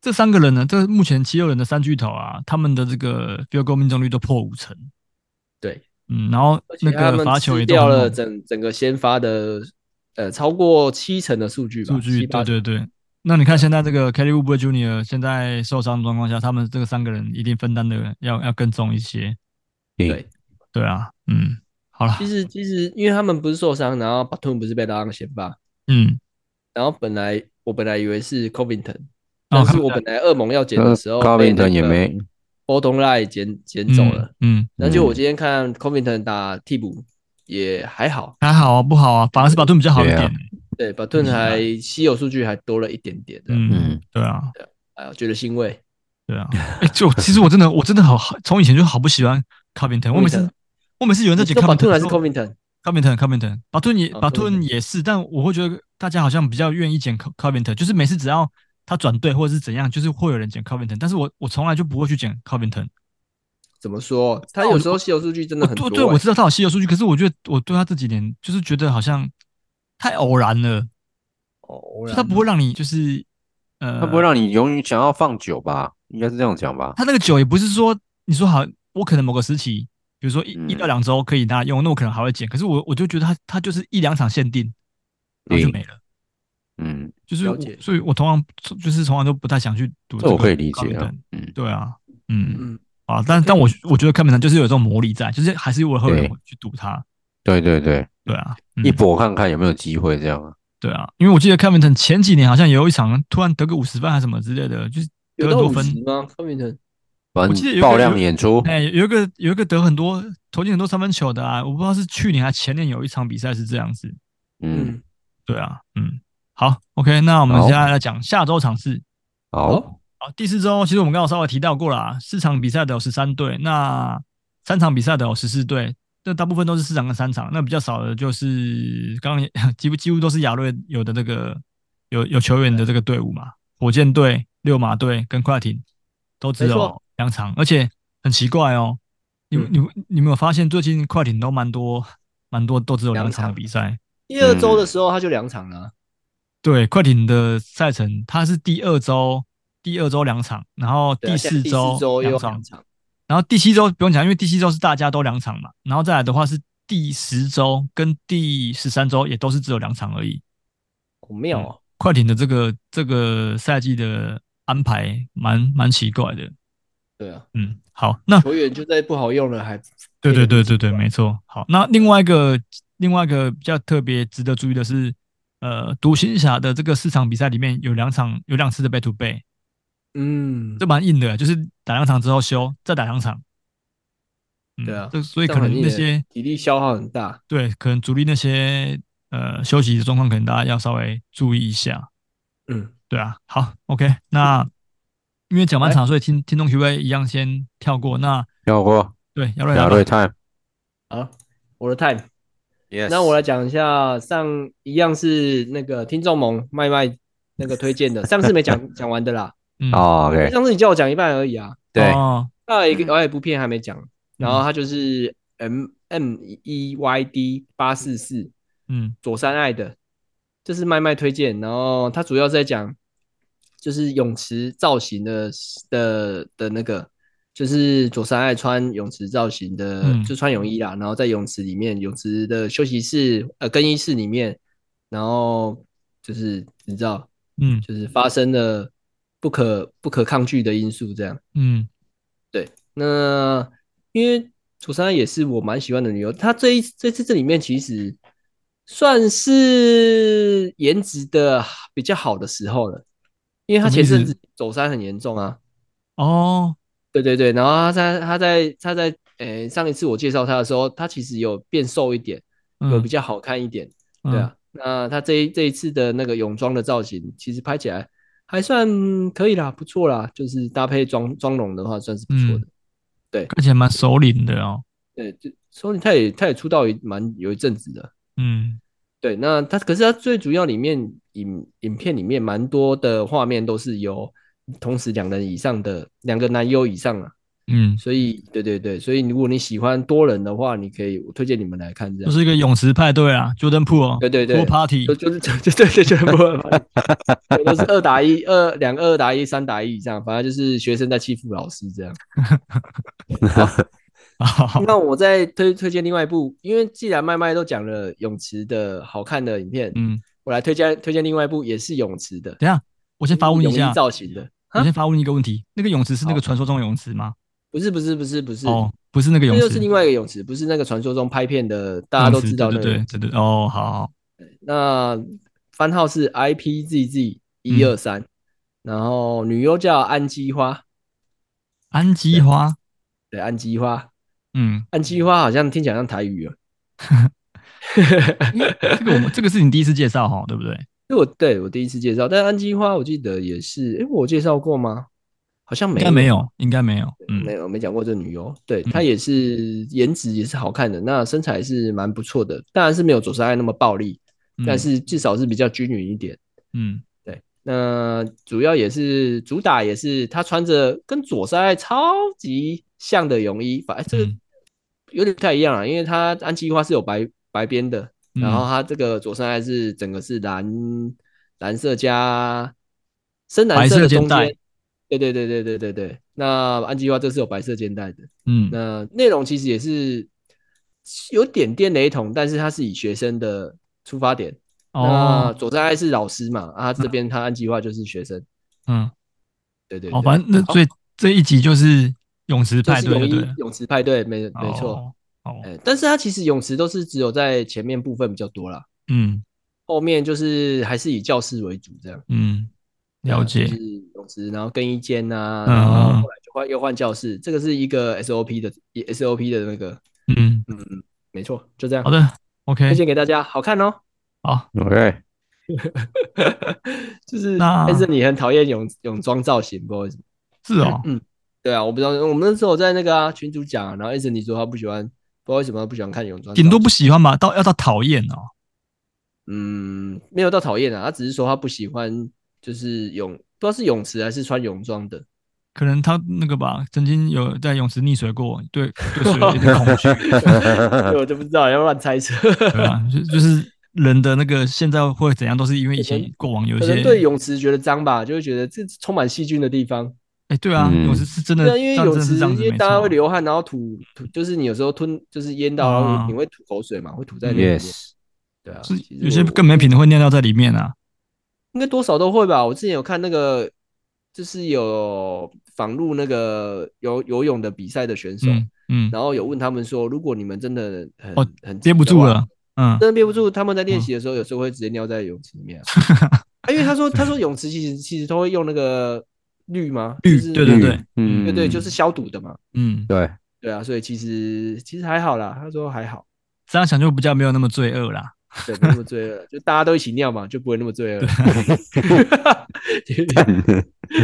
S4: 这三个人呢，这目前七六人的三巨头啊，他们的这个 field goal 命中率都破五成，
S3: 对，
S4: 嗯，然后
S3: 而且
S4: 那
S3: 他
S4: 个
S3: 们
S4: 罚球
S3: 吃
S4: 也都
S3: 掉
S4: 很
S3: 了
S4: 猛
S3: 整整个先发的呃超过七成的数据吧，嗯
S4: 数据，
S3: 七八
S4: 对对对。那你看现在这个 Kelly u b e r Jr. 现在受伤的状况下，他们这个三个人一定分担的要要更重一些，
S3: 对。
S4: 对啊，嗯，好了
S3: 其，实其实因为他们不是受伤，然后巴顿不是被拉上先发，
S4: 嗯，
S3: 然后本来我本来以为是 Covington，
S4: 哦
S3: 但是我本来噩梦要捡的时候
S2: 高
S3: 被
S2: 明
S3: 那
S2: 呃腾也
S3: 个
S2: 没
S3: Bottom Line 捡捡走了，
S4: 嗯，嗯，
S3: 那就我
S2: 嗯
S3: 今天看 Covington 打替补也还好，
S4: 还好啊，不好啊，反而是把盾比较好一
S2: 对啊
S4: 点，
S3: 对，巴顿
S4: 嗯
S3: 还稀有数据还多了一点点的，
S4: 嗯
S2: 嗯，
S4: 对啊，
S3: 哎呀，觉得欣慰。
S4: 对 啊，哎，就其实我真的我真的好好从以前就好不喜欢 Covington，我每次
S3: Covington
S4: 我每次有人在
S3: 你
S4: 讲
S3: 说巴
S4: Covington，
S3: 顿还是
S4: 我
S3: Covington？
S4: Covington Covington，巴顿也
S3: 啊
S4: 巴顿
S3: ，Covington
S4: 也是，但我会觉得大家好像比较愿意捡 Co- Covington，就是每次只要他转队或者是怎样，就是会有人捡 Covington，但是我我从来就不会去捡 Covington。
S3: 怎么说？他
S4: 那哦我
S3: 有时候稀有数据真的
S4: 我
S3: 很
S4: 对
S3: 多、
S4: 对，我
S3: 欸
S4: 知道他有稀有数据，可是我觉得我对他这几年就是觉得好像太偶然了，
S3: 哦
S4: 就他不会让你就是呃，
S2: 他不会让你永远想要放久吧？应该是这样讲吧？
S4: 他那个酒也不是说你说好，我可能某个时期，比如说一、
S2: 嗯
S4: 一到两周可以拿来用，那我可能还会捡，可是我我就觉得他他就是一两场限定，然后就
S2: 对
S4: 没了。
S2: 嗯，
S4: 就是
S3: 了
S4: 我
S3: 解
S4: 所以我通常就是从来都不太想去赌
S2: 这
S4: 个
S2: 我可以理解啊
S4: Covington。
S2: 嗯，
S4: 对啊，嗯
S3: 嗯，
S4: 啊，但但我我觉得 Covington 就是有这种魔力在，就是还是我会有人
S2: 对
S4: 去赌它。
S2: 对对对，
S4: 对啊，嗯
S2: 一搏看看有没有机会这样啊？
S4: 对啊，因为我记得 Covington 前几年好像有一场突然得个五十分还是什么之类的，就是得
S3: 有
S4: 很
S3: 到
S4: 多
S3: 五
S4: 分。
S3: 十吗？Covington
S2: 反
S4: 我记得有一
S2: 正
S4: 个
S2: 爆量演出，
S4: 哎、有一个有一个得很多投进很多三分球的啊，我不知道是去年还前年有一场比赛是这样子。
S2: 嗯，
S3: 嗯，
S4: 对啊，嗯，好，OK，那我们
S2: 好
S4: 接下来来讲下周场次。
S2: 好，
S4: 好，第四周其实我们刚好稍微提到过了啊，四场比赛的有十三队，那三场比赛的有十四队，那大部分都是四场跟三场，那比较少的就是刚刚也几乎几乎都是亚瑞有的这个有有球员的这个队伍嘛，火箭队、六马队跟快艇都只
S3: 没
S4: 有
S3: 错
S4: 两场，而且很奇怪哦，你们、
S3: 嗯
S4: 你们你们有发现最近快艇都蛮多蛮多都只有两
S3: 两
S4: 场的
S3: 场
S4: 比赛，
S3: 第二周的时候他就两场了啊，
S4: 对，快艇的赛程，它是第二周，第二周两场，然后
S3: 对啊
S4: 嗯第
S3: 现在
S4: 四
S3: 第四周
S4: 周
S3: 又
S4: 两
S3: 有
S4: 场
S3: 两，场，
S4: 然后第七周不用讲，因为第七周是大家都两场嘛，然后再来的话是第十周跟第十三周也都是只有两场而已。
S3: 好
S4: 嗯
S3: 妙哦。
S4: 快艇的这个这个赛季的安排蛮蛮奇怪的，
S3: 对啊，
S4: 嗯，好， 那
S3: 球员就在不好用了还
S4: 对对对对
S3: 非常
S4: 对，
S3: 奇怪
S4: 没错。好，那另外一个另外一个比较特别值得注意的是，呃，独行侠的这个四场比赛里面有两场有两次的背 a 背，
S3: 嗯
S4: 这蛮硬的，就是打两场之后休，再打两场。嗯
S3: 对啊
S4: 这所以
S3: 这
S4: 可
S3: 样很
S4: 能
S3: 硬
S4: 那
S3: 的
S4: 些
S3: 体力消耗很大，
S4: 对，可能主力那些呃休息的状况，可能大家要稍微注意一下。
S3: 嗯，
S4: 对啊，好，OK，那因为
S3: 哎
S4: 讲完场，所以听听众 Q&A 一样先跳过。那
S2: 跳过
S4: 对姚瑞
S2: 亚
S4: 来吧
S2: 瑞 time。
S3: 好，我的 time。
S2: Yes，
S3: 那我来讲一下，上一样是那个听众盟麦麦那个推 荐的，上次没讲讲完的啦，
S4: 嗯，
S2: 哦
S3: 因为
S2: ，OK，
S3: 上次你叫我讲一半而已啊，
S2: 对，
S4: 哦
S3: 还有一个我也不骗还没讲，然后他就是 M M E Y D 八四四
S4: 嗯
S3: 左山爱的，这是麦麦推荐，然后他主要是在讲就是泳池造型的的的那个。就是左山爱穿泳池造型的，
S4: 嗯
S3: 就穿泳衣啦，然后在泳池里面，泳池的休息室呃更衣室里面，然后就是你知道，
S4: 嗯
S3: 就是发生了不可不可抗拒的因素这样。
S4: 嗯
S3: 对，那因为楚珊也是我蛮喜欢的女优，她这一这次这里面其实算是颜值的比较好的时候了，因为她
S4: 什么意
S3: 前
S4: 思
S3: 阵子走山很严重啊，
S4: 哦
S3: 对对对，然后她在她在她在诶、上一次我介绍她的时候，她其实有变瘦一点，
S4: 嗯
S3: 有比较好看一点，对啊，那她这一这一次的那个泳装的造型，其实拍起来还算可以啦，不错啦，就是搭配妆妆容的话，算是不错的。
S4: 嗯看起来蛮熟龄的哦。
S3: 对，就所以他也他也出道也蛮有一阵子的。
S4: 嗯
S3: 对，那他可是他最主要里面影影片里面蛮多的画面都是由同时两人以上的两个男优以上啊，
S4: 嗯，
S3: 所以对对对，所以如果你喜欢多人的话，你可以我推荐你们来看
S4: 就
S3: 这样。
S4: 是一个泳池派对啊，Jordan Pool，
S3: 啊对对对
S4: p Party，
S3: 就就是就就对对对，不会吧？对都是二打一，二两个二打一，三打一以上，反正就是学生在欺负老师这样。
S4: 好
S3: 那我再推推荐另外一部，因为既然麦麦都讲了泳池的好看的影片，
S4: 嗯，
S3: 我来推荐推荐另外一部也是泳池的，
S4: 等一下我先发问一
S3: 泳
S4: 下
S3: 衣，造型的，
S4: 我
S3: 啊
S4: 先发问一个问题，那个泳池是那个
S3: 好
S4: 传说中的泳池吗？
S3: 不是不是不是不是，
S4: 哦，不是那个
S3: 这
S4: 泳
S3: 又
S4: 池
S3: 是，另外一个泳池，不是那个传说中拍片的，大家都知道
S4: 泳
S3: 的。
S4: 池对对对对对，哦，好好，
S3: 那番号是 IPZZ
S4: 嗯
S3: 一二三，然后女优叫安基花，
S4: 安基花，
S3: 对安基花，
S4: 嗯，
S3: 安基花好像听起来像台语 啊。
S4: 这个我 们这个是你第一次介绍哈，对不对？
S3: 因为 我对我第一次介绍，但安基花我记得也是，诶，我有介绍过吗？好像没
S4: 应该没有，应该没有，嗯
S3: 没有没讲过这女优，对、她也是颜值也是好看的，那身材是蛮不错的，当然是没有左山爱那么暴力，
S4: 嗯
S3: 但是至少是比较均匀一点。
S4: 嗯
S3: 对，那主要也是主打也是她穿着跟左山爱超级像的泳衣，反正哎这个
S4: 嗯
S3: 有点不太一样啊，因为她安琪花是有白白边的，
S4: 嗯
S3: 然后她这个左山爱是整个是蓝蓝色加深蓝
S4: 白
S3: 色
S4: 色
S3: 的
S4: 肩
S3: 中
S4: 带
S3: 间。对对对对对对对，那安吉花这是有白色肩带的，
S4: 嗯
S3: 那内容其实也是有点点雷同，但是它是以学生的出发点。那
S4: 哦
S3: 佐山爱是老师嘛，啊，这边他按计划就是学生。
S4: 嗯，
S3: 对对
S4: 好，
S3: 对
S4: 哦反正那
S3: 好
S4: 最这一集就是泳池
S3: 就
S4: 派
S3: 是
S4: 对，对
S3: 泳衣
S4: 对了，
S3: 泳池派对，没没错。
S4: 哦，哦
S3: 哎，但是它其实泳池都是只有在前面部分比较多啦，
S4: 嗯
S3: 后面就是还是以教室为主这样。
S4: 嗯，了解
S3: 啊就，是泳池，然后更衣间啊，
S4: 嗯
S3: 然后
S4: 嗯
S3: 后来就换又换教室，这个是一个 SOP 的 SOP 的那个，
S4: 嗯，
S3: 嗯嗯，没错，就这样。
S4: 好，的，OK，
S3: 推荐给大家，好看哦。
S4: 好，
S2: OK，
S3: 就是，
S4: 那
S3: 但是你很讨厌泳泳装造型，不知道为什么。
S4: 是哦，
S3: 嗯，对啊，我不知道，我们那时候在那个啊群主讲啊，然后一直你说他不喜欢，不知道为什么他不喜欢看泳装，
S4: 顶多不，喜欢吧，到要到讨厌哦，
S3: 嗯，没有到讨厌啊，他只是说他不喜欢，就是泳，不知道是泳池还是穿泳装 的，
S4: 可能他那个吧，曾经有在泳池溺水过， 对对水有点恐惧，
S3: 对我就不知道，要乱猜测。
S4: 对啊，就就是人的那个现在会怎样，都是因为以前过往有一
S3: 可
S4: 些
S3: 能，对泳池觉得脏吧，就会觉得这是充满细菌的地方。
S4: 哎，对啊，
S2: 嗯
S4: 泳池是真的
S3: 对啊，，因为
S4: 这样
S3: 泳
S4: 真的
S3: 池
S4: 是这样子，
S3: 因为
S4: 没
S3: 大家会
S4: 错，
S3: 流汗，然后吐吐，就是你有时候吞，就是淹到，然后
S4: 啊
S3: 你会吐口水嘛，会吐在那里面。
S2: ，Yes，
S3: 对啊，
S4: 是
S3: 其实
S4: 有些
S3: 我
S4: 更没品的会尿尿在里面啊，
S3: 应该多少都会吧。我之前有看那个这是有访入那个游游泳的比赛的选手，
S4: 嗯嗯，
S3: 然后有问他们说，如果你们真的很、
S4: 哦
S3: 很
S4: 憋不
S3: 急的
S4: 住
S3: 话
S4: 了，嗯
S3: 真的憋不住，他们在练习的时候，有时候会直接尿在泳池 里面啊、啊因为他说他说泳池其实其实都会用那个氯吗？
S4: 氯
S3: 就是
S4: 对对对，
S2: 嗯，
S3: 对对，就是消毒的嘛。
S4: 嗯，
S2: 对，
S3: 对啊，所以其实其实还好啦。他说还好，
S4: 这样想就比较没有那么罪恶啦。
S3: 对，不会那么罪恶了，就大家都一起尿嘛，就不会那么 罪恶了。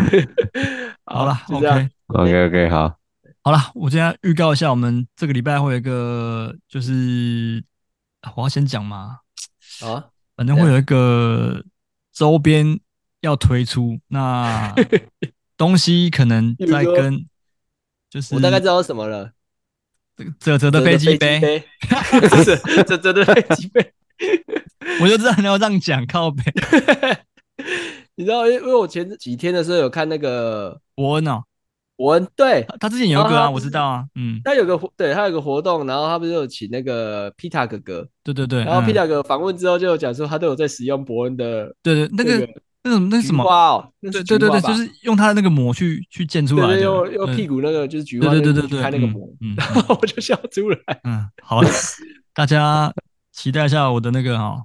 S4: 好啦
S3: 就这样
S4: OK，
S2: OK OK，好，
S4: 好啦，我今天预告一下，我们这个礼拜会有一个，就是啊我要先讲嘛，
S3: 好啊，
S4: 反正会有一个周边要推出， 那东西可能在
S3: 比如说
S4: 跟就是
S3: 我大概知道是什么了。
S4: 泽泽的飞机杯，
S3: 杯，这是这真的飞机杯。
S4: 我就知道你要这样讲靠背。
S3: 你知道，因为我前几天的时候有看那个
S4: 伯恩哦，
S3: 伯恩，对
S4: 他他之前有一个
S3: 啊
S4: 啊，
S3: 他
S4: 我知道啊，嗯，
S3: 他有个活，对他有个活动，然后他不是有请那个皮塔哥哥，
S4: 对对对，
S3: 然后
S4: 嗯
S3: 皮塔哥访问之后就有讲说他都有在使用伯恩的
S4: 对对那
S3: 那
S4: 个那种那个
S3: 菊
S4: 什么，
S3: 花哦，那
S4: 对
S3: 是
S4: 对
S3: 菊
S4: 对
S3: 花
S4: 对，
S3: 吧
S4: 就是用他的那个膜去去建出来
S3: 对
S4: 的，
S3: 对用用
S4: 对
S3: 屁股那个就是菊花
S4: 对
S3: 那
S4: 对
S3: 个
S4: 对对
S3: 去
S4: 对，
S3: 开那个
S4: 嗯
S3: 膜，
S4: 嗯，
S3: 然
S4: 嗯
S3: 后 我就笑出来。
S4: 嗯，好了，大家期待一下我的那个哈、哦，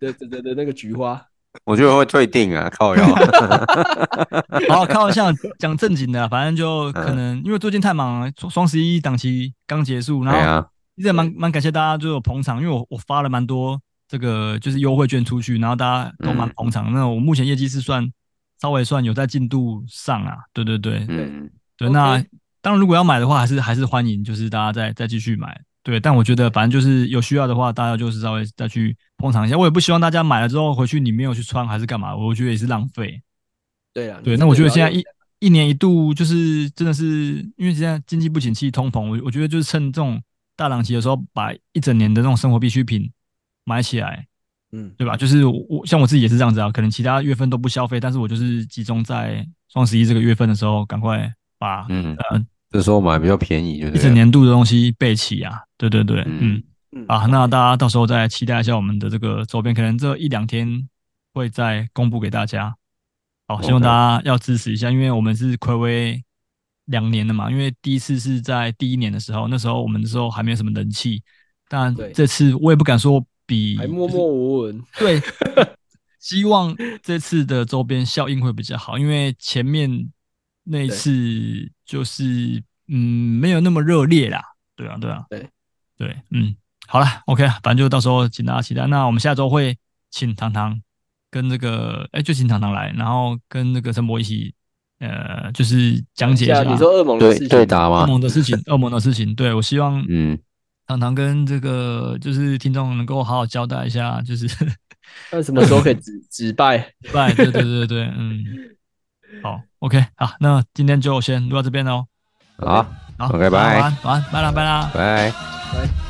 S3: 对对对对，那个菊花，
S5: 我觉得会退订啊， 靠腰。
S4: 好，开玩笑，讲正经的啊，反正就可能、因为最近太忙了，双双十一档期刚结束，然
S5: 嗯对
S4: 后
S5: 啊，
S4: 其实也蛮蛮感谢大家就有捧场，因为我我发了蛮多这个就是优惠券出去，然后大家都蛮
S5: 嗯
S4: 捧场。那我目前业绩是算稍微算有在进度上啊，对对对，
S5: 嗯，
S4: 对，
S3: OK
S4: 那当然如果要买的话，还是还是欢迎，就是大家再再继续买。对，但我觉得反正就是有需要的话，大家就是稍微再去捧场一下。我也不希望大家买了之后回去你没有去穿还是干嘛，我觉得也是浪费。
S3: 对啊，
S4: 对，
S3: 你
S4: 那我觉得
S3: 真的
S4: 现在
S3: 要
S4: 一一年一度就是真的是因为现在经济不景气、通膨，我我觉得就是趁这种大档期的时候，把一整年的那种生活必需品买起来，
S3: 嗯，
S4: 对吧？就是我我像我自己也是这样子啊，可能其他月份都不消费，但是我就是集中在双十一这个月份的时候，赶快把
S5: 嗯
S4: 呃
S5: 这时候买比较便宜，就
S4: 一
S5: 对
S4: 整
S5: 了。
S4: 年度的东西备齐啊。对对对，嗯
S5: 嗯
S3: 嗯
S4: 啊，那大家到时候再期待一下我们的这个周边，可能这一两天会再公布给大家。好，希望
S5: OK
S4: 大家要支持一下，因为我们是暌违两年了嘛。因为第一次是在第一年的时候，那时候我们那时候还没有什么人气，但
S3: 对
S4: 这次我也不敢说比
S3: 还默默无闻，
S4: 对， 希望这次的周边效应会比较好，因为前面那一
S3: 对
S4: 次就是嗯没有那么热烈啦，对啊，对啊，
S3: 对
S4: 对，嗯，好了，OK 了，反正就到时候请大家期待。那我们下周会请糖糖跟这个哎、就请糖糖来，然后跟那个陈博一起呃就是讲解一
S3: 像
S4: 下
S3: 你说恶魔的事
S5: 对
S3: 情，
S5: 对打
S4: 恶
S5: 嘛，
S4: 魔的事情，恶魔的事情，对我希望
S5: 嗯，
S4: 糖糖跟这个就是听众能够好好交代一下，就是
S3: 那什么时候可以 止止败？
S4: 拜，对对对对，嗯，好，OK，好，那今天就先录到这边喽。
S5: 好，
S4: 好，
S5: OK，
S4: 晚
S5: 拜
S4: 安，晚安，拜啦，拜啦。
S5: 拜。
S3: 来